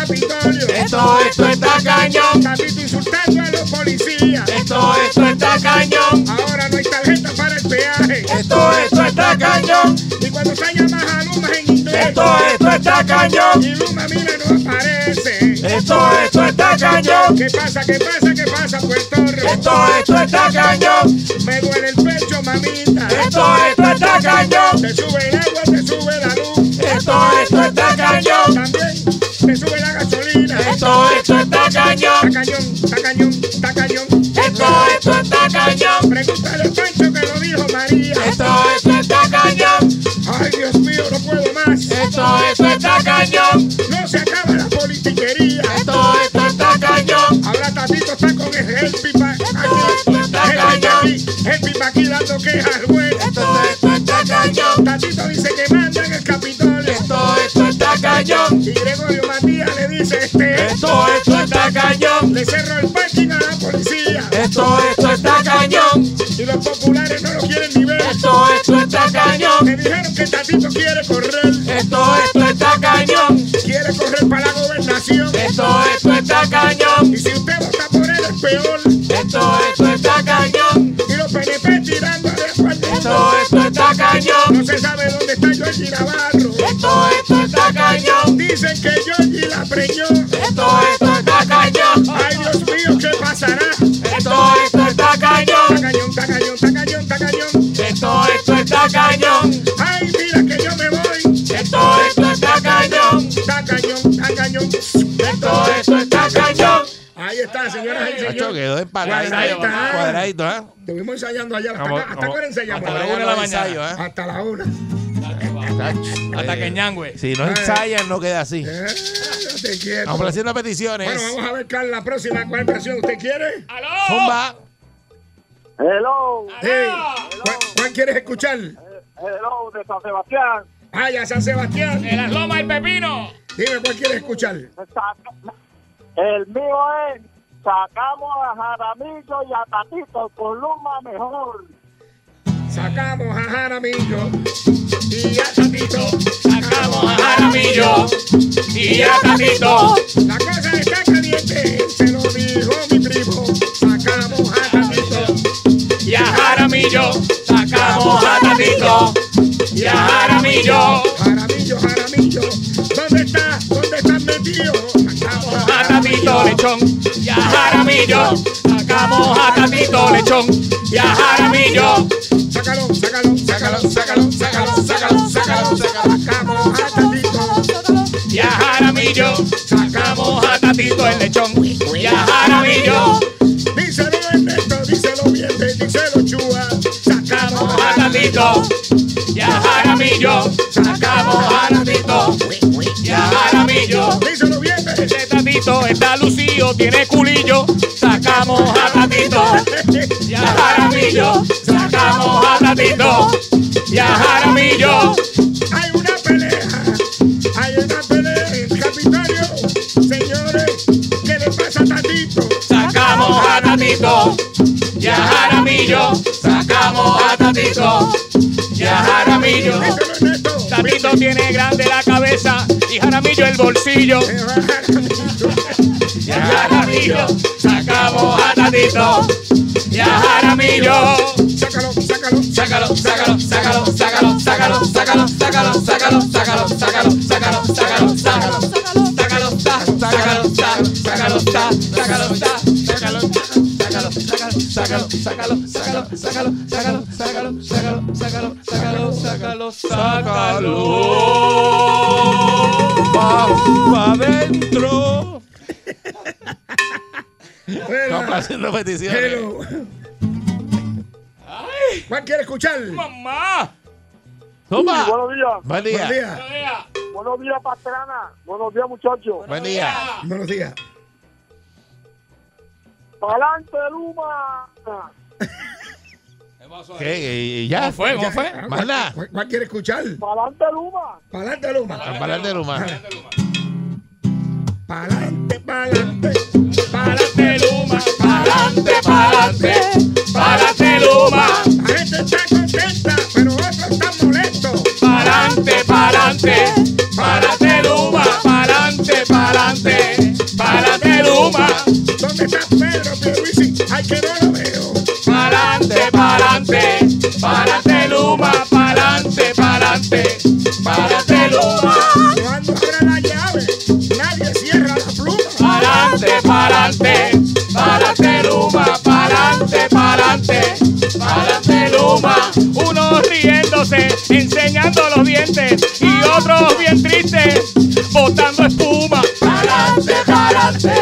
Esto, esto está cañón. Tapito insultando a los policías. Esto, esto está cañón. Ahora no hay tarjeta para el peaje. Esto, esto está cañón. Y cuando se llama a Luma en inglés. Esto, esto está cañón. Y Luma, mira, no aparece. Esto, esto está cañón. ¿Qué pasa, qué pasa, qué pasa, Puerto Rico? Esto, esto está cañón. Me duele el pecho, mamita. Esto, esto está cañón. Te sube el agua, te sube la luz. Esto, esto está cañón. También te sube la gasolina. Esto, esto está cañón. Está cañón, está cañón, está cañón. Esto, esto está cañón. Pregúntale a Pancho que lo dijo María. Esto, esto está cañón. Ay, Dios mío, no puedo más. Esto, esto está cañón. No se acaba la politiquería. Esto, esto está cañón. Ahora Tatito está con el helpy pa' aquí. Esto, está cañón. Helpy pa' aquí dando quejas, güey. Esto, esto está cañón. Tatito dice que mandan el Capitolio. Esto, esto está cañón. Y Gregorio Matías le dice este. Esto, esto está cañón. Le cerró el parking a la policía. Esto, esto está cañón. Y los populares no lo quieren ni ver. Esto, esto está cañón. Me dijeron que Tatito quiere correr. Esto, esto está cañón. Quiere correr para la gobernación. Esto, esto está cañón. Y si usted vota por él es peor. Esto, esto está cañón. Y los PNP tirando a la Esto, esto está cañón. No se sabe dónde está Georgie Navarro. Esto, esto está cañón. Dicen que Georgie la preñó. Esto, esto está cañón. Ay, Dios mío, ¿qué pasará? Esto, esto está cañón. Está cañón, está cañón, está cañón, está cañón. Esto, esto está cañón. Ay, mira que yo me voy. Esto, esto está cañón. Está cañón, está cañón. Esto, esto está cañón. Ahí está, señoras y señores. Chacho, quedó empatadito. Cuadradito, ¿ah? Cuadradito, ¿eh? Estuvimos ensayando ayer. ¿Hasta, Vamos, acá- hasta vamos. qué hora ensayamos? Hasta la una de la mañana. Hasta la una. Hasta que ñangüe. Si no Ay. ensayan, no queda así. Te quiero. Vamos haciendo peticiones. Bueno, vamos a ver, Carla, la próxima. ¿Cuál canción usted quiere? ¡Aló! Zumba. ¡Hello! ¿Cuál, cuál quieres escuchar? Eh, Hello, de San Sebastián. ¡Ay, a San Sebastián! De las lomas, el pepino. Dime, ¿cuál quieres escuchar? El mío es, sacamos a Jaramillo y a Tatito con Luma mejor. Sacamos a Jaramillo y a Tatito. Sacamos a Jaramillo y a Tatito. La cosa está caliente, se lo dijo mi primo. Sacamos a Tatito y a Jaramillo. Sacamos a Tatito y a Jaramillo. Jaramillo, Jaramillo, ¿dónde está? ¿Dónde estás metido? Sacamos a Tatito lechón y a Jaramillo. Sacamos a Tatito lechón y a Jaramillo. Sácalo, sácalo, sácalo, sácalo, sácalo, sácalo, sácalo, sácalo. Sacamos a Tatito y a Jaramillo. Sacamos a Tatito el lechón y a Jaramillo. Díselo Ernesto, díselo bien, díselo Chua. Sacamos a Tatito y a Jaramillo. Sacamos a Tatito y a Jaramillo. Díselo bien, ese Tatito está lucido, tiene culillo. Sacamos a Tatito y a Jaramillo. Sacamos a Tatito y a Jaramillo. Hay una pelea, hay una pelea en Capitolio. Señores, ¿qué le pasa a Tatito? Sacamos a Tatito y a Jaramillo. Sacamos a Tatito y a Jaramillo. Tatito tiene grande la cabeza y Jaramillo el bolsillo. Y a Jaramillo, sacamos a Tatito y a Jaramillo. Sácalo, sácalo, sácalo, sácalo, sácalo, sácalo, sácalo, sácalo, sácalo, sácalo, sácalo, sácalo, sácalo, sácalo, sácalo. Sácalo, sa, sácalo, sa, sácalo, sa, sácalo, sa, sácalo, sácalo, sácalo, sácalo, sácalo, sácalo, sácalo, sácalo, sácalo, sácalo, sácalo, sácalo, sácalo. Pa' adentro. Estamos haciendo peticiones. Hello. ¿Cuál quiere escuchar? ¡Mamá! Zumba. Sí, buenos días. Buen día. Buen día. Buenos días, Pastrana. Buenos días, muchachos. Buen día. Buenos días. ¡Palante, Luma! ¿Qué? ¿Y ya? ¿Cómo fue? ¿Cómo fue? Más nada. ¿Cuál- ¿Cuál quiere escuchar? ¡Palante, Luma! Palante Luma. Ah, Palante Luma. Palante, palante. Palante Luma. Palante, palante. Palante Luma. La gente está contenta, pero otros están molestos. Palante, palante. Palante Luma. Palante, palante. Palante. Párate Luma, pa'lante, pa'lante, párate Luma. Cuando abre la llave, nadie cierra la pluma. Pa'lante, pa'lante, párate Luma, pa'lante, pa'lante, pa'lante Luma. Unos riéndose, enseñando los dientes, y otros bien tristes, botando espuma. Pa'lante, pa'lante,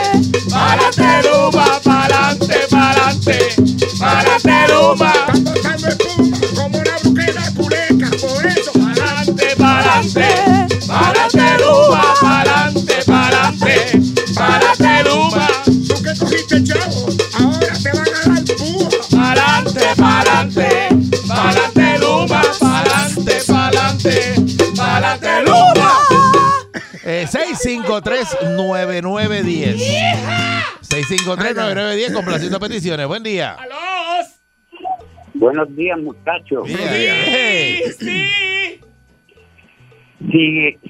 pa'lante Luma, pa'lante, pa'lante, pa'lante Luma. Pa'lante, pa'lante, pa'lante Luma, pa'lante, pa'lante, pa'lante Luma. Tú que cogiste chavo, ahora te van a dar púa. Pa'lante, pa'lante, pa'lante Luma, pa'lante, pa'lante, pa'lante Luma. Eh, 653-9910. 653-9910, complaciendo peticiones. Buen día. Buenos días, muchachos. Si,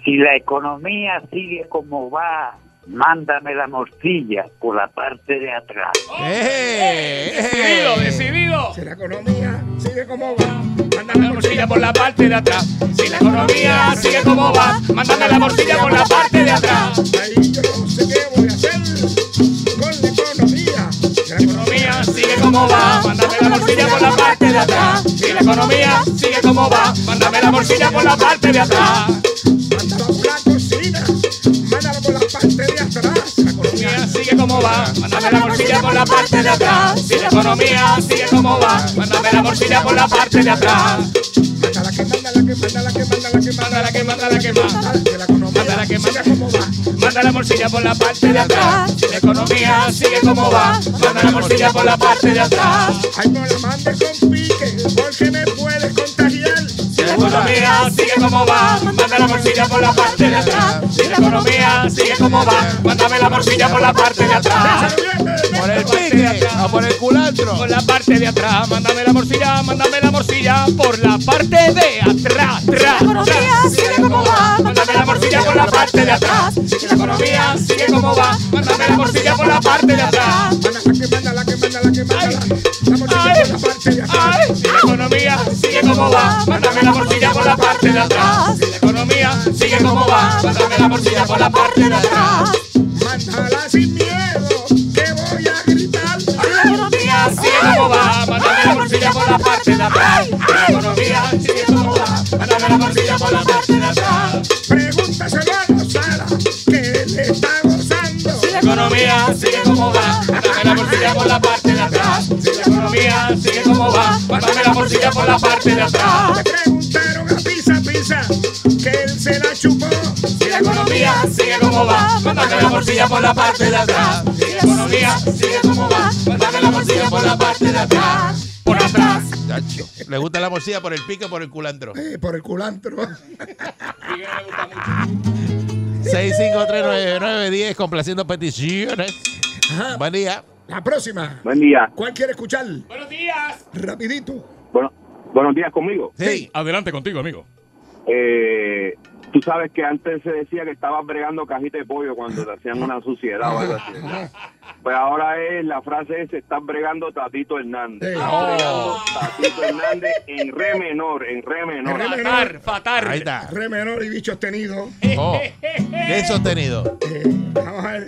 si la economía sigue como va, mándame la morcilla por la parte de atrás. ¡Eh! ¡Eh! Decidido, decidido. Si la economía sigue como va, mándame la morcilla por la parte de atrás. Si la economía sigue como va, mándame la morcilla por la parte de atrás. Ahí yo no sé qué voy a hacer con la economía. Si la economía sigue como va, mándame la morcilla por la parte de atrás. Si la economía sigue como va, mándame la morcilla por la parte de atrás. sigue como va, mándame la morcilla por la parte de atrás. Si la economía sigue como va, mándame la morcilla por la parte de atrás. Manda la que manda la que manda la que manda la que manda la que manda la que manda. Manda la morcilla por la parte de atrás. Si la economía sigue como va, manda la morcilla por la parte de atrás. Ay, no la mandes con pique, porque me puedes contagiar. Si la economía sigue como va, manda la morcilla por la parte de atrás. Si la economía sigue como va, mándame la morcilla por la parte de atrás. Por el pique, por el culantro. Por la parte de atrás, mándame la morcilla, mándame la morcilla por la parte de atrás. Tra, tra. Sigue como va, mándame la morcilla por la parte de atrás. Si la economía sigue como va, mándame la morcilla por la parte de atrás. Ay, si la economía sigue como va, mándame la morcilla por la parte de atrás. Si la economía sigue como va, mándame la morcilla por la parte de atrás. Mándala sin miedo, que voy a gritar. La economía sigue como va, mándame la morcilla por la parte de atrás. La economía sigue como va, mándame la morcilla por la parte de atrás. Pregúntaselo a Rosala, que le está gozando. Si la economía sigue como va, mándame la morcilla por la parte de atrás. Si la economía sigue como va, mándame la morcilla por la parte de atrás. Le preguntaron a Pisa Pisa, que él se la chupó. Si la economía sigue como va, mándame la morcilla por la parte de atrás. Si la economía sigue como va, mándame la morcilla por la parte de atrás. Por atrás. Le gusta la morcilla por el pique o por el culantro. por el culantro. 6539910, complaciendo peticiones. Buen día. La próxima. Buen día. ¿Cuál quiere escuchar? Buenos días. Rapidito. Bueno, buenos días conmigo. Sí. Adelante contigo, amigo. Eh, tú sabes que antes se decía que estabas bregando cajita de pollo cuando te hacían una suciedad o algo así. Pues ahora es, la frase es, estás bregando Tatito Hernández. Estás Eh. bregando Oh. Tatito Hernández Ah, en re menor, en re menor. Fatar, fatar. Ahí está. Re menor y bichos tenidos. Oh, ¿Qué sostenido? Vamos a ver.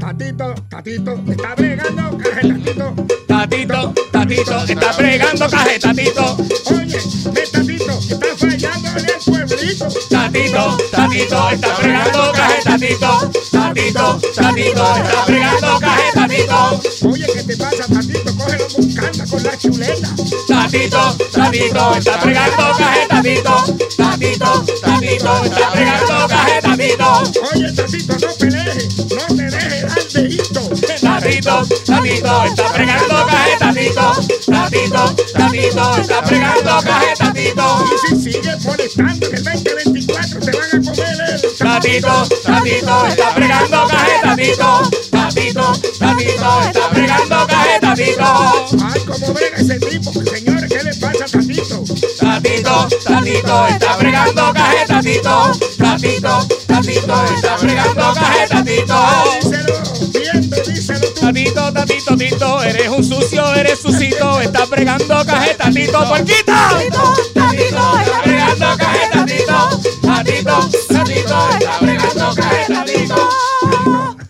Tatito, Tatito, está bregando cajetatito. Tatito, Tatito, está bregando cajetatito. Oye, ve Tatito, está fallándole al pueblito. Tatito, tatito, está fregando cajetatito. Tatito, tatito, está fregando cajetatito. Oye, ¿qué te pasa, Tatito? Cógelo con calma, con la chuleta. Tatito, tatito, está fregando cajetatito. Tatito, tatito, está fregando cajetatito. Oye, Tatito, no pelees, no te dejes dar de hito. Tatito, tatito, está fregando cajetatito. Tatito, tatito, está fregando cajetatito. Y si sigues molestando en el 2024, te van a comer el... Tatito, tatito, está fregando cajetatito. Tatito, tatito, está fregando cajetatito. Ay, cómo brega ese tipo, señores, ¿qué le pasa a Tatito? Tatito, tatito, está fregando cajetatito. Tatito, tatito, está fregando cajetatito. Díselo, viendo, díselo tú. Tatito, tatito, tito, eres un sucio. sucio, eres sucito, estás fregando cajeta, tito, puerquito. Tito, tatito, está fregando cajeta, tito, tatito, tatito, está fregando cajeta, tito.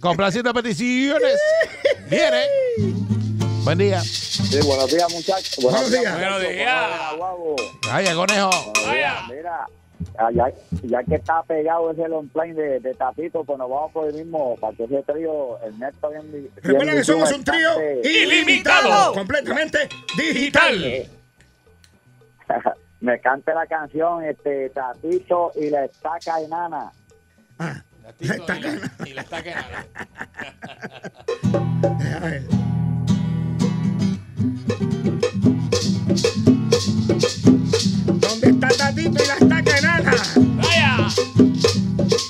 Complaciendo peticiones. Viene. Buen día. Sí, buenos días, muchachos. Buenos días. muchachos. Buenos días. Buenos días, guapo. Vaya, conejo. Buenos días, Mira, ah, ya, ya que está pegado ese long play de, de Tapito, pues nos vamos por el mismo, para que ese trío, el neto bien... bien Recuerda que somos un trío bastante- ilimitado, completamente digital. Me canta la canción, este, Tapito y la estaca enana. Y la está quedando. ¿Dónde está Tatito y la estaca enana? ¡Vaya!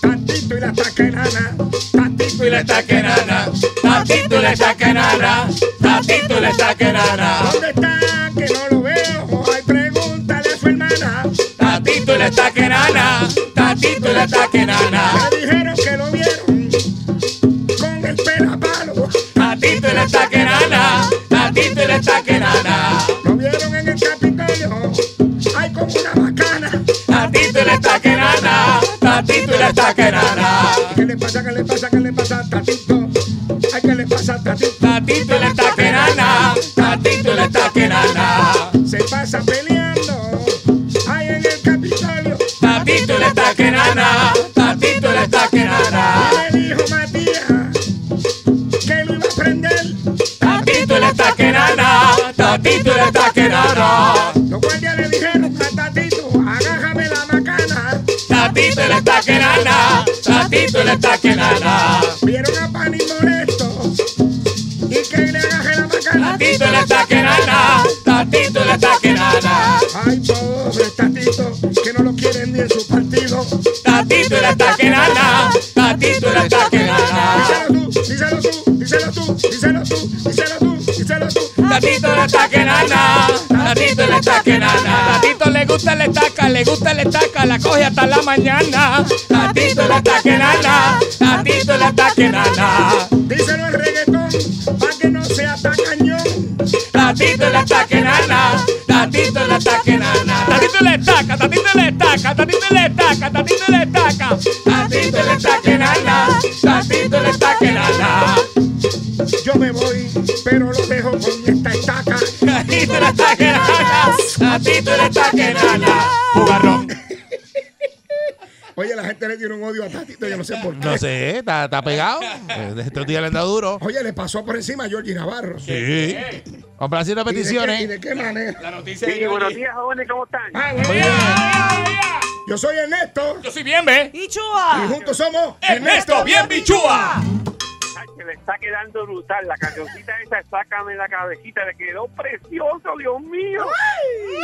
Tatito y la estaca enana. Tatito y la estaca enana. Tatito y la estaca enana, tatito y la estaca enana. ¿Dónde está? Que no lo veo. Ay, pregúntale a su hermana. Tatito y la estaca enana, tatito y la estaca enana. Me dijeron que lo vieron con el pelo a palo. Tatito y la estaca enana, tatito y la estaca enana. Lo vieron en el Capitolio. Ay, como una bacana. Tatito y la estaca enana, tatito y la estaca enana. ¿Qué le pasa? ¿Qué le pasa? ¿Qué le pasa a Tatito? Ay, ¿qué le pasa a Tatito? Tatito y la estaca enana, tatito y la estaca enana. Se pasa peleando. Ay, en el Capitolio. Tatito y la estaca enana, tatito y la estaca enana. Me dijo Matías que lo iba a prender. Tatito y la estaca enana, tatito y la estaca enana. Los guardias le dijeron a Tatito, agájame la macana. Tatito y la estaca enana, tatito y la estaca enana. Vieron a Pani molesto y que le agaje la macana. Tatito y la estaca enana, tatito y la estaca enana. Ay, pobre Tatito, que no lo quieren ni en su partido. Tatito y la estaca enana, tatito y la estaca enana. Díselo tú, díselo tú, díselo tú, díselo tú, díselo tú. Tatito le estaca enana, tatito le estaca enana. Tatito le gusta la estaca, le gusta la estaca, la coge hasta la mañana. Tatito la estaca enana, tatito la estaca enana. Díselo al reggaetón, pa' que no sea tacañón. Tatito la estaca enana, tatito la estaca enana. Tatito le estaca, tatito le estaca, tatito le estaca, tatito le estaca. Tatito le estaca enana, tatito le estaca enana. Yo me voy, pero lo dejo con esta estaca. Tatito la estaca enana, tatito le estaca enana. Oye, la gente le tiene un odio a Tatito, yo no sé por qué. No sé, está, está pegado. Eh, Estos días le han dado duro. Oye, le pasó por encima a Georgie Navarro. Sí. Complaciendo ¿Y de qué- peticiones. ¿Y de qué manera? La noticia Sí, buenos días, jóvenes, ¿cómo están? Muy bien. Yo soy Ernesto. Yo soy Bienve. Y Chua. Y juntos somos Ernesto Bien Bichúa. que le está quedando brutal. La cancioncita esa, sácame la cabecita, le quedó precioso, Dios mío.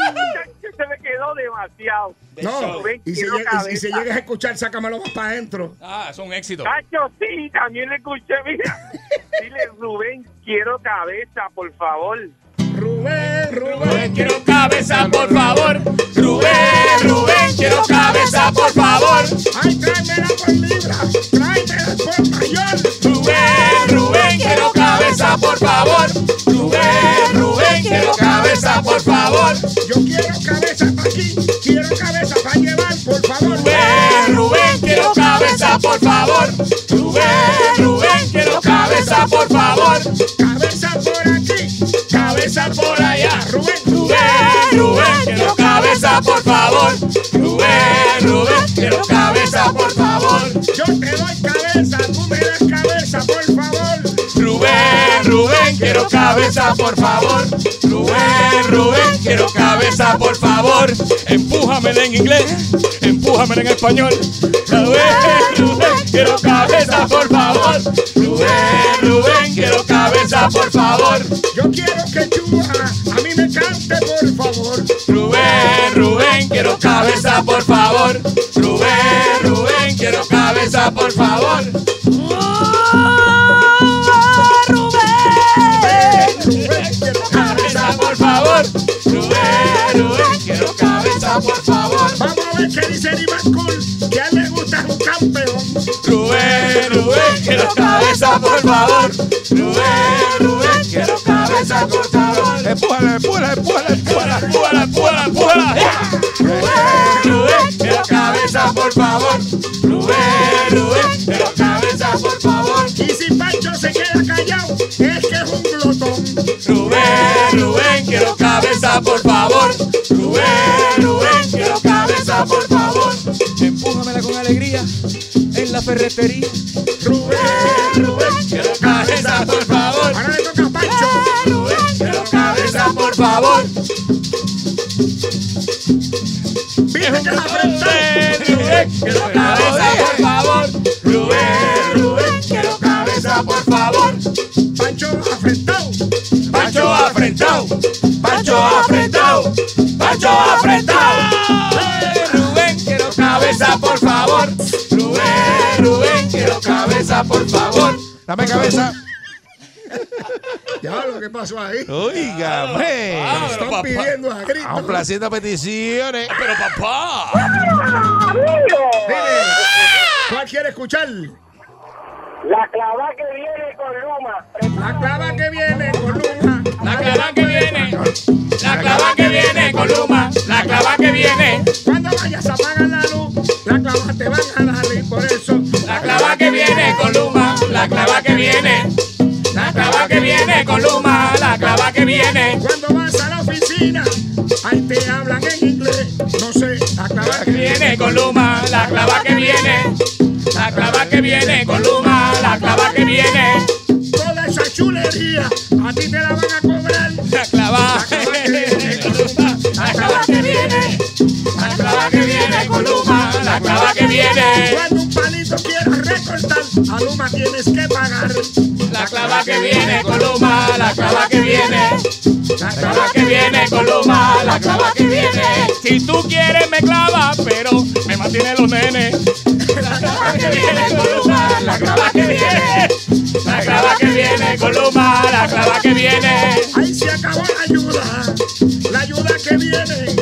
Muchacho, Se me quedó demasiado. No, Ven, y si, quiero llega- y si cabeza. llegas a escuchar, sácamelo más para adentro. Ah, es un éxito. Cacho, sí, también le escuché, mira. Dile, Rubén, quiero cabeza, por favor. Rubén, Rubén, quiero cabeza, por favor. Rubén, Rubén, quiero cabeza, por favor. Ay, tráemela por libra, tráemela por mayor. Rubén, Rubén, quiero cabeza, por favor. Rubén, Rubén, quiero cabeza, por favor. Yo quiero cabeza para aquí, quiero cabeza para llevar, por favor. Rubén, Rubén, quiero cabeza, por favor. Rubén, Rubén, quiero cabeza, por favor. Cabeza por aquí, Cabeza por allá. Rubén, Rubén, Rubén, quiero cabeza, por favor. Rubén, Rubén, quiero cabeza, por favor. yo te doy cabeza, tú me das cabeza, por favor. Rubén, Eh, Rubén, quiero cabeza, por favor. Rubén, Rubén, quiero cabeza, por favor. Empújamela en inglés, empújamela en español. Rubén, Rubén, quiero cabeza, por favor. Rubén, Rubén, quiero cabeza, por favor. Yo quiero que tú a, a mí me cante, por favor. Rubén, Rubén, quiero cabeza, por favor. Rubén, Rubén, quiero cabeza, por favor. Cabeza, por favor. Rubén, Rubén, quiero cabeza, por favor. Vamos a ver qué dice Cool, que a él le gusta un campeón. Rubén, Rubén, quiero cabeza, por favor. Rubén, Rubén, quiero cabeza, Empújala, empújala, empújala, empújala, empújala, empújala, empújala. Rubén, Rubén, quiero cabeza, por favor. Rubén, Rubén, quiero cabeza, por favor. Y si Pancho se queda callado, es que es un glotón. Rubén, Rubén, quiero cabeza, por favor. Rubén, Rubén, quiero cabeza, por favor. Empújamela con alegría en la ferretería. Rubén, Rubén, quiero cabeza, por favor. Ahora le toca Pancho. Rubén, quiero cabeza, por favor. Viejo que Rubén, quiero cabeza, por favor. Rubén, Rubén, quiero cabeza, por favor. Pancho afrentado. Pancho afrentado. Pancho afrentado. Pancho afrentado. Ay, Rubén, quiero cabeza, por favor. Rubén, Rubén, quiero cabeza, por favor. Dame cabeza. Ya lo que pasó ahí. Oígame. Lo están pidiendo a gritos. Complaciendo peticiones. Pero papá. ¿Cuál quiere escuchar? La clava que viene con Luma. La clava que viene con Luma. La clava que viene. La clava que viene con Luma. La clava que viene. Cuando vayas a apagar la luz, la clava te van a dar y por eso. La clava que viene con Luma. La clava que viene. La clava que viene con Luma. La clava que viene. Cuando vas a la oficina, ahí te hablan en inglés. No sé, la clava que Viene con Luma. La clava que viene. La clava que viene con Luma. La clava que viene. Toda esa chulería, a ti te la van a cobrar. La clava. La clava que viene. La clava que viene con Luma. La clava que viene. Cuando un palito quiera recortar, a Luma tienes que pagar. La clava que viene con Luma. La clava que viene. La clava que viene con Luma. La clava que viene. Si tú quieres me clava, pero me mantiene los nenes. La clava que viene con Luma. La clava que viene. La clava que viene con Luma. La clava que viene. Ahí se acabó la ayuda, la ayuda que viene.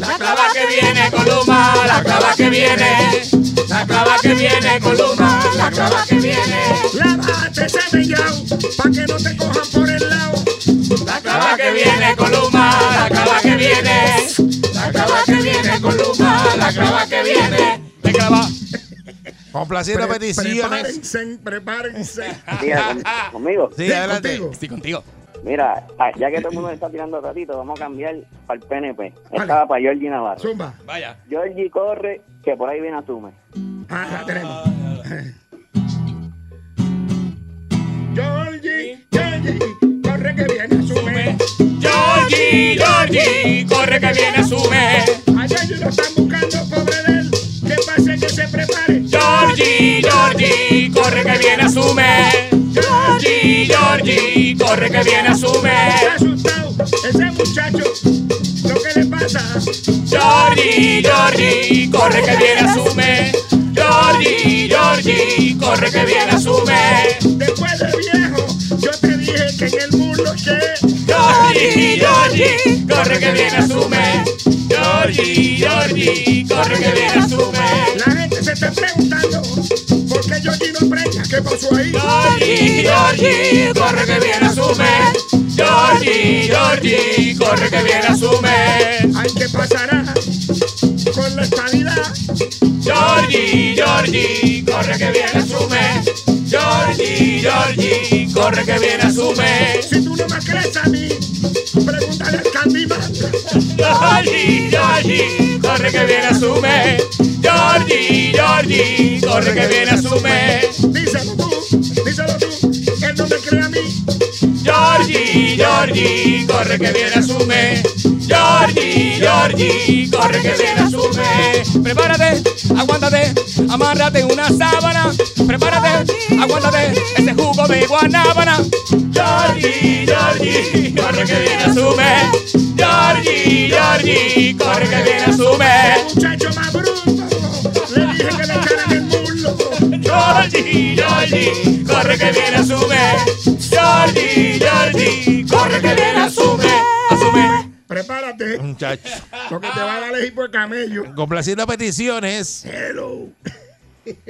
La clava que viene con Luma, la clava que viene. La clava que viene con Luma, la clava que viene. Lávate ese mellao, pa' que no te cojan por el lado. La clava que viene con Luma, la clava que viene. La clava que viene con Luma, la clava que viene. La clava. Complaciendo Pre- peticiones. Prepárense, prepárense. Mira, con- conmigo. Sí, Sí, adelante. contigo. Sí, contigo. Mira, ah, ya que todo el mundo le está tirando ratito, vamos a cambiar para el PNP. Estaba para Georgie Navarro. Zumba. Vaya. Georgie corre, que por ahí viene Asume. Ah, la tenemos. Georgie, Georgie, corre que viene, sube. Georgie, Georgie, corre que viene, asume. Allá ellos lo están buscando, pobre de él. Que pase que se prepare. Georgie, Georgie, corre que viene, asume. Georgie, Georgie, corre que viene, Está asume. asustado ese muchacho. Lo que le pasa. Georgie, Georgie, corre que viene, asume. Georgie, Georgie, corre que viene, asume. Después de viejo, yo te dije que en el mundo que. Georgie, Georgie, corre que viene, asume. Georgie, Georgie, corre que viene, asume. La gente se está preguntando por qué Georgie no preña. ¿Qué pasó ahí? Georgie, Georgie, corre que viene, asume. Georgie, Georgie, corre que viene, asume. Ay, ¿qué pasará con la estabilidad? Georgie, Georgie, corre que viene, asume. Georgie, Georgie, corre que viene, asume. Si tú no me crees a mí, pregúntale al Candyman. Georgie, Georgie, corre que viene, asume. Georgie, Georgie, corre que viene, asume. Díselo tú, díselo tú, él no me cree a mí. Georgie, Georgie, corre que viene, asume. Georgie, Georgie, corre que viene, asume. Prepárate, aguántate, amárrate una sábana. Prepárate, aguántate, ese jugo de guanábana. Georgie, Georgie, corre que viene, asume. Georgie, Georgie, corre que viene, asume. Muchacho más bruto, le dije que le echaran el mulo. Georgie, Georgie, corre que viene, asume. Georgie, Georgie, corre que viene, asume, asume. Prepárate, Muchacho. lo que te va a dar es hipo de camello. Complaciendo peticiones. Hello.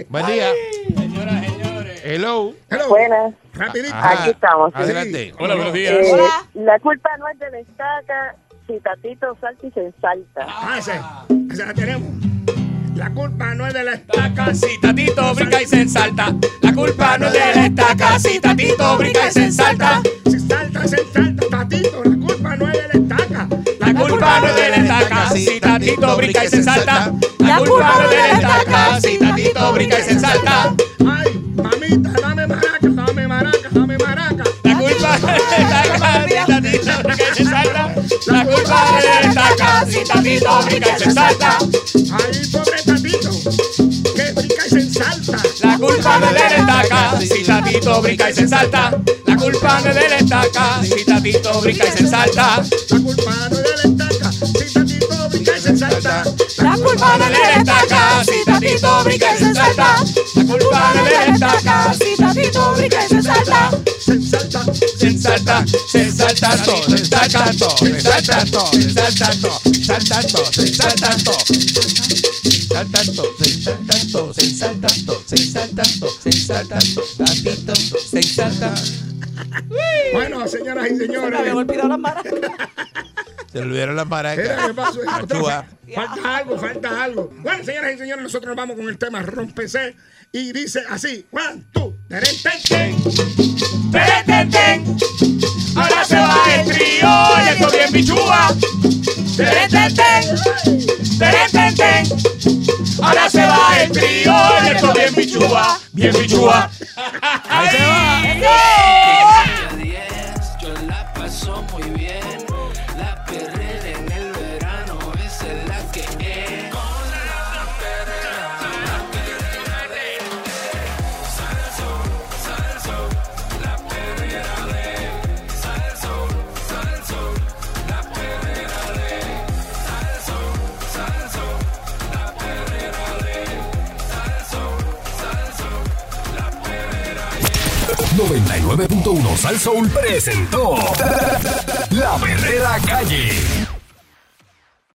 Buen día. Señoras, señores. Hello. Buenas. Rapidito. Aquí estamos. sí. Adelante. Eh, La culpa no es de Destaca, si Tatito salta y se salta. Ah, esa, esa la tenemos. La culpa no es de la estaca, si Tatito brinca y se salta. La culpa no es de la estaca, si Tatito brinca y se salta. Se salta, se salta, Tatito. La culpa no es de la estaca. La culpa no es de la estaca, si Tatito brinca y se salta. La culpa no es de la estaca, si Tatito brinca y se salta. Ay, mamita, dame maraca, dame maraca, dame maraca. La culpa no es de la estaca, si Tatito brinca y se salta. La culpa no es de la estaca, si Tatito brinca y se salta. Ay, pobre Tatito, que brinca y se salta. La culpa no es de la estaca, si Tatito brinca y se salta. La culpa no es de la estaca, si Tatito brinca y se salta. La culpa no es de la estaca, si Tatito brinca y se salta. La culpa no es de la estaca, si Tatito brinca y se salta. Se salta, se salta, todo, se salta todo, se salta todo, se salta todo, se salta todo, se salta todo. Salta todo, se salta todo, se salta todo, se salta todo, se salta todo, Tatito, se salta. Bueno, señoras y señores. Se le olvidaron las Mira, ¿qué maracas. pasó? Achúa. Falta algo, falta algo. Bueno, señoras y señores, nosotros nos vamos con el tema Rompese y dice así: One, two, teren, ten, ten. Teren, ten, ten. Ahora se va el trío y esto bien bichúa. Tere, ten, ten. Tere, ten, ten. Ahora se va el trío y esto bien bichúa. Bien bichúa. Yo la paso muy bien. La perrera en el verano, esa es la que es. Con la perrera, la perrera de Sale el sol, sale el sol, la perrera de Sale el sol, sale el sol, la perrera de Sale el sol, sale el sol, la perrera de Sale el sol, sale el sol, la perrera de 99.1 Sal Soul presentó La Verdadera Calle.